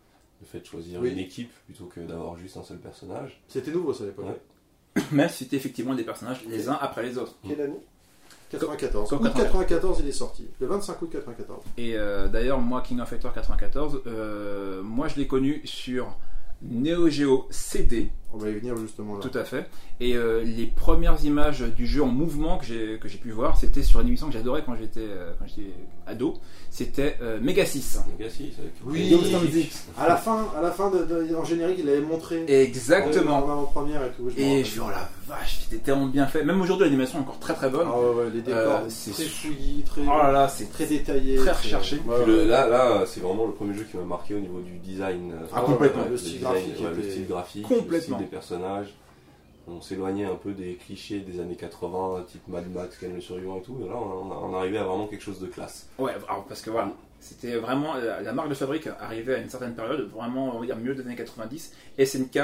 C: Le fait de choisir
A: Oui.
C: une équipe plutôt que d'avoir juste un seul personnage.
A: C'était nouveau, ça, à l'époque.
C: Ouais.
B: Même si c'était effectivement des personnages les uns après les autres.
D: Quelle année
A: 94.
B: Comme
A: Août 94, il est sorti. Le 25 août 94.
B: Et euh, d'ailleurs, moi, King of Fighter 94, euh, moi, je l'ai connu sur Neo Geo CD.
A: On va y venir justement là.
B: Tout à fait. Et euh, les premières images du jeu en mouvement que j'ai que j'ai pu voir, c'était sur une émission que j'adorais quand j'étais euh, quand j'étais ado. C'était euh, Mega 6.
C: Donc, ah, si, c'est avec-
A: Oui.
C: Et-
A: À la fin, à la fin de, de- en générique, il avait montré.
B: Exactement.
A: En première et tout. Euh, je me
B: Et
A: rappelle.
B: je suis oh la vache, c'était tellement bien fait. Même aujourd'hui, l'animation est encore très très bonne.
A: Ah ouais, ouais, les décors,
B: Euh, c'est-
A: c'est très fouillis, très,
B: Oh là là, c'est
A: très détaillé.
B: très recherché.
A: Ouais, ouais.
C: Le- là, là, c'est vraiment le premier jeu qui m'a marqué au niveau du design. euh,
A: Ah, complètement.
C: ouais,
A: Le style
C: design,
A: graphique
C: ouais, le
A: était-
C: style graphique,
B: Complètement.
C: le style des personnages. On s'éloignait un peu des clichés des années 80, type Mad Max, Ken le Survivant et tout. Et là, on, on arrivait à vraiment quelque chose de classe.
B: Ouais, alors, parce que voilà, C'était vraiment euh, la, la marque de fabrique arrivait à une certaine période, vraiment on va dire mieux des années 90. SNK,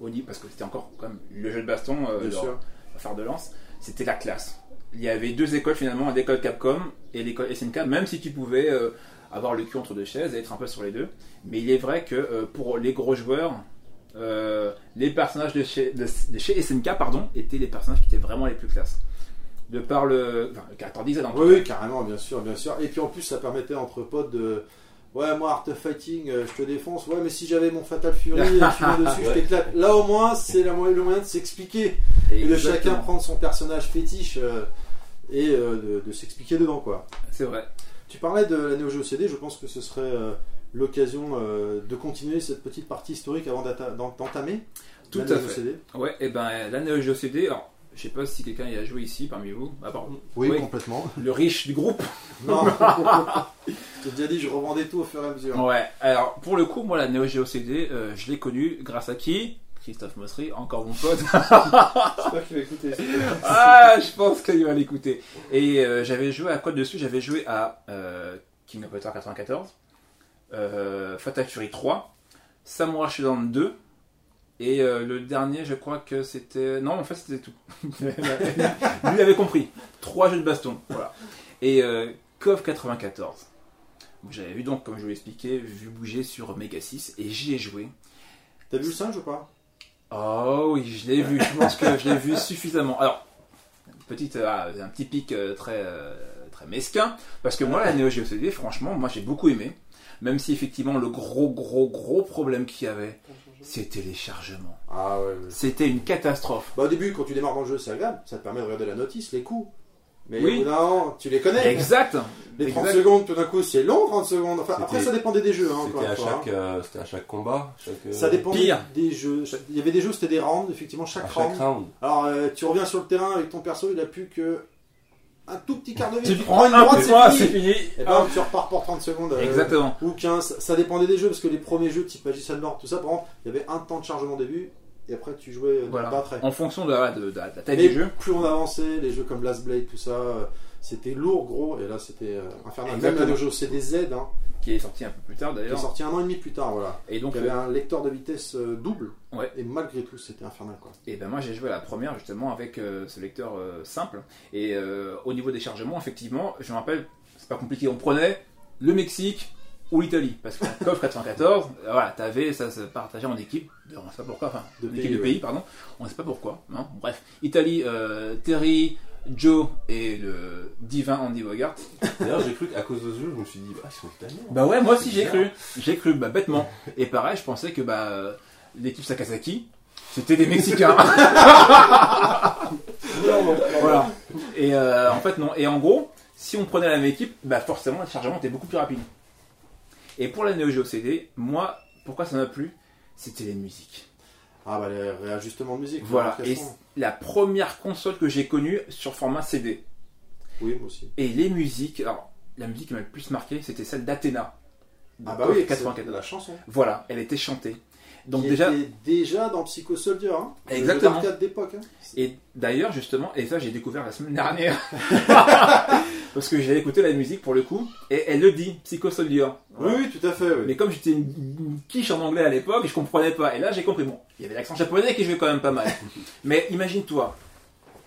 B: au niveau- parce que c'était encore quand même le jeu de baston, euh,
A: Bien
B: leur
A: sûr.
B: phare de lance, c'était la classe. Il y avait deux écoles finalement, l'école Capcom et l'école SNK, même si tu pouvais euh, avoir le cul entre deux chaises et être un peu sur les deux. Mais il est vrai que euh, pour les gros joueurs, euh, les personnages de chez, de- de chez SNK pardon, étaient les personnages qui étaient vraiment les plus classes. De par le, enfin, le caractère design, en tout
A: Oui, oui, carrément, bien sûr, bien sûr. Et puis en plus, ça permettait entre potes de. Ouais, moi, Art of Fighting, euh, je te défonce. Ouais, mais si j'avais mon Fatal Fury et tu mets dessus, je
C: Ouais.
A: t'éclate. Là, au moins, c'est la mo- le moyen de s'expliquer
B: cas.
A: et de
B: Exactement.
A: chacun prendre son personnage fétiche euh, et euh, de, de s'expliquer dedans, quoi.
B: C'est vrai.
A: Tu parlais de la Neo Geo CD, je pense que ce serait euh, l'occasion euh, de continuer cette petite partie historique avant d'atta- d'en- d'entamer.
B: Tout
A: la
B: à
A: Neo Geo
B: fait.
A: CD.
B: Ouais, et ben la Neo Geo CD, alors je sais pas si quelqu'un y a joué ici parmi vous, à part
A: Oui,
B: Oui.
A: complètement.
B: le riche du groupe.
A: Non, je t'ai déjà dit, je revendais tout au fur et à mesure.
B: Ouais, alors pour le coup, moi la Neo Geo CD, euh, je l'ai connue grâce à qui Christophe Mossery, encore mon pote.
D: J'espère qu'il va écouter.
B: ah, je pense qu'il va l'écouter. Et euh, j'avais joué à quoi dessus J'avais joué à euh, King of Fighters 94, euh, Fatal Fury 3, Samurai Shodown 2, et euh, le dernier, je crois que c'était. Non, en fait, c'était tout. Lui avait compris. Trois jeux de baston. Voilà. Et euh, KOF 94. J'avais vu donc, comme je vous l'expliquais, vu bouger sur Mega 6 et j'y ai joué.
A: T'as vu le singe ou pas
B: Oh oui, je l'ai vu. Je pense que je l'ai vu suffisamment. Alors, petite, euh, ah, un petit pic euh, très, euh, très mesquin, parce que moi, la Neo Geo CD, franchement, moi, j'ai beaucoup aimé. Même si effectivement, le gros, gros, gros problème qu'il y avait, c'était les chargements.
A: Ah ouais, ouais.
B: C'était une catastrophe.
A: Bah, au début, quand tu démarres dans le jeu, c'est agréable. Ça te permet de regarder la notice, les coups. Mais
B: Oui.
A: au bout d'un moment, tu les connais.
B: Exact.
A: les 30
B: exact.
A: secondes, tout d'un coup, c'est long, 30 secondes. Enfin, après,
C: C'était-
A: ça dépendait des jeux, hein, encore
C: C'était
A: une
C: à,
A: fois.
C: chaque,
A: hein.
C: euh, c'était à chaque combat chaque, euh,
A: Ça dépendait
B: Pire.
A: des jeux. Il y avait des jeux, c'était des rounds, effectivement,
C: à
A: chaque
C: chaque
A: round.
C: round.
A: Alors, euh, tu reviens sur le terrain avec ton perso, il a plus que un tout petit quart de vie.
B: Tu prends
A: une droite,
B: un point,
A: c'est
B: c'est
A: fini.
B: fini.
A: Et ben,
B: Ah,
A: bam, tu repars pour 30 secondes. euh,
B: Exactement.
A: Ou 15. Ça dépendait des jeux, parce que les premiers jeux, type Magician Lord, tout ça, par exemple, il y avait un temps de chargement au début, et après, tu jouais euh,
B: Voilà.
A: pas après.
B: En fonction de la, de- de- de la taille
A: Mais
B: du jeu.
A: plus on avançait, les jeux comme Last Blade, tout ça, euh, c'était lourd, gros, et là c'était euh, infernal. Même
B: Exactement.
A: la Dojo CDZ, hein,
B: qui est sorti un peu plus tard
A: qui est
B: d'ailleurs.
A: sorti un an et demi plus tard, voilà.
B: Et donc,
A: Il y avait un lecteur de vitesse euh, double,
B: Ouais.
A: et malgré tout, c'était infernal, quoi.
B: Et ben moi j'ai joué à la première justement avec euh, ce lecteur euh, simple. Et euh, au niveau des chargements, effectivement, je me rappelle, c'est pas compliqué, on prenait le Mexique ou l'Italie. Parce qu'en COF 94, euh, voilà, t'avais, ça se partageait en équipe, de, on sait pas pourquoi, enfin,
A: De
B: en
A: pays,
B: équipe de
A: ouais.
B: pays, pardon, on sait pas pourquoi, hein. bref. Italie, euh, Terry, Joe et le divin Andy Bogart.
C: D'ailleurs, j'ai cru qu'à cause de ce jeu, je me suis dit, bah, ils sont italiens.
B: Bah ouais, moi aussi j'ai cru, j'ai cru, bah bêtement. Et pareil, je pensais que bah, euh, l'équipe Sakazaki, c'était des Mexicains.
D: Clairement.
B: Voilà. Et euh, en fait, non. Et en gros, si on prenait la même équipe, bah forcément, le chargement était beaucoup plus rapide. Et pour la Neo Geo CD, moi, pourquoi ça m'a plu C'était les musiques.
A: Ah bah, les réajustements de musique,
B: Voilà. Et
A: l'orchestration.
B: la première console que j'ai connue sur format CD.
A: Oui, moi aussi.
B: Et les musiques, alors, la musique qui m'a le plus marqué, c'était celle d'Athéna. De
A: Ah bah
B: Coff
A: oui,
B: 84.
A: c'est la chanson.
B: Voilà, elle était chantée. Donc
A: Qui
B: déjà,
A: était déjà dans Psycho Soldier, hein. le jeu
B: Exactement.
A: d'arcade d'époque, hein.
B: Et d'ailleurs, justement, et ça j'ai découvert la semaine dernière, parce que j'ai écouté la musique pour le coup, et elle le dit, Psycho Soldier.
A: Oui, oui, tout à fait, oui.
B: Mais comme j'étais une, une quiche en anglais à l'époque, je comprenais pas. Et là, j'ai compris. Bon, il y avait l'accent japonais qui jouait quand même pas mal. Mais imagine-toi,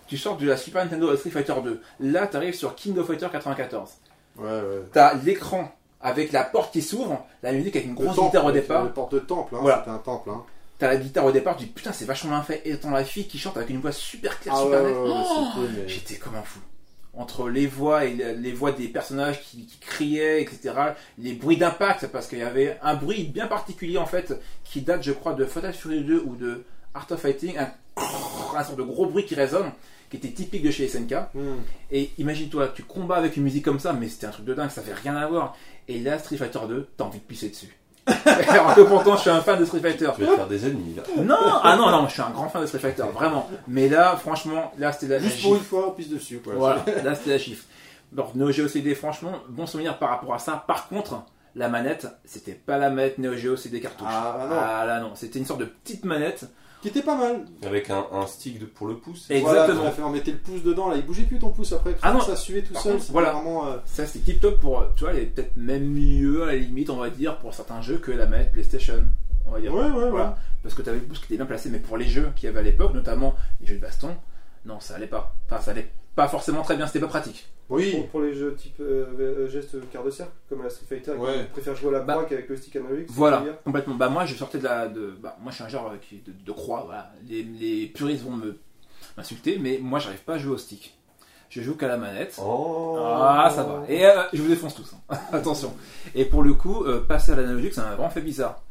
B: tu sors de la Super Nintendo à Street Fighter 2. Là, t'arrives sur King of Fighter 94.
A: Ouais, ouais.
B: T'as l'écran avec la porte qui s'ouvre, la musique avec une
A: Le
B: grosse
A: temple,
B: guitare au
A: avec
B: départ.
A: Le porte de temple, hein.
B: Voilà.
A: C'était un temple, hein.
B: T'as la guitare au départ, tu dis putain, c'est vachement bien fait. Et t'entends la fille qui chante avec une voix super claire,
A: Ah ouais,
B: super
A: ouais,
B: nette.
A: ouais,
B: Oh
A: c'était, mais-
B: J'étais comme un fou. Entre les voix et le- les voix des personnages qui, qui criaient, etc. Les bruits d'impact, parce qu'il y avait un bruit bien particulier en fait, qui date, je crois, de Fatal Fury 2 ou de Art of Fighting, un, un sorte de gros bruit qui résonne, qui était typique de chez SNK.
A: Hmm.
B: Et imagine-toi, tu combats avec une musique comme ça, mais c'était un truc de dingue, ça fait rien à voir. Et là, Street Fighter 2, t'as envie de pisser dessus. Alors que pourtant, je suis un fan de Street Fighter.
C: Tu vas te faire des ennemis, là.
B: Non, ah non, non, je suis un grand fan de Street Fighter, vraiment. Mais là, franchement, là, c'était la
A: Juste
B: la
A: pour
B: gifle.
A: une fois, on pisse dessus, quoi.
B: Oh Voilà, là c'était la chiffre. Alors, Neo Geo CD, franchement, bon souvenir par rapport à ça. Par contre, la manette, c'était pas la manette Neo Geo CD cartouche.
A: Ah, bah non.
B: là non, c'était une sorte de petite manette
A: Qui était pas mal.
C: Avec un, un stick de- pour le pouce.
B: Et-
A: Voilà,
B: Exactement.
A: tout à fait. on mettait le pouce dedans, là, il bougeait plus ton pouce après.
B: Ah non.
A: ça suivait tout
B: Par
A: seul.
B: contre,
A: c'était
B: voilà.
A: Vraiment, euh,
B: Ça, c'est tip top pour, tu vois, il est peut-être même mieux à la limite, on va dire, pour certains jeux que la manette PlayStation. On va
A: Ouais,
B: dire.
A: ouais, ouais.
B: Voilà. Parce que t'avais le pouce qui était bien placé, mais pour les jeux qu'il y avait à l'époque, notamment les jeux de baston, non, ça allait pas. Enfin, ça allait pas forcément très bien, c'était pas pratique.
A: Oui.
D: Pour, pour les jeux type euh, euh, geste quart de cercle, comme la Street Fighter,
E: Ouais.
D: qui préfère jouer à la
B: Bah,
D: croix qu'avec le stick analogique. c'est
B: Voilà,
D: meilleur.
B: complètement. Bah, moi, je sortais de la. De, bah, moi, je suis un genre euh, qui- de, de croix, voilà. Les, les puristes vont me m'insulter, mais moi, j'arrive pas à jouer au stick. Je joue qu'à la manette.
C: Oh.
B: Ah, ça va. Et euh, je vous défonce tous. hein. Attention. Et pour le coup, euh, passer à l'analogique, c'est un vraiment fait bizarre.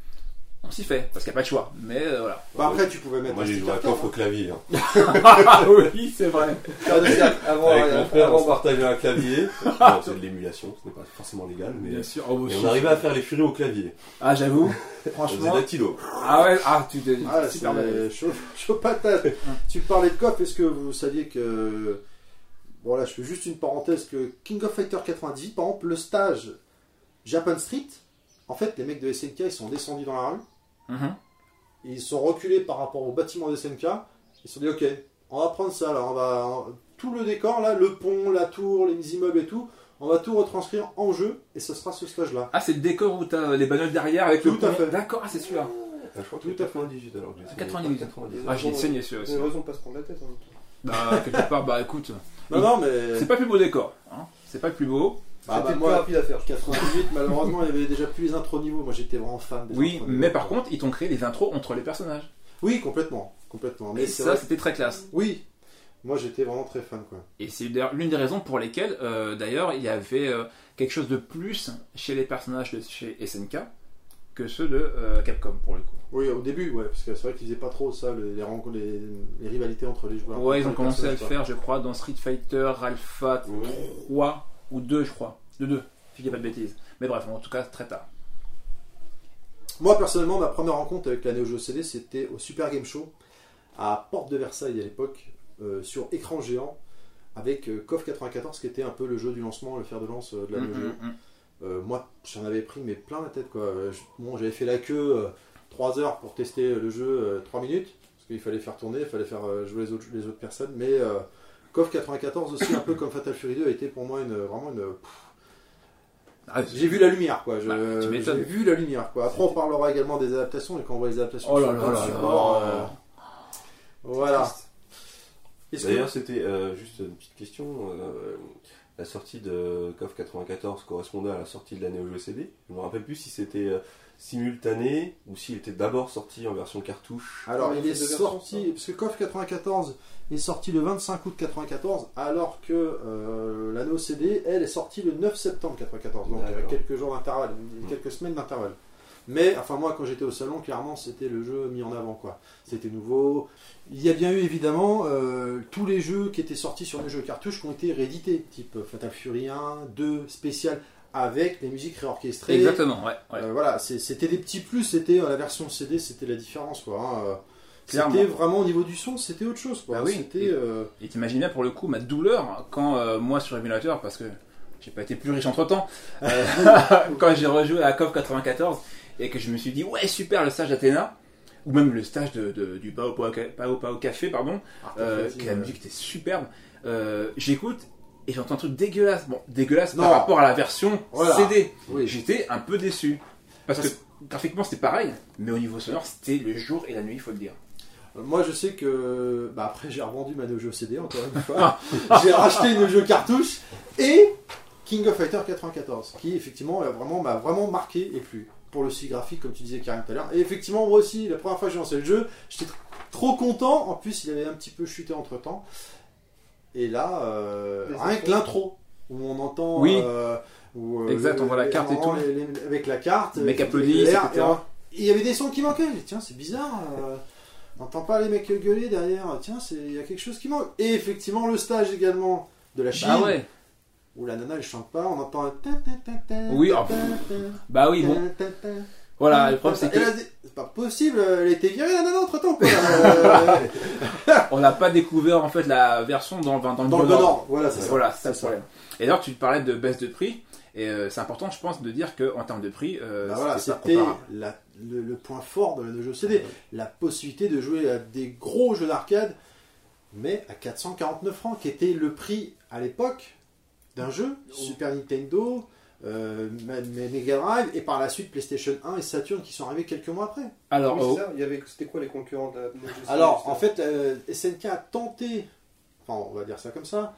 B: On s'y fait, parce qu'il n'y a pas de choix. Mais euh, voilà.
A: Bah, après, tu pouvais mettre
C: Moi
A: un
C: j'ai
A: stick
C: joué à
A: carton,
C: coffre au clavier. hein.
B: ah oui, c'est vrai.
D: Quart de cercle, avant,
C: Avec
D: euh,
C: mon frère, on
D: avant
C: se
D: barre.
C: partageait un clavier. Bon, c'est de l'émulation, ce n'est pas forcément légal, mais.
B: Bien sûr. Oh,
C: Et
B: aussi.
C: on arrivait à faire les furies au clavier.
B: Ah, j'avoue.
C: On faisait
B: Franchement.
C: dactylo.
B: Ah ouais, ah, tu te.
A: hein. Ah,
B: super mal.
A: c'est chaud, chaud patate. tu parlais de coffre, est-ce que vous saviez que. Bon, là, je fais juste une parenthèse que King of Fighter 98, par exemple, le stage Japan Street, en fait, les mecs de SNK, ils sont descendus dans la rue.
B: Mhm.
A: ils sont reculés par rapport au bâtiment de SNK. Ils se sont dit, ok, on va prendre ça là, on va tout le décor là, le pont, la tour, les immeubles et tout, on va tout retranscrire en jeu et ce sera ce stage là.
B: Ah, c'est le décor où t'as les bagnoles derrière avec le.
A: Tout à
B: pont.
A: fait.
B: D'accord, ah, c'est celui-là.
C: Je crois que
A: Tout à fait.
C: 98 alors. que j'ai essayé.
B: 98.
C: 98.
B: Ah, j'ai saigné celui-là
D: C'est
B: aussi.
D: une raison de pas se prendre la tête. hein. en même temps.
B: Bah, quelque part, bah écoute.
A: Non,
B: Oui.
A: non, mais
B: C'est pas le plus beau décor. Hein. C'est pas le plus beau.
A: Ah, bah,
D: C'était le plus
A: moi,
D: rapide à faire.
A: 98, malheureusement, il y avait déjà plus les intros niveau. Moi j'étais vraiment fan des
B: Oui,
A: intros
B: mais
A: niveau.
B: par contre, ils t'ont créé des intros entre les personnages.
A: Oui, complètement, complètement. Mais
B: Et
A: c'est
B: ça,
A: vrai.
B: c'était très classe.
A: Oui, moi j'étais vraiment très fan quoi.
B: Et c'est d'ailleurs l'une des raisons pour lesquelles, euh, d'ailleurs, il y avait euh, quelque chose de plus chez les personnages de chez SNK que ceux de euh, Capcom, pour le coup.
A: Oui, au début, ouais, parce que c'est vrai qu'ils faisaient pas trop ça, les, les rencontres, les, les rivalités entre les joueurs.
B: ouais,
A: entre
B: ils ont
A: les
B: commencé à le
A: personnages, quoi.
B: faire, je crois, dans Street Fighter Alpha
C: Oui.
B: 3 ou 2, je crois. De 2, si je dis pas de bêtises. Mais bref, en tout cas, très tard.
A: Moi personnellement, ma première rencontre avec la Neo Geo CD, c'était au Super Game Show à Porte de Versailles à l'époque, euh, sur écran géant, avec euh, KOF 94, qui était un peu le jeu du lancement, le fer de lance euh, de la Neo
B: Mm,
A: Geo.
B: mm, mm.
A: Euh, moi, j'en avais pris mais plein la tête quoi. Euh, je- Bon, j'avais fait la queue 3 heures pour tester euh, le jeu, 3 minutes, parce qu'il fallait faire tourner, il fallait faire euh, jouer les autres, les autres personnes. Mais euh, KOF 94 aussi, un peu comme Fatal Fury 2, a été pour moi une, vraiment une
B: Ah,
A: j'ai vu la lumière, quoi.
B: Bah,
A: Je-
B: tu m'étonnes.
A: J'ai vu la lumière, quoi. Après, on parlera également des adaptations et quand on voit les adaptations
B: Oh là
A: sur
B: là
A: plein de
B: là là.
A: supports, euh, Voilà. Est-ce que-
C: D'ailleurs, c'était euh, juste une petite question. euh, la sortie de KOF 94 correspondait à la sortie de la Neo Geo CD. Je me rappelle plus si c'était euh, simultané ou s'il était d'abord sorti en version cartouche.
A: Alors,
D: Il
A: il
D: y a
A: est
D: deux versions,
A: sorti, parce que KOF 94 est sorti le 25 août 94, alors que euh, l'anneau CD, elle, est sortie le 9 septembre 94, donc avec
C: D'accord.
A: quelques jours d'intervalle, quelques semaines d'intervalle. Mais, enfin, moi, quand j'étais au salon, clairement, c'était le jeu mis en avant, quoi. C'était nouveau. Il y a bien eu, évidemment, euh, tous les jeux qui étaient sortis sur les jeux cartouches qui ont été réédités, type Fatal Fury 1, 2, spécial, avec les musiques réorchestrées.
B: Exactement, ouais. ouais.
A: Euh, voilà, c'est- c'était des petits plus, c'était euh, la version CD, c'était la différence quoi. hein, euh,
B: Clairement.
A: C'était vraiment au niveau du son, c'était autre chose quoi.
B: Bah oui.
A: C'était euh,
B: Et t'imagines bien pour le coup ma douleur quand euh, moi sur émulateur, parce que j'ai pas été plus riche entre temps, Euh, quand j'ai rejoué à KOF 94 et que je me suis dit ouais super le stage d'Athéna, ou même le stage de, de- du Pao Pao, Ca- Pao Pao Café, pardon, euh,
A: Artificial,
B: que la
A: euh,
B: musique était superbe, euh, j'écoute et j'entends un truc dégueulasse. Bon, dégueulasse
A: Non.
B: par rapport à la version
A: Voilà.
B: CD.
A: oui.
B: J'étais un peu déçu. Parce que graphiquement c'était pareil, mais au niveau sonore c'était le jour et la nuit, il faut le dire.
A: Euh, Moi je sais que bah, après j'ai revendu ma Neo Geo CD encore une fois. j'ai racheté une Neo Geo cartouche et King of Fighter 94 qui effectivement euh, vraiment m'a vraiment marqué et plu pour le style graphique comme tu disais Karim tout à l'heure. Et effectivement moi aussi la première fois que j'ai lancé le jeu, j'étais tr- trop content. En plus il avait un petit peu chuté entre temps. Et là euh,
D: Les
A: rien que
D: intros.
A: l'intro où on entend
B: Oui.
A: euh, où, euh,
B: Exact, on voit la
A: les-
B: carte et
A: vraiment
B: tout.
A: les- les- avec la carte,
B: Les mecs
A: euh,
B: applaudissent,
A: l'air,
B: etc.
A: et en- et il y avait des sons qui manquaient. J'ai dit, tiens, c'est bizarre. euh, on n'entend pas les mecs gueuler derrière. Tiens, c'est- il y a quelque chose qui manque. Et effectivement, le stage également de la Chine,
B: Ah ouais
A: où la nana elle chante pas, on entend. un ta, ta, ta, ta,
B: Oui,
A: ta,
B: oh,
A: ta,
B: Bah oui,
A: ta,
B: bon,
A: ta, ta,
B: voilà,
A: ta,
B: le problème
A: ta,
B: c'est
A: ta.
B: que
A: Et là, elle dit, c'est pas possible, elle était virée la nana entre temps. Quoi. Euh,
B: On n'a pas découvert en fait la version dans, dans,
A: dans le
B: bon ordre.
A: Nord, voilà, c'est ça.
B: Voilà, c'est ça le
A: C'est ça.
B: problème. Et d'ailleurs, tu parlais de baisse de prix, et euh, c'est important, je pense, de dire qu'en termes de prix, euh,
A: Bah voilà,
B: c'était pas
A: c'était
B: comparable.
A: la, le, le point fort de la jeu CD, la possibilité de jouer à des gros jeux d'arcade, mais à 449 francs, qui était le prix à l'époque d'un jeu Super Nintendo, euh, Ma- Ma- Mega Drive, et par la suite PlayStation 1 et Saturn qui sont arrivés quelques mois après.
B: Alors,
D: Oui, c'est
B: euh,
D: ça, il y avait- C'était quoi les concurrents de la Neo Geo
A: Alors,
D: System
A: en fait, euh, SNK a tenté, enfin, on va dire ça comme ça,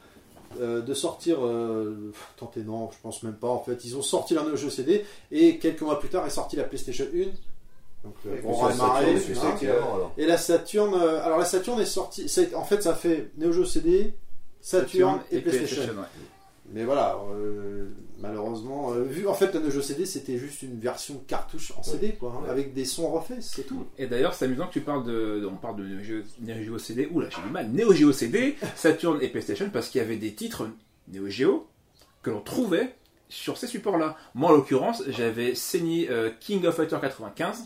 A: euh, de sortir. euh, pff, tenter, non, je pense même pas. En fait, ils ont sorti leur nouveau jeu CD et quelques mois plus tard est sortie la PlayStation 1. Donc, euh,
D: Et
A: bon,
D: puis, ça,
A: Raymaré,
D: Saturn,
A: hein.
D: tu sais.
A: Et la Saturn. euh, alors, la Saturn est sortie. c'est- En fait, ça fait Neo Geo CD, Saturn, et, PlayStation.
B: ouais.
A: Mais voilà, euh, malheureusement, euh, vu en fait la Neo Geo CD, c'était juste une version cartouche en CD, quoi, hein,
C: Ouais.
A: avec des sons refaits, c'est tout.
B: Et d'ailleurs, c'est amusant que tu parles de. On parle de Neo Geo, Neo Geo CD. Ouh là, j'ai du mal. Neo Geo CD, Saturn et PlayStation, parce qu'il y avait des titres Neo Geo que l'on trouvait sur ces supports-là. Moi, en l'occurrence, j'avais saigné euh, King of Fighter 95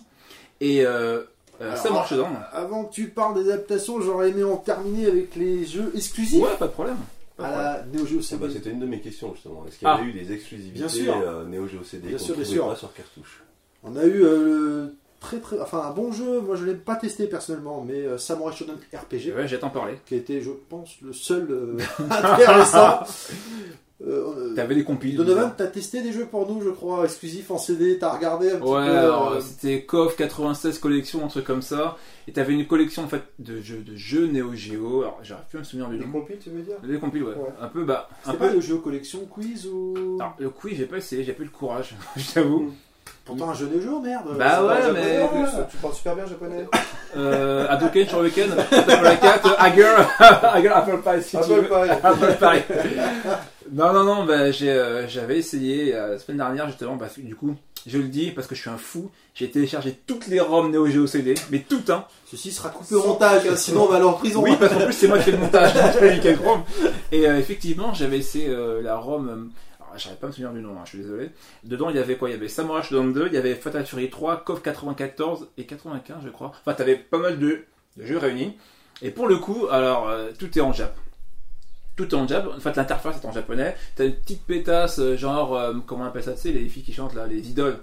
B: et euh, euh,
A: Alors,
B: ça marche dedans.
A: Avant que tu parles des adaptations, j'aurais aimé en terminer avec les jeux exclusifs
B: Ouais, pas de problème.
A: à la Neo Geo
C: Ah
A: CD.
C: bah, C'était une de mes questions justement. Est-ce qu'il y avait eu des
A: Ah. Bien
C: exclusivités
A: sûr.
C: euh, Neo Geo CD
A: Bien
C: qu'on
A: sûr, bien
C: trouvait
A: sûr.
C: pas sur cartouche
A: On a eu euh, le très très, enfin un bon jeu. Moi, je l'ai pas testé personnellement, mais euh, Samurai Shodown RPG,
B: Ouais, j'ai t'en parler.
A: qui était, je pense, le seul euh, intéressant. Euh, euh,
B: T'avais des compiles.
A: Donovan, t'as testé des jeux pour nous, je crois, exclusifs en CD. T'as regardé un petit
B: Ouais,
A: peu.
B: alors,
A: euh,
B: c'était KOF 96 collection, un truc comme ça. Et t'avais une collection en fait de jeux de jeux Neo Geo. Alors, j'arrive plus à me souvenir du
D: Les
B: nom.
D: compiles, tu veux dire
B: Des compiles, ouais.
D: Ouais.
B: Un peu, bah, un
A: C'était
B: peu
A: pas le jeu collection quiz ou
B: Alors, le quiz, j'ai pas essayé, j'ai pas eu le courage, je t'avoue.
A: pourtant un jeu de jeu, merde.
B: Bah
A: C'est
B: ouais,
A: pas un jeu
B: mais-
A: de
D: Ah, En
A: jeu.
D: plus, tu parles super bien japonais.
B: Euh, Hadoken sur le week-end, Apple la 4, Hager, Hager, Apple Pie si tu
D: Apple
B: veux.
D: Pie.
B: Apple Pie. non, non, non, bah, j'ai, euh, j'avais essayé euh, la semaine dernière, justement, bah, du coup, je le dis parce que je suis un fou, j'ai téléchargé toutes les ROM Neo Geo CD, mais tout, hein.
A: Ceci sera coupé au montage, hein, sinon on va aller en prison.
B: Oui, parce qu'en plus, c'est moi qui fais le montage, donc c'est Michael Chrome. Et euh, effectivement, j'avais essayé euh, la ROM. euh, alors, j'arrive pas à me souvenir du nom, hein, je suis désolé. Dedans, il y avait quoi Il y avait Samurai Shodown 2, il y avait Fatal Fury 3, KOF 94 et 95, je crois. Enfin, t'avais pas mal de, de jeux réunis. Et pour le coup, alors, euh, tout est en Jap. Tout est en Jap. En fait, l'interface est en japonais. T'as une petite pétasse, euh, genre, euh, comment on appelle ça Tu sais, les filles qui chantent là, les idoles.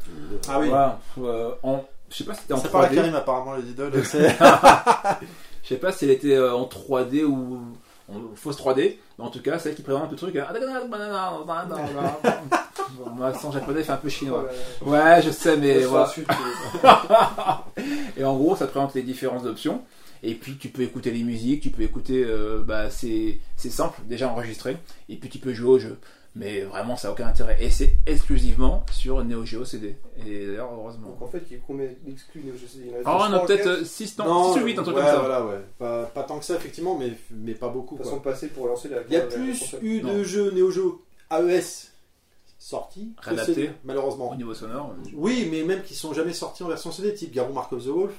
A: Ah oui.
B: Voilà. Euh, en, je sais pas si c'était en
A: Ça parle à
B: 3D.
A: Karim apparemment les idoles. c'est-
B: Je sais pas si elle était euh, en 3D ou en fausse 3D, mais en tout cas, celle qui présente le truc. hein. Bon, Moi, sans japonais, fait un peu chinois. Ouais, je sais, mais
D: Et
B: voilà.
D: ensuite, euh,
B: Et en gros, ça te présente les différentes options. Et puis, tu peux écouter les musiques, tu peux écouter. euh, bah, c'est c'est simple, déjà enregistré. Et puis, tu peux jouer au jeu. Mais vraiment, ça n'a aucun intérêt. Et c'est exclusivement sur Neo Geo CD. Et d'ailleurs, heureusement.
D: Donc en fait, il combien d'exclus Neo Geo CD Il y en Ah, a
B: Alors, on a
D: trois, quatre.
B: peut-être 6 ou 8, un truc
A: ouais,
B: comme ça.
A: Voilà, ouais. Pas, pas tant que ça, effectivement, mais, mais pas beaucoup.
D: De toute
A: quoi.
D: façon, passer pour lancer la.
A: Il y a
D: la- la
A: plus
D: console.
A: eu de
B: Non.
A: jeux Neo Geo AES sortis que
B: Réadaptés.
A: CD, malheureusement.
B: Au niveau sonore. euh,
A: Oui, mais même qui sont jamais sortis en version CD, type Garou Mark of the Wolf.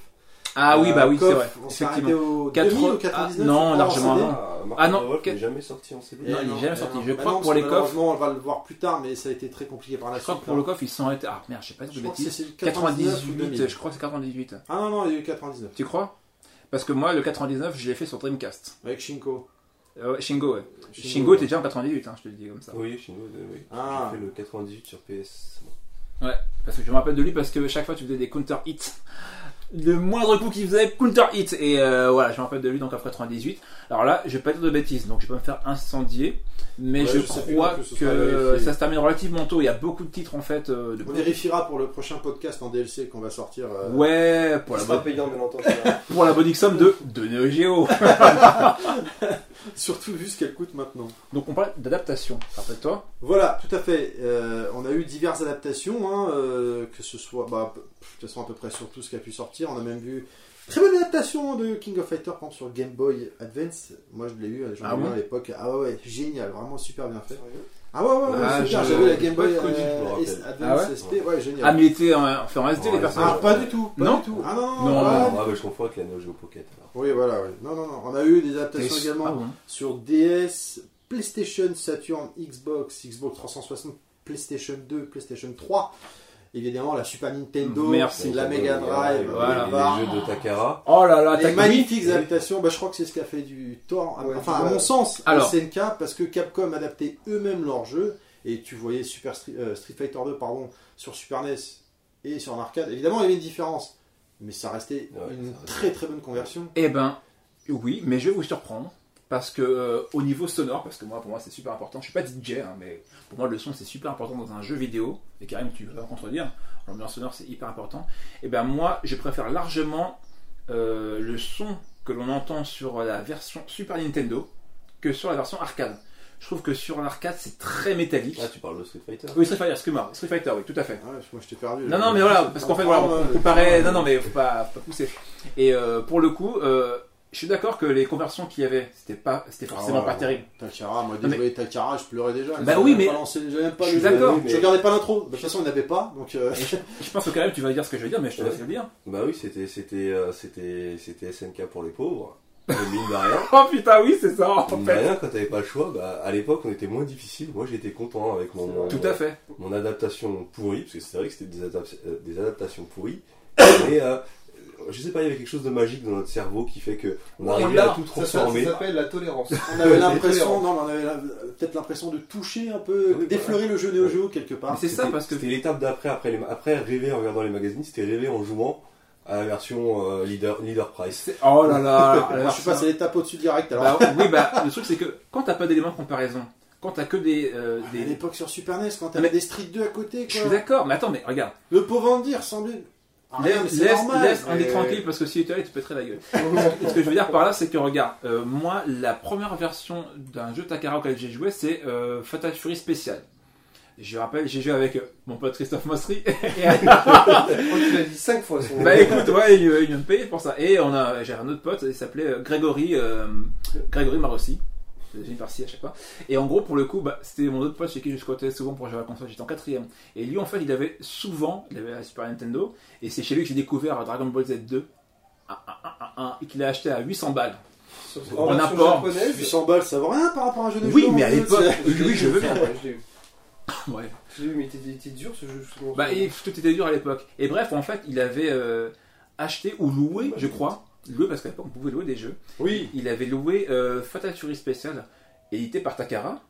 B: Ah oui,
A: Euh,
B: bah oui, c'est
A: Coff,
B: vrai.
A: On s'est
B: Effectivement.
A: arrêté au
B: 80,
A: 2000 ou 99.
B: ah,
A: je
B: non,
A: crois, en
B: largement
A: CD.
B: avant.
C: Ah, Mark
B: Ah
C: of
B: non,
C: the Wolf
B: quel-
C: n'est jamais sorti en CD.
A: Et
B: Non, il est
A: et
B: jamais sorti.
A: non.
B: Je
A: Bah
B: crois
A: non,
B: que pour les
A: parce malheureusement, on va le voir plus tard, mais ça a été très compliqué par la
B: Je crois
A: suite. hein.
B: que pour le coffre, ils sont arrêtés. Ah merde, je sais pas de
A: Ah, Je crois que
B: bêtises.
A: c'est 99 ou
B: 98,
A: 2000.
B: je crois que c'est 98.
A: Ah non, non, il y a eu 99.
B: Tu crois Parce que moi, le 99, je l'ai fait sur Dreamcast.
A: Avec Shinko.
B: Euh, Shingo, ouais. Shingo,
A: ouais.
B: était déjà en 98, hein, je te le dis comme ça.
C: Oui, Shingo, euh, oui.
A: Ah.
C: J'ai fait le 98 sur PS.
B: Parce que je me rappelle de lui parce que chaque fois, tu faisais des counter-hits. Le moindre coup qu'il faisait, counter-hit. Et euh, voilà, je me rappelle de lui donc après 98. Alors là, je vais pas dire de bêtises, donc je vais pas me faire incendier. Mais
A: Ouais,
B: je,
A: je sais plus,
B: crois
A: donc, ce
B: que,
A: sera vérifié.
B: ça se termine relativement tôt. Il y a beaucoup de titres en fait. euh, de...
A: On vérifiera pour le prochain podcast en DLC qu'on va sortir. euh,
B: Ouais, pour
D: Il
B: la,
D: sera
B: bonne,
D: payant, bien entendu. hein.
B: pour la bonne somme de, de Neo Geo.
A: Surtout vu ce qu'elle coûte maintenant.
B: Donc on parle d'adaptation. Rappelle-toi.
A: Voilà, tout à fait. Euh, on a eu diverses adaptations, hein, euh, que ce soit, bah, de toute façon, à peu près sur tout ce qui a pu sortir. On a même vu très bonne adaptation de King of Fighter, par exemple, sur Game Boy Advance. Moi, je l'ai eu, j'en ai
B: Ah
A: eu
B: bon
A: un à l'époque. Ah ouais, ouais, génial, vraiment super bien fait.
D: Sérieux
A: Ah ouais, ouais, ouais, super,
B: Ah, je-
A: j'avais la Game
C: j'ai
A: Boy
C: pas connu, je me
A: euh,
C: rappelle.
A: S-
B: Ah
A: Advance
B: ouais
A: ST, ouais, génial.
B: Ah, mais il était en, enfin, en SD
C: Ouais,
B: les
C: c'est
A: Ah,
B: personnages.
A: pas du tout, pas
B: Non
A: du tout. Ah non, non,
B: Non,
A: ouais.
B: non,
C: Ah, bah, je confonds avec la Neo Geo Pocket. alors.
A: Oui, voilà, oui. Non, non, non. On a eu des
B: T'es-
A: adaptations également
B: Ah bon
A: sur DS, PlayStation, Saturn, Xbox, Xbox 360, PlayStation 2, PlayStation 3. Évidemment, la Super Nintendo,
B: Merci.
A: la
C: Nintendo,
A: Mega Drive,
B: Voilà.
A: les
C: Les, les jeux de Takara.
B: Oh là là,
A: les
B: t'as magnifique.
A: magnifiques adaptations. Bah, je crois que c'est ce qu'a fait du tort, à-
D: Ouais,
A: enfin,
D: tu
A: à
D: vois.
A: mon sens,
B: Alors.
A: Alors. SNK, parce que Capcom adaptait eux-mêmes leurs jeux. Et tu voyais Super Street, euh, Street Fighter 2 pardon, sur Super NES, et sur un arcade. Évidemment, il y avait une différence, mais ça restait
C: Ouais,
A: une
C: ça restait-
A: très très bonne conversion.
B: Eh ben, oui, mais je vais vous surprendre. Parce que euh, au niveau sonore, parce que moi pour moi c'est super important, je suis pas DJ, hein, mais pour moi le son c'est super important dans un jeu vidéo, et Karim tu vas contredire, l'ambiance sonore c'est hyper important, et ben moi je préfère largement euh, le son que l'on entend sur la version Super Nintendo que sur la version arcade. Je trouve que sur l'arcade c'est très métallique.
C: Ah, tu parles de Street Fighter
B: Oui, Street Fighter, excuse-moi, Street Fighter, oui, tout à fait.
A: Ah, moi, je t'ai perdu.
B: Non, non, mais voilà, parce qu'en fait, voilà, on
A: Ouais,
B: comparait.
A: ouais.
B: Non, non, mais faut pas, faut pas pousser. Et euh, pour le coup, euh, je suis d'accord que les conversions qu'il y avait, c'était pas, c'était forcément
A: Ah ouais,
B: pas
A: ouais.
B: terrible.
A: Takara, moi,
B: Non, mais-
A: désolé, Takara, je pleurais déjà.
B: Bah
A: Ils
B: oui,
A: avaient
B: mais-
A: pas lancé- j'avais même pas
B: Je suis
A: le-
B: d'accord.
A: Je regardais pas l'intro. De toute façon, il n'avait pas, donc. euh,
B: Je pense que quand même, tu vas dire ce que je vais dire, mais je te laisse le dire.
C: Bah oui, c'était c'était euh, c'était c'était SNK pour les pauvres. Et mine de rien.
B: Oh putain, oui, c'est ça. En
C: Mine de
B: fait.
C: rien, quand t'avais pas le choix, bah, à l'époque on était moins difficile. Moi j'étais content avec mon, mon,
B: Tout à fait.
C: mon adaptation pourrie, parce que c'est vrai que c'était des, adap- euh, des adaptations pourries. Mais euh, je sais pas, il y avait quelque chose de magique dans notre cerveau qui fait que on
B: On
C: arrivait
B: l'a.
C: à tout
D: Ça, ça- ça
C: transformer.
D: s'appelle la tolérance.
A: On avait
C: Ouais,
A: l'impression,
B: hein.
A: non, mais on avait la- peut-être l'impression de toucher un peu,
C: Oui,
A: d'effleurer le jeu Neo Geo quelque
B: Mais
A: part.
B: c'est ça
C: C'était-
B: parce que.
C: c'était l'étape d'après après les, après rêver en regardant les magazines, c'était rêver en jouant à la version euh, leader leader price.
B: c'est- Oh là là.
A: Alors,
B: alors
A: Ah, je suis passé à l'étape au-dessus direct. Alors,
B: Bah, oui, bah, le truc c'est que quand t'as pas d'éléments de comparaison, quand t'as que des, euh,
A: à
B: des...
A: l'époque sur Super NES, quand t'avais
B: Mais-
A: des Street 2 à côté,
B: Je suis
A: quoi.
B: d'accord, mais attends, mais regarde.
A: Le pauvre Andy ressemblait. à rien, mais
B: Ah, Laisse,
A: c'est
B: laisse,
A: normal.
B: laisse Andy
A: Mais-
B: tranquille parce que si tu allais, tu pèterais la gueule. Ce que je veux dire par là, c'est que regarde, euh, moi, la première version d'un jeu Takara auquel j'ai joué, c'est euh, Fatal Fury Special. Je rappelle, j'ai joué avec euh, mon pote Christophe Mostry. Et,
D: Je crois que tu l'as dit 5 fois. son nom.
B: bah écoute, ouais, il, il me payait pour ça. Et on a, j'avais un autre pote, il s'appelait euh, Grégory, euh, Grégory Marossi. J'ai une partie à chaque fois. Et en gros, pour le coup, bah, c'était mon autre pote chez qui je squattais souvent pour jouer à la console. J'étais en quatrième. Et lui, en fait, il avait souvent, il avait la Super Nintendo. Et c'est chez lui que j'ai découvert Dragon Ball Z 2. Ah, ah, ah, ah, ah, Et qu'il a acheté à 800 balles.
D: En
B: On
D: version
B: apporte.
D: japonaise,
A: 800 balles, ça vaut rien par rapport à un jeu de
B: Oui,
A: jeu,
B: mais
A: en
B: à
A: fait,
B: l'époque-
A: c'est-
B: Oui, oui, je veux bien.
D: Ouais, je l'ai eu.
B: Ouais.
D: Je l'ai eu, mais il était- il était dur ce jeu. je me
B: Bah,
D: souviens.
B: et tout était dur à l'époque. Et bref, en fait, il avait euh, acheté ou loué, je crois. Loué parce qu'à l'époque, on pouvait louer des jeux.
A: Oui.
B: Il avait loué euh, Fatal Fury Special, édité par Takara.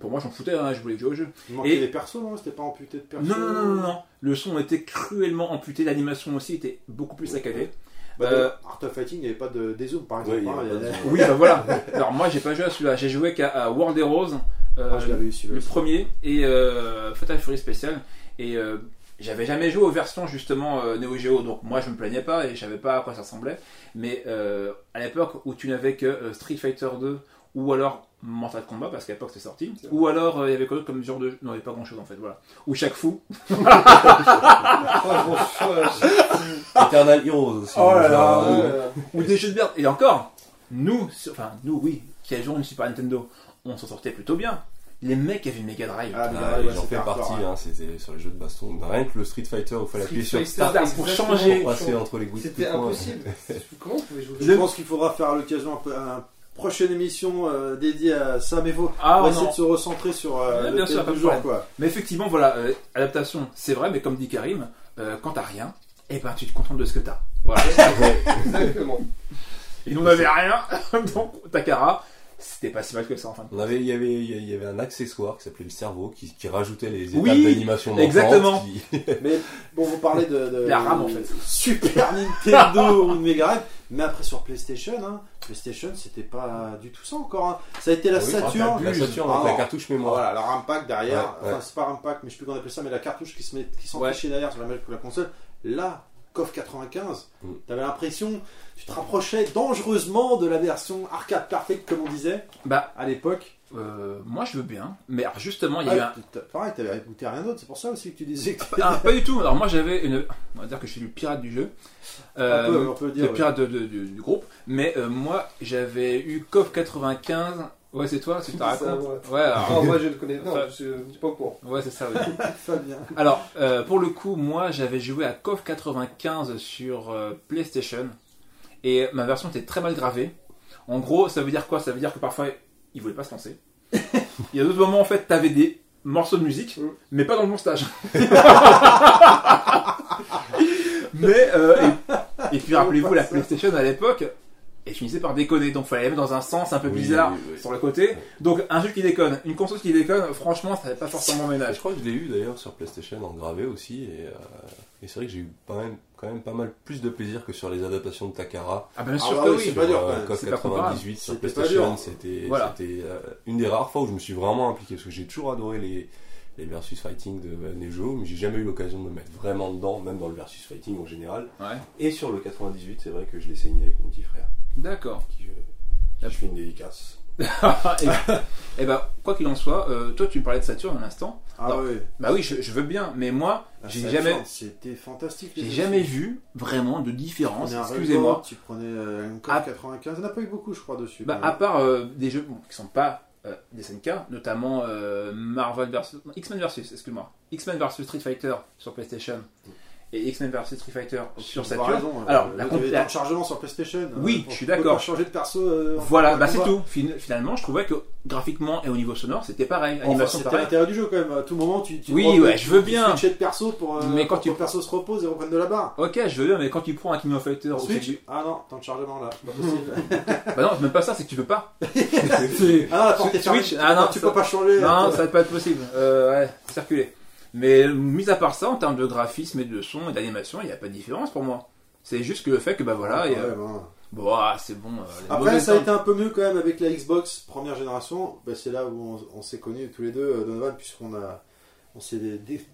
B: Pour moi, j'en foutais, hein, je voulais jouer au jeu.
A: Il manquait
B: Et-
A: des persos, non C'était pas amputé de persos.
B: Non, non, non, non, non. Le son était cruellement amputé, l'animation aussi était beaucoup plus saccadée.
A: Bah,
B: Euh,
A: dans Art of Fighting, il n'y avait pas de dézoom, par exemple.
C: Ouais, il y
A: hein,
C: avait
A: il y
C: pas de
A: avait-
C: zoom.
B: Oui, bah voilà. Alors moi, j'ai pas joué à celui-là. J'ai joué qu'à à World Heroes, euh,
A: Ah, je l'avais eu celui-là.
B: le premier, et euh, Fatal Fury Special. Et euh, j'avais jamais joué aux versions justement euh, Neo Geo, donc moi je me plaignais pas et je savais pas à quoi ça ressemblait. Mais euh, à l'époque où tu n'avais que euh, Street Fighter 2 ou alors Mortal Kombat parce qu'à l'époque c'était sorti, ou alors euh, il y avait quoi d'autre comme genre de non il y avait pas grand chose en fait voilà, ou chaque fou.
D: Oh, bon, je-
C: Eternal Heroes aussi.
B: Oh là
C: genre,
A: Ah,
B: là,
C: euh,
D: Euh,
B: ou des jeux de merde. Et encore, nous, sur- enfin nous, oui, qui avions une Super Nintendo, on s'en sortait plutôt bien. Les mecs avaient une Mega Drive.
A: Ah, mais
C: Ah,
A: ouais,
C: j'en
A: c'était
C: fais
A: hardcore,
C: partie,
A: hein.
C: hein, c'était sur les jeux de baston. Rien que le Street Fighter, où il
D: Street
C: fallait appuyer sur
D: Fighter,
C: Start
B: pour
D: exactement.
B: changer.
C: pour passer entre les boutons.
D: C'était impossible. Comment on pouvait jouer au
A: Je
D: jeu
A: pense qu'il faudra faire à l'occasion un peu- un- prochaine émission euh, dédiée à ça, mais faut
B: Ah,
A: on va
B: non.
A: essayer de se recentrer sur euh,
B: Ouais,
A: le
B: bien
A: thème
B: sûr, pas
A: du
B: de
A: jour,
B: problème.
A: quoi.
B: Mais effectivement, voilà, euh, adaptation, c'est vrai, mais comme dit Karim, euh, quand t'as rien, eh ben tu te contentes de ce que t'as. Voilà.
D: Exactement.
B: Et nous on avait rien, donc Takara, c'était pas si mal que ça en fin de compte.
C: On avait, il y avait, il y avait un accessoire qui s'appelait le cerveau qui, qui rajoutait les étapes
B: Oui,
C: d'animation manquantes,
B: exactement.
C: qui-
A: Mais bon, vous parlez de, de-
B: La RAM, en fait.
A: Super Nintendo ou de Mega Drive, mais après sur PlayStation, hein, PlayStation, c'était pas du tout ça encore. hein. Ça a été la
C: Ah oui,
A: Saturn.
C: La Saturn avec
A: Ah,
C: la
A: non.
C: cartouche
A: Ah,
B: Oh
C: mémoire.
A: Voilà, leur impact
C: Ouais,
A: derrière,
C: ouais.
A: enfin c'est pas impact, mais je sais plus comment on appelle ça, mais la cartouche qui se met, qui
B: Ouais.
A: s'enfichait derrière sur la, la console. Là, CoF 95,
C: Mm.
A: t'avais l'impression, tu te rapprochais dangereusement de la version arcade perfect comme on disait
B: Bah,
A: à l'époque.
B: euh, moi je veux bien, mais alors justement, il y a eu un.
A: Ah, t'as- Pareil, t'avais goûté à rien d'autre, c'est pour ça aussi que tu disais que t'étais
B: Ah, pas du tout, alors moi j'avais une. On va dire que je suis le pirate du jeu.
A: un
B: Euh,
A: peu, on peut le dire.
B: le pirate de- de- du- du groupe, mais euh, moi j'avais eu COV 95. Ouais, c'est toi, c'est
D: C'est
B: ta
D: ça,
B: raconte.
D: ouais.
B: Ouais, alors,
D: Non, moi je le connais. Non,
B: Enfin-
D: je je suis pas au courant.
B: ouais, c'est ça. ouais.
A: ouais. Fabien.
B: Alors, euh, pour le coup, moi, j'avais joué à KOF 95 sur euh, PlayStation et ma version était très mal gravée. En gros, ça veut dire quoi Ça veut dire que parfois, ils voulaient pas se lancer. Il y a d'autres moments, en fait, t'avais des morceaux de musique,
D: Mm.
B: mais pas dans le bon stage. mais, euh, et, et puis rappelez-vous, la PlayStation à l'époque, Et je finissais par déconner, donc fallait aller dans un sens un peu
C: Oui,
B: bizarre
C: oui, oui.
B: sur le côté. Donc un jeu qui déconne, une console qui déconne, franchement, ça fait pas forcément
C: Ah,
B: ménage.
C: je crois que je l'ai eu d'ailleurs sur PlayStation en gravé aussi. Et, euh, et c'est vrai que j'ai eu quand même, quand même pas mal plus de plaisir que sur les adaptations de Takara.
B: Ah ben
F: Ah
B: sûr
F: bah
B: que
F: oui,
B: oui.
F: c'est pas dur, quand
C: euh,
F: même.
C: CoS
B: C'est pas comparable.
C: 98 sur
F: C'était pas
C: PlayStation.
F: dur.
C: C'était
B: Voilà.
C: c'était, euh, une des rares fois où je me suis vraiment impliqué parce que j'ai toujours adoré les, les versus fighting de Nejo, mais j'ai jamais eu l'occasion de me mettre vraiment dedans, même dans le versus fighting en général.
B: Ouais.
C: Et sur le 98, c'est vrai que je l'ai saigné avec mon petit frère,
B: D'accord. Eh
C: qui, euh,
B: La
C: qui je fais une dédicace.
B: et, et bah, quoi qu'il en soit, euh, toi tu me parlais de Saturne à l'instant.
A: Ah
B: Alors,
A: oui.
B: Bah oui, je, je veux bien, mais moi,
A: Ah,
B: j'ai
A: ça,
B: jamais,
A: genre, C'était fantastique. les
B: j'ai
A: deux
B: jamais
A: films.
B: vu vraiment de différence.
A: Tu prenais un
B: Excusez-moi.
A: Record, Tu prenais euh, un
B: Ah.
A: Encore 95. On n'a pas eu beaucoup, je crois, dessus.
B: Bah, à part euh, des jeux bon, qui sont pas euh, des SNK, notamment euh, Marvel versus non, X-Men versus, excuse-moi, X-Men versus Street Fighter sur PlayStation et X-Men versus Street Fighter sur Saturn.
A: hein.
B: Alors, la
A: compétence
B: compla-
A: de chargement sur PlayStation.
B: Oui,
A: euh, pour-
B: je suis d'accord.
A: pour changer de perso. euh,
B: Voilà,
A: en-
B: bah
A: en
B: c'est
A: combat.
B: tout. Fin- Finalement, je trouvais que graphiquement et au niveau sonore, c'était pareil,
A: Enfin,
B: animation
A: c'était
B: pareil.
A: l'intérêt du jeu quand même. À tout moment, tu. tu
B: Oui,
A: prends-
B: ouais,
A: tu-
B: je veux
A: tu
B: bien.
A: switchais de perso pour. euh,
B: Mais quand
A: pour
B: tu-
A: ton perso se repose et reprenne de la barre.
B: Ok, je veux bien, mais quand tu prends un King of Fighters, ou que
A: Switch.
B: tu-
A: Ah non, temps de chargement là, c'est pas possible.
B: bah non, c'est même pas ça, c'est que tu peux pas. C'est-
A: ah non, la porte est fermée.
B: Switch, ah non,
A: tu
B: ça-
A: peux pas changer.
B: Non, ça va pas être possible. Euh, ouais, circuler. Mais mis à part ça, en termes de graphisme et de son et d'animation, il n'y a pas de différence pour moi. C'est juste que le fait que, bah voilà,
A: Ah,
B: il y a-
A: ouais, ben.
B: bon, ah, c'est bon. euh, les
A: Après,
B: mauvais
A: ça a
B: temps.
A: été un peu mieux quand même avec la Xbox première génération. Bah, c'est là où on, on s'est connus tous les deux, euh, Donovan, puisqu'on a, on s'est dé- dé-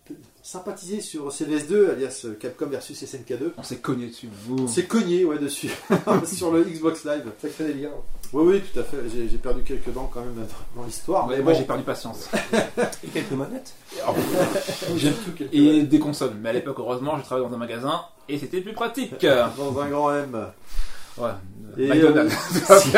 A: sympathisé sur CVS2, alias euh, Capcom versus SNK2.
B: On s'est cogné dessus.
A: On s'est cogné ouais, dessus, sur le Xbox Live.
D: Ça crée des liens.
A: Oui, oui, tout à fait. J'ai j'ai perdu quelques dents quand même dans l'histoire.
B: Ouais,
A: mais
B: moi
A: bon.
B: j'ai perdu patience.
C: Et quelques manettes
B: J'ai- et des consoles. Mais à l'époque, heureusement, je travaillais dans un magasin et c'était plus pratique. Ouais.
A: Dans un grand M.
B: euh,
A: Et, euh,
B: McDonald's.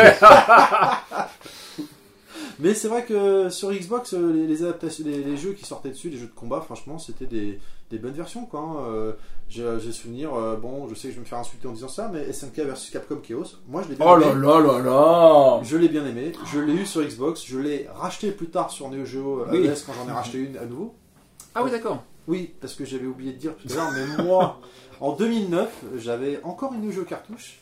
A: Mais c'est vrai que sur Xbox, euh, les, les adaptations, les, les jeux qui sortaient dessus, les jeux de combat, franchement, c'était des, des bonnes versions. quoi, hein. Euh, J'ai j'ai souvenir, euh, bon, je sais que je vais me faire insulter en disant ça, mais SNK versus Capcom Chaos, moi je l'ai bien
B: oh
A: aimé.
B: là là là là
A: Je l'ai bien aimé, je l'ai eu sur Xbox, je l'ai racheté plus tard sur Neo Geo
B: Oui.
A: AES quand j'en ai racheté une à nouveau.
B: Ah oui, d'accord.
A: Oui, parce que j'avais oublié de dire tout à l'heure, mais moi, en 2009, j'avais encore une jeu cartouche.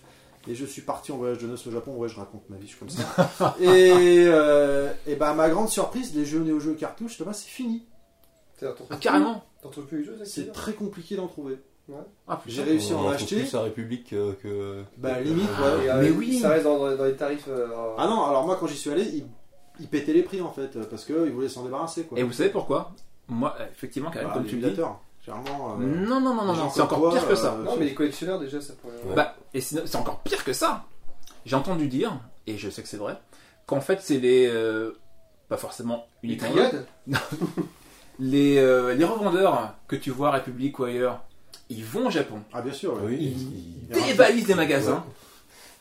A: Et je suis parti en voyage de noces au Japon. Ouais, je raconte ma vie, je suis comme ça. et, euh, et bah, à ma grande surprise, les jeux néo-jeux cartouche, Thomas, c'est fini.
D: T'as- T'en
B: Ah,
D: trouves
B: carrément.
D: plus- t'en trouves plus les jeux, ça
A: C'est
D: c'est
A: très compliqué d'en trouver.
B: Ah, putain.
A: J'ai réussi à en
C: trouve
A: acheter.
C: plus à République euh, que.
A: Bah,
C: que-
A: limite,
C: euh,
A: ouais.
B: Mais oui.
D: Ça reste dans, dans- dans les tarifs. euh,
A: Ah non, alors moi, quand j'y suis allé, ils, ils pétaient les prix en fait, euh, parce qu'ils voulaient s'en débarrasser quoi.
B: Et vous savez pourquoi Moi, effectivement, Karim,
A: Bah,
B: comme
A: les
B: tu le dis. Mm.
A: émulateurs, Généralement. euh,
B: Non, non, non, non,
A: les gens
B: non, c'est
A: comme
B: encore
A: toi,
B: pire que ça.
A: euh,
D: Non, mais les collectionneurs, déjà, ça pourrait. euh,
C: Ouais.
B: Bah, et sinon- c'est encore pire que ça. J'ai entendu dire, et je sais que c'est vrai, qu'en fait, c'est les. euh, pas forcément
D: Les
B: uniquement. eux,
D: triades
B: Les, euh, les revendeurs que tu vois à République ou ailleurs, ils vont au Japon,
A: Ah, bien sûr.
C: Oui,
A: Il-
C: il-
A: il y a-
B: dévalisent des magasins,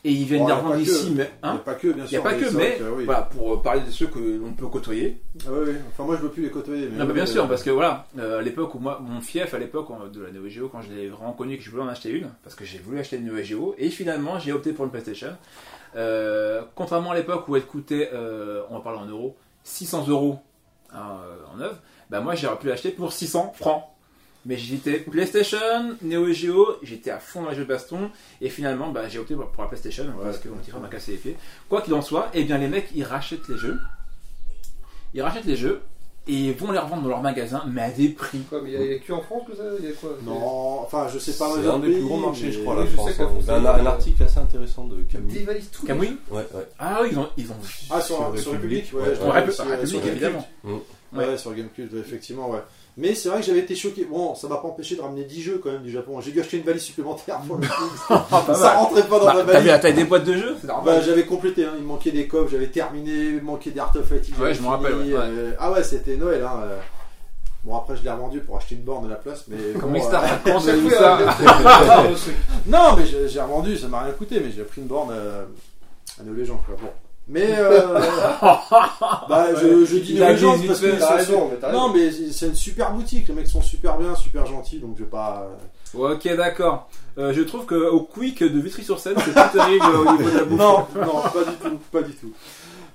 B: et ils viennent
A: Bon,
B: les
A: y a
B: revendre
A: pas que.
B: ici, mais.
A: Il n'y a
B: Hein
A: pas que, bien
B: il n'y a
A: sûr.
B: pas que,
A: c'est
B: mais
A: vrai oui.
B: voilà, pour euh, parler de ceux que l'on peut côtoyer.
A: Ah, oui, oui. Enfin, moi, je veux plus les côtoyer. mais
B: Non, bah,
A: oui,
B: bien
A: euh,
B: sûr, parce que voilà, euh, à l'époque où moi, mon fief à l'époque euh, de la Neo Geo, quand je l'ai vraiment connu et que je voulais en acheter une, parce que j'ai voulu acheter une Neo Geo, et finalement j'ai opté pour une PlayStation. Euh, contrairement à l'époque où elle coûtait, euh, on va parler en euros, 600 euros hein, euh, en neuf, bah moi j'aurais pu l'acheter pour 600 francs. Mais j'étais PlayStation, Neo Geo, j'étais à fond dans les jeux de baston, et finalement bah, j'ai opté pour, pour la PlayStation hein, parce que mon petit frère m'a cassé les pieds. Quoi qu'il en soit, eh bien les mecs ils rachètent les jeux, ils rachètent les jeux et ils vont les revendre dans leur magasin, mais à des prix.
D: Quoi, mais il y a- il y a que en France que ça Il y a quoi
A: Non, enfin, je sais
C: C'est
A: pas. mais
C: un
A: dans
C: des
A: le
C: plus gros
A: pays,
C: marchés,
A: mais-
C: je crois,
D: Oui,
C: la
D: je sais
C: France.
D: que la
C: hein.
D: France,
C: Il y a un,
D: euh,
C: un article assez intéressant de
D: Ils
C: Camus.
D: dévalisent tout.
B: Camouille
C: Ouais, ouais.
B: Ah oui, ils ont, ils ont
A: Ah, sur,
C: Sur
A: sur,
C: République.
A: République, ouais.
C: Ouais,
A: je
C: sur
A: l'avais
B: Répu-
A: aussi,
B: ah,
A: ouais,
B: République,
A: sur Gamecube.
B: évidemment.
A: Ouais,
B: Ouais.
A: sur Gamecube, effectivement, ouais. Mais c'est vrai que j'avais été choqué. Bon, ça m'a pas empêché de ramener 10 jeux quand même du Japon. J'ai dû acheter une valise supplémentaire pour le coup. ça rentrait pas dans
B: Bah,
A: ma
B: T'as vu
A: valise.
B: la taille des boîtes de jeux C'est normal.
A: Bah, j'avais complété, hein. il me manquait des coffres, j'avais terminé, il me manquait des Art of Fighting,
B: Ouais,
A: j'avais
B: je m'en rappelle,
A: fini,
B: ouais, ouais.
A: euh, Ah ouais, c'était Noël. Hein. euh. Bon, après, je l'ai revendu pour acheter une borne à la place. Mais
B: Comment
A: bon,
B: ils se
A: euh,
B: tarent Comment j'ai
D: Chaque
B: vu
D: fois,
B: ça
D: euh, c'est-
A: Non, mais j'ai j'ai revendu, ça m'a rien coûté, mais j'ai pris une borne euh, à Neo Legends, quoi. Bon. Mais euh, bah, je, je dis
B: Il
A: Neo
B: a
A: Legends
B: dit
A: parce
B: vite
A: que
B: fait,
D: T'as
A: c'est-
D: raison, mais t'as raison.
A: non, mais c'est une super boutique, les mecs sont super bien, super gentils, donc je vais pas.
B: Ok, d'accord. Euh, je trouve qu'au quick de Vitry-sur-Seine, c'est pas terrible euh, au niveau de la bouffe.
A: Non, non, pas du tout, pas du tout.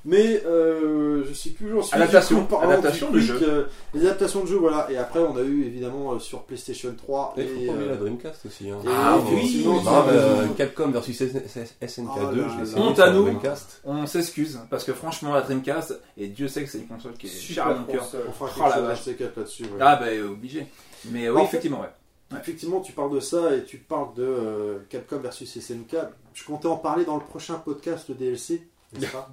A: Mais euh, je sais plus où j'en suis.
B: Adaptation,
A: Du coup, parlant
B: adaptation
A: du
B: de
A: Quick, euh, les adaptations de jeux, voilà. Et après, on a eu évidemment euh, sur PlayStation 3
C: Et
A: et.
C: faut pas oublier
A: euh,
C: la Dreamcast aussi. Hein.
A: et Ah
B: oui, oui,
C: Non,
B: oui,
C: bah,
A: oui.
C: euh, Capcom versus SNK2,
A: Oh là
C: je
A: là.
C: l'ai essayé
B: Honte
C: sur
B: à nous.
C: Dreamcast.
B: On s'excuse, parce que franchement, la Dreamcast, et Dieu sait que c'est une console qui est chère à mon cœur.
A: on fera
B: Oh
A: quelque
B: la
A: chose
B: vache.
A: HT4 là-dessus. ouais.
B: Ah, bah, euh, obligé. Mais oui,
A: En fait-
B: effectivement, ouais. Ouais.
A: Effectivement, tu parles de ça et tu parles de euh, Capcom versus SNK. Je comptais en parler dans le prochain podcast DLC. n'est-ce pas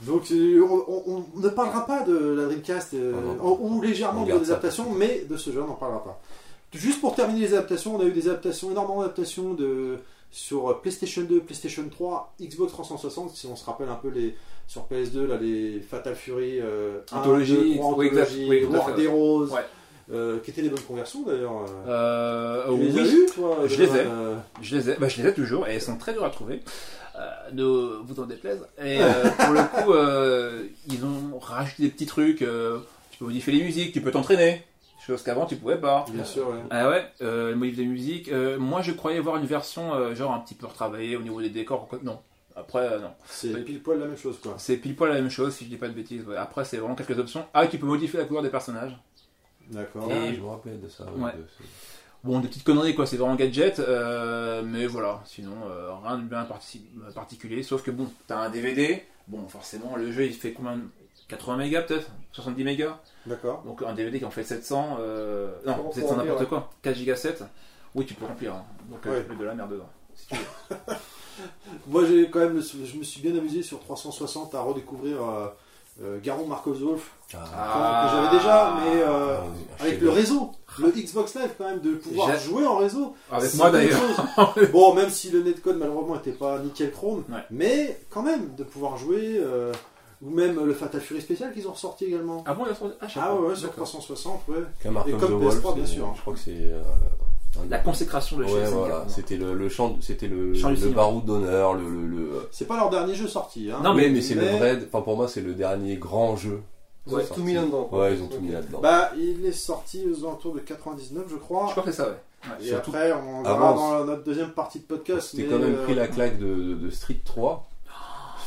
A: Donc, euh, on, on- on ne parlera pas de la Dreamcast euh,
C: Ah non.
A: en- ou légèrement
C: On
A: de
C: garde
A: des
C: ça.
A: adaptations, mais de ce jeu, on n'en parlera pas. Juste pour terminer les adaptations, on a eu des adaptations, énormément d'adaptations de, sur euh, PlayStation 2, PlayStation 3, Xbox 360. Si on se rappelle un peu les, sur PS2, là, les Fatal Fury, euh, un,
B: Anthologie,
A: deux, trois,
B: oui, exact,
A: Anthologie,
B: oui, tout à
A: War
B: fait,
A: des Roses,
B: Ouais.
A: euh, qui étaient des bonnes conversions d'ailleurs. euh.
B: Euh,
A: Tu les as
B: oui,
A: eus, toi,
B: Je les ai.
A: Donovan, euh,
B: Je les ai, bah, je les ai toujours et elles sont très dures à trouver. Euh, ne vous en déplaise. Et euh, pour le coup, euh, ils ont rajouté des petits trucs. euh, tu peux modifier les musiques, tu peux t'entraîner. Chose qu'avant tu pouvais pas.
A: Bien sûr, ouais.
B: Ah ouais, euh, le modif de musique. euh, moi je croyais voir une version euh, genre un petit peu retravaillée au niveau des décors. ou quoi- Non. Après, euh, non.
A: C'est pile poil la même chose, quoi.
B: C'est pile poil la même chose si je dis pas de bêtises. ouais. Après, c'est vraiment quelques options. Ah, tu peux modifier la couleur des personnages.
A: D'accord.
B: Et-
C: Ah, je me rappelais de ça.
B: Ouais.
C: de-
B: Bon, des petites conneries quoi, c'est vraiment gadget, euh, mais voilà, sinon euh, rien de bien parti- particulier, sauf que bon, t'as un DVD, bon forcément le jeu il fait combien de- 80 mégas peut-être 70 mégas
A: D'accord.
B: Donc un DVD qui en fait 700, euh,
D: Pour-
B: non
D: pour
B: 700 n'importe
D: remplir,
B: quoi, 4 gigas 7, oui tu peux remplir, hein. donc euh,
A: Ouais.
B: tu mets de la merde dedans. si tu veux.
A: Moi, j'ai quand même, le sou- je me suis bien amusé sur 360 à redécouvrir euh, euh, Garon Markozolf,
C: Ah,
B: Ah.
A: que j'avais déjà, mais euh,
C: ah,
A: avec
C: je
A: le
C: sais
A: réseau, le Xbox Live quand même, de pouvoir
B: J'ai-
A: jouer en réseau.
B: Avec
A: c'est
B: moi
A: quelque
B: d'ailleurs,
A: chose. bon, même si le netcode malheureusement n'était pas nickel chrome,
B: Ouais.
A: mais quand même de pouvoir jouer, euh, ou même le Fatal Fury spécial qu'ils ont ressorti également.
B: avant il y a sorti- ah, je sais
A: Ah
B: pas.
A: ouais, ouais, sur
B: D'accord.
A: 360, ouais.
C: pas. Comme Arkham
A: et comme
C: The
A: PS3,
C: Wolf,
A: bien
C: c'est-
A: sûr. hein.
C: Je crois que c'est. euh, un
B: la
C: des-
B: consécration de chez
C: Ouais,
B: SNK,
C: voilà.
B: pour moi.
C: C'était le, le champ, c'était le,
B: Champ du
C: le
B: cinéma.
C: baroud d'honneur, le. le, le-
A: C'est pas leur dernier jeu sorti. Hein.
B: Non, mais-
C: Oui, mais c'est le
A: mais-
C: vrai. Enfin, pour moi, c'est le dernier grand jeu.
D: euh, Ils ont tout mis là-dedans. quoi.
C: Ouais, ils ont tout mis là-dedans.
A: Bah, il est sorti aux alentours de 99, je
B: Je
A: crois.
B: crois que c'est ça, ouais.
A: Et
C: Surtout-
A: après, on verra
C: Avance.
A: dans notre deuxième partie de podcast.
C: C'était
A: mais,
C: quand même
A: euh,
C: pris la claque de, de- de Street 3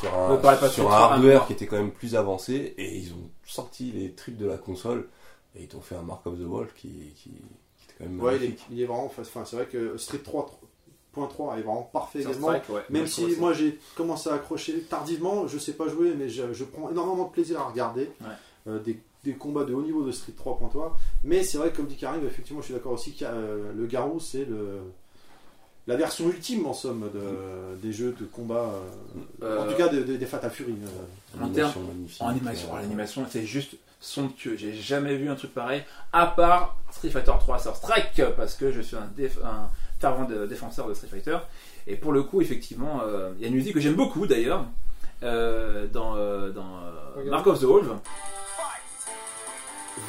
C: sur un,
B: On parlait pas de Street
C: sur un
B: 3,
C: hardware qui était quand même plus avancé et ils ont sorti les tripes de la console et ils t'ont fait un Mark of the Wolf qui, qui, qui était quand même
A: Ouais, il est,
C: magnifique.
A: il est vraiment. Enfin, c'est vrai que Street 3.3 est vraiment parfait
B: Sur
A: également.
B: Strike, ouais.
A: Même
B: Ouais, je
A: si
B: crois que c'est-
A: moi j'ai commencé à accrocher tardivement, je sais pas jouer, mais je, je prends énormément de plaisir à regarder
B: Ouais.
A: euh, des, des combats de haut niveau de Street 3.3. Mais c'est vrai que comme dit Karim, effectivement, je suis d'accord aussi que euh, le Garou, c'est le la version ultime en somme de- des jeux de combat, euh, en
B: Euh,
A: tout cas des, des- des Fatal Fury. euh.
B: En
C: Animation magnifique.
B: En animation,
C: Euh,
B: l'animation, c'est juste somptueux. J'ai jamais vu un truc pareil, à part Street Fighter 3 sur Strike, parce que je suis un, déf- un fervent de- défenseur de Street Fighter. Et pour le coup, effectivement, euh, il y a une musique que j'aime beaucoup d'ailleurs, euh, dans, euh, dans euh,
D: Regarde.
B: Mark of the Wolf.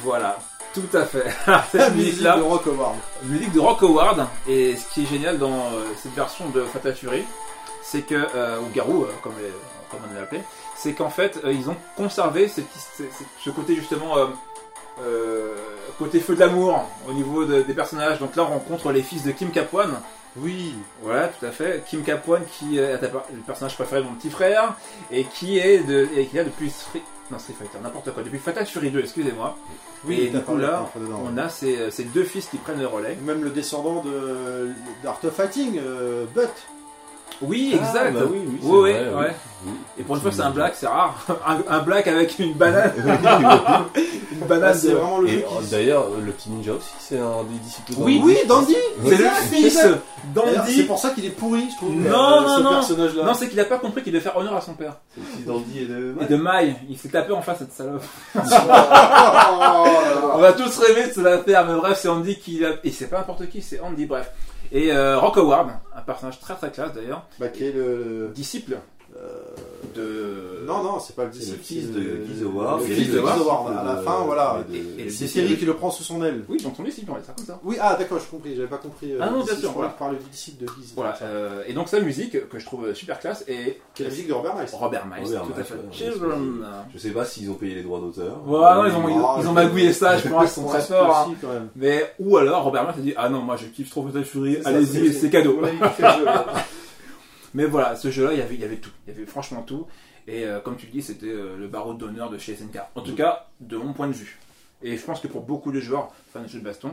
B: Voilà, tout à fait.
A: La
B: Cette
A: musique
B: musique-là,
A: de Rock Howard.
B: musique de Rock Howard. Et ce qui est génial dans euh, cette version de Fatal Fury, c'est que, euh, ou Garou, euh, comme, euh, comme on l'appelait, c'est qu'en fait, euh, ils ont conservé ce, qui- ce- ce- ce côté justement. euh, euh, côté feu de l'amour au niveau de- des personnages donc là on rencontre les fils de Kim Capone
C: Oui,
B: voilà, tout à fait. Kim Capone, qui est ta- le personnage préféré de mon petit frère, et qui est de, et qui est là depuis Street, non, Street Fighter, n'importe quoi, depuis Fatal Fury 2, excusez-moi. et
A: t'as
B: du coup
A: parlé
B: là,
A: de- dedans, ouais.
B: on a ces, ces deux fils qui prennent le relais.
A: Même le descendant de d'Art of Fighting, euh, Butt.
B: Oui,
C: Ah,
B: exact.
C: bah oui, oui, c'est
B: oui,
C: vrai,
B: ouais.
C: oui.
B: Et pour une fois, c'est un black, c'est rare. Un, un black avec une banane, une
A: Là,
B: banane.
A: Bah, c'est
B: de-
A: vraiment le
C: Et
A: jeu
C: euh,
A: qui-
C: d'ailleurs, le petit ninja aussi, c'est un des disciples.
B: Oui,
A: Oui, Dandy
B: C'est le
A: Exact,
B: fils
A: exact. D'ailleurs, C'est
B: d'Andy.
A: pour ça qu'il est pourri, je trouve. euh,
B: Non, non,
A: ce
B: non.
A: personnage-là.
B: Non, c'est qu'il a pas compris qu'il devait faire honneur à son père.
C: C'est le fils d'Andy et de.
B: Et de Mai, il s'est tapé en face cette salope.
A: Oh,
C: Ah.
B: On va tous rêver de se la faire, mais bref, c'est Andy qui l'a- Et c'est pas n'importe qui, c'est Andy, bref. Et euh, Rock Howard, un personnage très très classe d'ailleurs,
A: bah, qui est le.
B: disciple de.
A: Non, non, c'est pas le
C: C'est le
A: disciple,
C: fils
A: c'est le- euh,
C: de Guy Howard. Euh,
A: Le
B: Guy
A: fils de Guy
B: Howard.
A: Howard, à la fin, voilà.
C: Et de-
B: Et- et-
A: C'est Thierry qui le prend sous son aile.
B: Oui, j'ai entendu si, ça comme ça.
A: Oui, ah, d'accord, j'ai compris, j'avais pas compris. euh,
B: Ah non, bien
A: disciple,
B: sûr,
A: je croyais
B: voilà.
A: que tu parlais du disciple de Guise.
B: Voilà, euh, et donc sa musique que je trouve super classe et
A: Qui est la musique de Robert Nice.
B: Robert Miles,
C: Robert
B: tout à
C: Miles,
B: fait.
C: ouais, ouais,
B: Children.
C: Je sais pas s'ils ont payé les droits d'auteur.
B: Voilà, ils
C: Euh,
B: ont, ils ont- ils
A: Ah,
B: ont magouillé ça, je pense, ils sont très forts. hein.
A: Aussi, quand même.
B: Mais, ou alors Robert Miles a dit Ah non, moi je kiffe trop Fatal Fury,
D: C'est ça,
B: allez-y,
D: c'est-
B: c'est cadeau.
D: On a eu le jeu, là.
B: Mais voilà, ce jeu-là, il y avait- il y avait tout. Il y avait franchement tout. Et euh, comme tu le dis, c'était euh, le barreau d'honneur de chez SNK. En tout cas, de mon point de vue. Et je pense que pour beaucoup de joueurs fans de jeux de baston,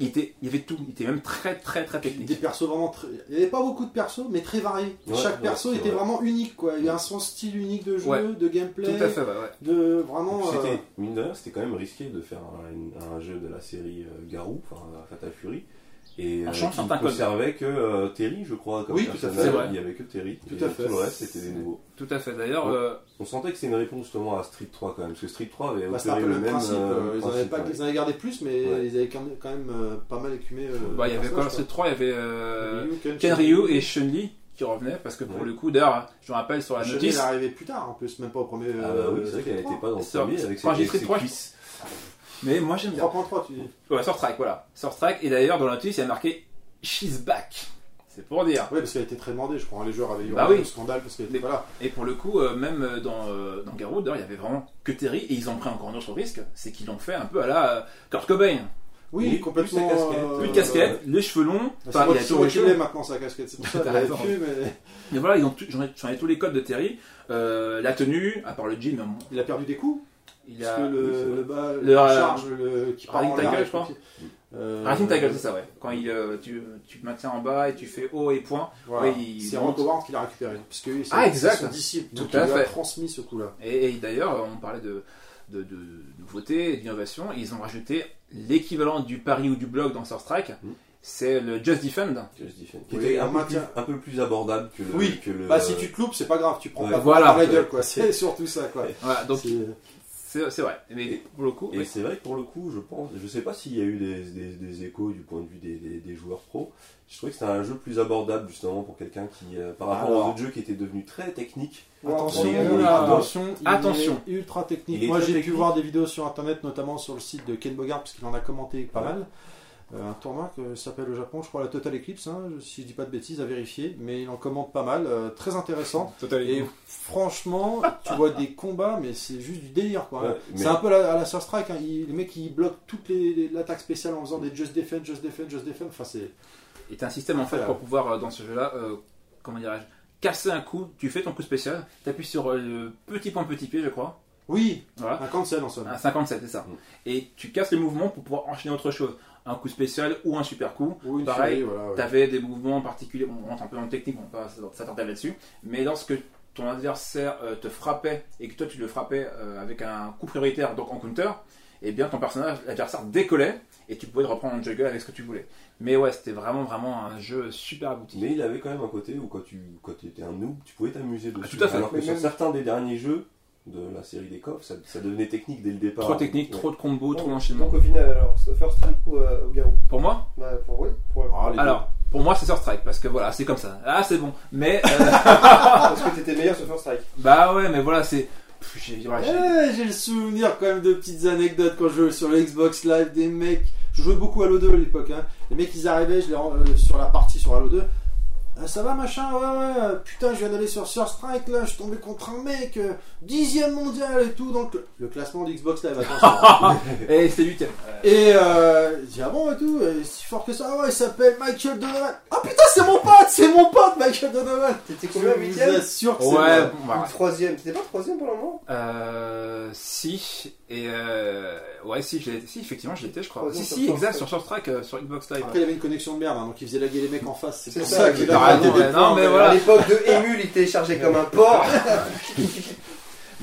B: il, était, il y avait tout. Il était même très, très, très
A: Des
B: technique.
A: persos vraiment très... Il n'y avait pas beaucoup de persos, mais très variés.
C: Ouais,
A: Chaque
C: ouais,
A: perso
C: c'est
A: était
C: vrai.
A: vraiment unique, quoi. Il y a son style unique de jeu,
B: Ouais.
A: de gameplay,
B: Tout à fait, ouais, ouais.
A: de
C: Et
A: vraiment...
C: puis
A: euh,
C: C'était, mine de rien, c'était quand même risqué de faire un, une- un jeu de la série euh, Garou, enfin euh, Fatal Fury, et
B: En
C: euh,
B: changeant
C: qui
B: certains
C: ne conservait que euh, Terry, je crois, comme
A: Oui, tout à fait,
C: personnage.
B: c'est vrai.
C: Il n'y avait que Terry.
A: Tout
C: et
A: à fait.
C: Tout le reste, c'était des nouveaux.
B: Tout à fait. D'ailleurs,
C: Ouais.
B: euh,
C: On sentait que c'est une réponse justement à Street 3 quand même, parce que Street 3 avait
A: bah, c'est un
C: opéré
A: peu
C: le
A: le
C: même
A: principe.
C: euh,
A: euh, ils, en avaient
C: principe,
A: pas,
C: ouais.
A: ils en avaient gardé plus, mais
C: Ouais.
A: ils avaient quand même, quand même, euh, pas mal écumé... euh,
B: bah, il y
A: les
B: avait quoi
A: personnages,
B: Street 3, il y avait euh,
A: Ryu, Ken,
B: Ken Ryu et Chun-Li qui revenaient. Parce que pour
C: Ouais.
B: le coup, d'ailleurs, je me rappelle sur la
A: Chun-Li,
B: notice.
A: elle est arrivée plus tard, en plus, même pas au premier...
C: Ah bah
A: euh,
C: oui, c'est vrai qu'elle
A: Street
C: n'était pas dans le
B: Sort-
C: premier avec ses,
B: Quand j'ai
C: avec
B: Street
C: ses
B: 3,
C: cuisses.
B: Mais moi, j'aime bien.
A: 3.3, tu dis.
B: Ouais, Source Track, voilà. Source Track, et d'ailleurs, dans la notice, il y a marqué She's back. C'est pour dire.
A: Oui, parce qu'elle était très demandée, je crois. hein, Les joueurs avaient eu
B: Bah
A: un
B: oui.
A: scandale parce qu'elle était
B: Mais-
A: pas
C: Bah
A: là.
B: Et pour le coup, euh, même euh, dans, euh, dans Garou, d'ailleurs, il y avait vraiment que Terry, et ils ont pris encore un autre risque, c'est qu'ils l'ont fait un peu à la euh, Kurt Cobain.
A: Oui,
C: Oui,
A: complètement.
C: plus la casquette,
A: euh,
B: Plus de casquette, les cheveux longs,
A: Ah,
B: enfin,
A: C'est moi
B: il a
A: qui- c'est
B: tout
A: moi
B: le
A: qui l'ai maintenant sa casquette, c'est pour ça que
B: T'as
A: je l'avais
B: raison.
A: plus, mais
B: Mais voilà, ils ont tout- j'en ai, j'en ai tous les codes de Terry, euh, la tenue, à part le jean, mais bon,
A: il a perdu des coups.
B: il
A: Parce que
B: a.
C: oui, c'est
A: le,
C: vrai.
A: le bas,
B: Le,
A: la
B: euh,
A: charge le, qui part
B: Rising
A: en
B: Tiger,
A: l'air,
B: je crois.
A: Euh,
B: Rising Ah, Tiger, c'est ça, ouais. Quand il, euh, tu, tu maintiens en bas et tu fais haut et point.
A: Voilà.
B: Oui, il
A: c'est
B: monte.
A: Ron Howard qui l'a récupéré. Parce que c'est
B: Ah, exact.
A: c'est son disciple.
B: Tout
A: donc
B: à
A: il lui a
B: fait.
A: transmis ce coup-là.
B: Et, et d'ailleurs, on parlait de, de, de nouveautés, d'innovation. Ils ont rajouté l'équivalent du pari ou du blog dans Source Strike.
C: Mm.
B: C'est le Just Defend.
C: que je dis, Qui
A: Oui,
C: était
A: on
C: un peu, plus,
A: maintient-
C: un peu plus abordable que le.
A: Oui,
C: que le-
A: Bah, si tu te loupes, c'est pas grave, tu prends
C: Ouais,
A: pas de
B: Euh, voilà.
A: dans la gueule, quoi. C'est surtout ça, quoi.
B: Voilà, donc
A: C'est- euh,
B: c'est c'est vrai. Mais
C: Et-
B: pour le coup,
C: Et
B: oui.
C: c'est vrai que pour le coup, je pense, je sais pas s'il y a eu des, des- des échos du point de vue des, des- des joueurs pro. Je trouvais que c'était un jeu plus abordable justement pour quelqu'un qui, euh, par rapport
A: Alors.
C: aux autres jeux qui étaient devenus très techniques.
A: Attention,
C: Et-
A: euh,
C: et-
A: attention, il
B: Attention.
A: est ultra technique.
C: Il est
A: Moi,
C: très
A: j'ai pu
C: technique.
A: voir des vidéos sur internet, notamment sur le site de Ken Bogard, parce qu'il en a commenté pas mal. Euh, un tournoi qui s'appelle au Japon, je crois, la Total Eclipse, hein, je- si je dis pas de bêtises, à vérifier, mais il en commente pas mal, euh, très intéressant. Et franchement, tu vois des combats, mais c'est juste du délire quoi.
C: Ouais, mais-
A: C'est un peu la- à la Sur Strike, hein, il- les mecs ils bloquent toutes les, les- l'attaque spéciale en faisant des just defend, just defend, just defend. Enfin, c'est.
B: Et t'as un système en fait
A: Voilà.
B: pour pouvoir euh, dans ce jeu-là, euh, comment dirais-je, casser un coup. Tu fais ton coup spécial, t'appuies sur euh, le petit point petit pied, je crois.
A: Oui,
B: Voilà.
A: un cancel en somme.
B: Un 57, c'est ça.
C: Mm.
B: Et tu casses les mouvements pour pouvoir enchaîner autre chose. Un coup spécial ou un super coup.
A: Ou une
B: Ah, pareil,
A: furie, voilà, ouais.
B: T'avais des mouvements particuliers, on rentre un peu en technique, on va pas s'attarder là-dessus, mais lorsque ton adversaire euh, te frappait et que toi tu le frappais euh, avec un coup prioritaire, donc en counter, eh bien ton personnage, l'adversaire décollait et tu pouvais le reprendre en juggle avec ce que tu voulais. Mais ouais, c'était vraiment vraiment un jeu super abouti.
C: Mais il avait quand même un côté où quand tu quand étais un noob, tu pouvais t'amuser dessus.
B: tout à fait.
C: Alors que
D: Mais
C: sur
D: même-
C: certains des derniers jeux de la série des coffres, ça, ça devenait technique dès le départ.
B: Trop technique,
C: Bah, Ouais.
B: trop de combos, trop
D: Donc-
B: d'enchaînement.
D: Donc au final, alors, First Strike ou euh, ou Garou
B: Pour moi,
D: Bah, pour, oui, pour la-
A: Ah, les deux.
B: alors, pour moi c'est Sur Strike parce que voilà, c'est comme ça. Ah, c'est bon. Mais euh,
D: Parce que t'étais meilleur sur First Strike.
B: bah ouais, mais voilà, c'est. Pff, j'ai- voilà, Ah, j'ai-
A: Eh, j'ai le souvenir quand même de petites anecdotes quand je jouais sur le Xbox Live des mecs. Je jouais beaucoup à Halo 2 à l'époque. Hein. Les mecs ils arrivaient, je les ren- euh, sur la partie sur Halo 2. Ah, ça va machin, ouais ouais. euh, Putain, je viens d'aller sur Sur Strike là, je suis tombé contre un mec euh, dixième mondial et tout. Donc le- le classement du Xbox Live. attention.
B: Eh, c'est lui qui aime.
A: et euh, je dis ah bon et tout, euh, si fort que ça. Ah ouais, il s'appelle Michael Donovan. Ah putain, c'est mon pote, c'est mon pote Michael Donovan.
D: T'étais
A: Je
D: combien
A: vous
D: Huitième
A: assure que c'est
B: Ouais,
A: moi.
B: bon,
D: Ou
B: bah,
D: troisième T'étais pas troisième pour le moment
B: Euh, si et euh, ouais si je l'ai- si effectivement je l'étais je crois
D: Ouais,
B: si
D: sur
B: si
D: Source
B: exact
D: Track.
B: sur Source Track euh, sur Xbox Live
A: Après, il avait une connexion de merde, hein, donc il faisait laguer les mecs en face. C'est
D: C'est
A: pour
D: ça,
A: ça qu'il a
B: t'as
A: raté
B: raison,
A: des
B: ouais,
A: points,
B: non, mais
A: mais-
B: voilà.
D: À l'époque de Emule, il était chargé comme un porc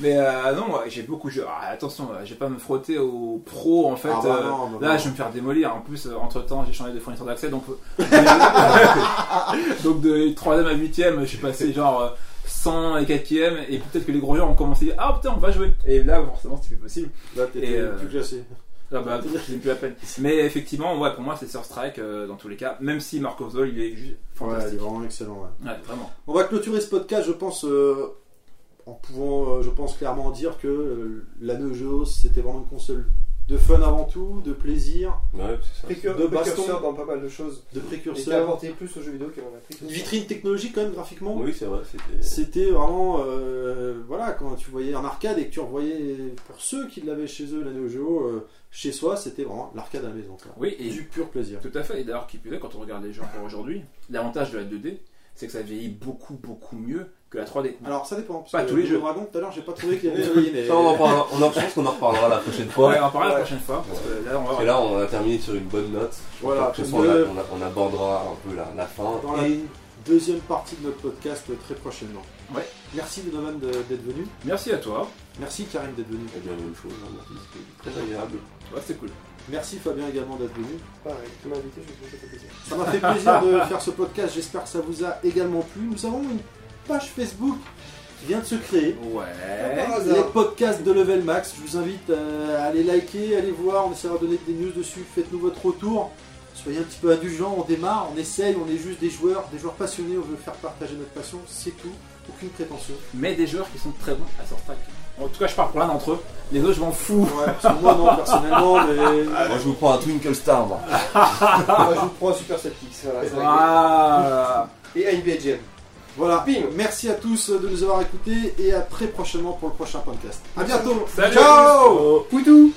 B: mais euh, non ouais, j'ai beaucoup joué Ah, attention euh, j'ai pas à me frotter aux pros en fait
A: Ah, bah,
B: euh,
A: non, bah,
B: là
A: non.
B: je vais me faire démolir en plus entre temps j'ai changé de fournisseur d'accès donc euh, donc de 3ème à 8ème je suis passé genre euh, 100 et 4ème et peut-être que les gros joueurs ont commencé ah putain on va jouer et là forcément c'était plus possible
A: Là, t'étais
B: Et, euh,
A: plus classé.
B: Ah bah, j'ai plus la peine. Mais effectivement, ouais, pour moi, c'est Sur Strike euh, dans tous les cas. Même si Marco Zol, il est juste
A: Ouais, il est
B: fantastique.
A: vraiment excellent. ouais.
B: Ouais, vraiment.
A: On va clôturer ce podcast, je pense, euh, en pouvant, euh, je pense clairement dire que euh, la Neo Geo, c'était vraiment une console de fun avant tout, de plaisir,
C: Ouais, c'est ça.
D: Précur-
A: De baston.
D: Précurseur dans pas mal de choses.
A: de
D: Il t'a
A: précurseur.
D: apporté plus aux jeux vidéo qu'il en a pris.
A: Une vitrine technologique quand même graphiquement.
C: Oui, c'est vrai. C'était.
A: C'était vraiment, euh, voilà, quand tu voyais en arcade et que tu revoyais, pour ceux qui l'avaient chez eux, la Neo Geo, euh, chez soi, c'était vraiment l'arcade à la maison. quoi.
B: Oui, et
A: Du pur plaisir.
B: tout à fait. Et d'ailleurs, qui plus est, quand on regarde les jeux encore aujourd'hui, l'avantage de la 2D, c'est que ça vieillit beaucoup, beaucoup mieux que la 3D.
A: Alors ça dépend. Parce
B: Pas
A: que
B: tous les
A: Double
B: jeux.
A: Dragon, tout à l'heure, j'ai pas trouvé qu'il y avait des mais...
C: Ça, on en parlera, on en, je pense qu'on en reparlera la prochaine fois.
B: Ouais, on en parlera
D: Ouais.
B: la prochaine fois. Parce que là, on va
C: Parce que
B: voir.
C: là, on a terminé sur une bonne note. Je
A: Voilà,
C: pense que de toute façon,
A: parce
C: on, a- on a- on abordera un peu la, la fin.
A: Dans la
C: Et
A: deuxième partie de notre podcast euh, très prochainement.
B: Ouais.
A: Merci Donovan de- d'être venu.
B: Merci à toi.
A: Merci Karim d'être venu.
C: eh bien, même chose, hein, merci, c'était très agréable.
B: Ouais, c'est cool.
A: Merci Fabien également d'être venu.
D: Pareil, tu m'as invité, je vais te faire plaisir.
A: Ça m'a fait plaisir de faire ce podcast. J'espère que ça vous a également plu. Nous avons une page Facebook qui vient de se créer.
B: Ouais.
D: Par
A: Les
D: hasard.
A: podcasts de Level Max. Je vous invite euh, à aller liker, à aller voir. On essaiera de donner des news dessus. Faites-nous votre retour. Soyez un petit peu indulgents. On démarre, on essaye. On est juste des joueurs, des joueurs passionnés. On veut faire partager notre passion. C'est tout. Aucune prétention.
B: Mais des joueurs qui sont très bons à Sortac. En tout cas, je pars pour l'un d'entre eux. Les autres, je m'en fous.
A: Ouais, parce que moi, non, personnellement, mais.
C: Moi, je vous prends un Twinkle Star, moi.
A: Ah.
D: Moi, je vous prends un Super Septix. Voilà, c'est réglé.
B: Ah.
D: Et à une BGM.
A: Voilà.
D: Bim.
A: Merci à tous de nous avoir écoutés et à très prochainement pour le prochain podcast. À bientôt.
B: Salut.
A: Ciao.
D: Poutou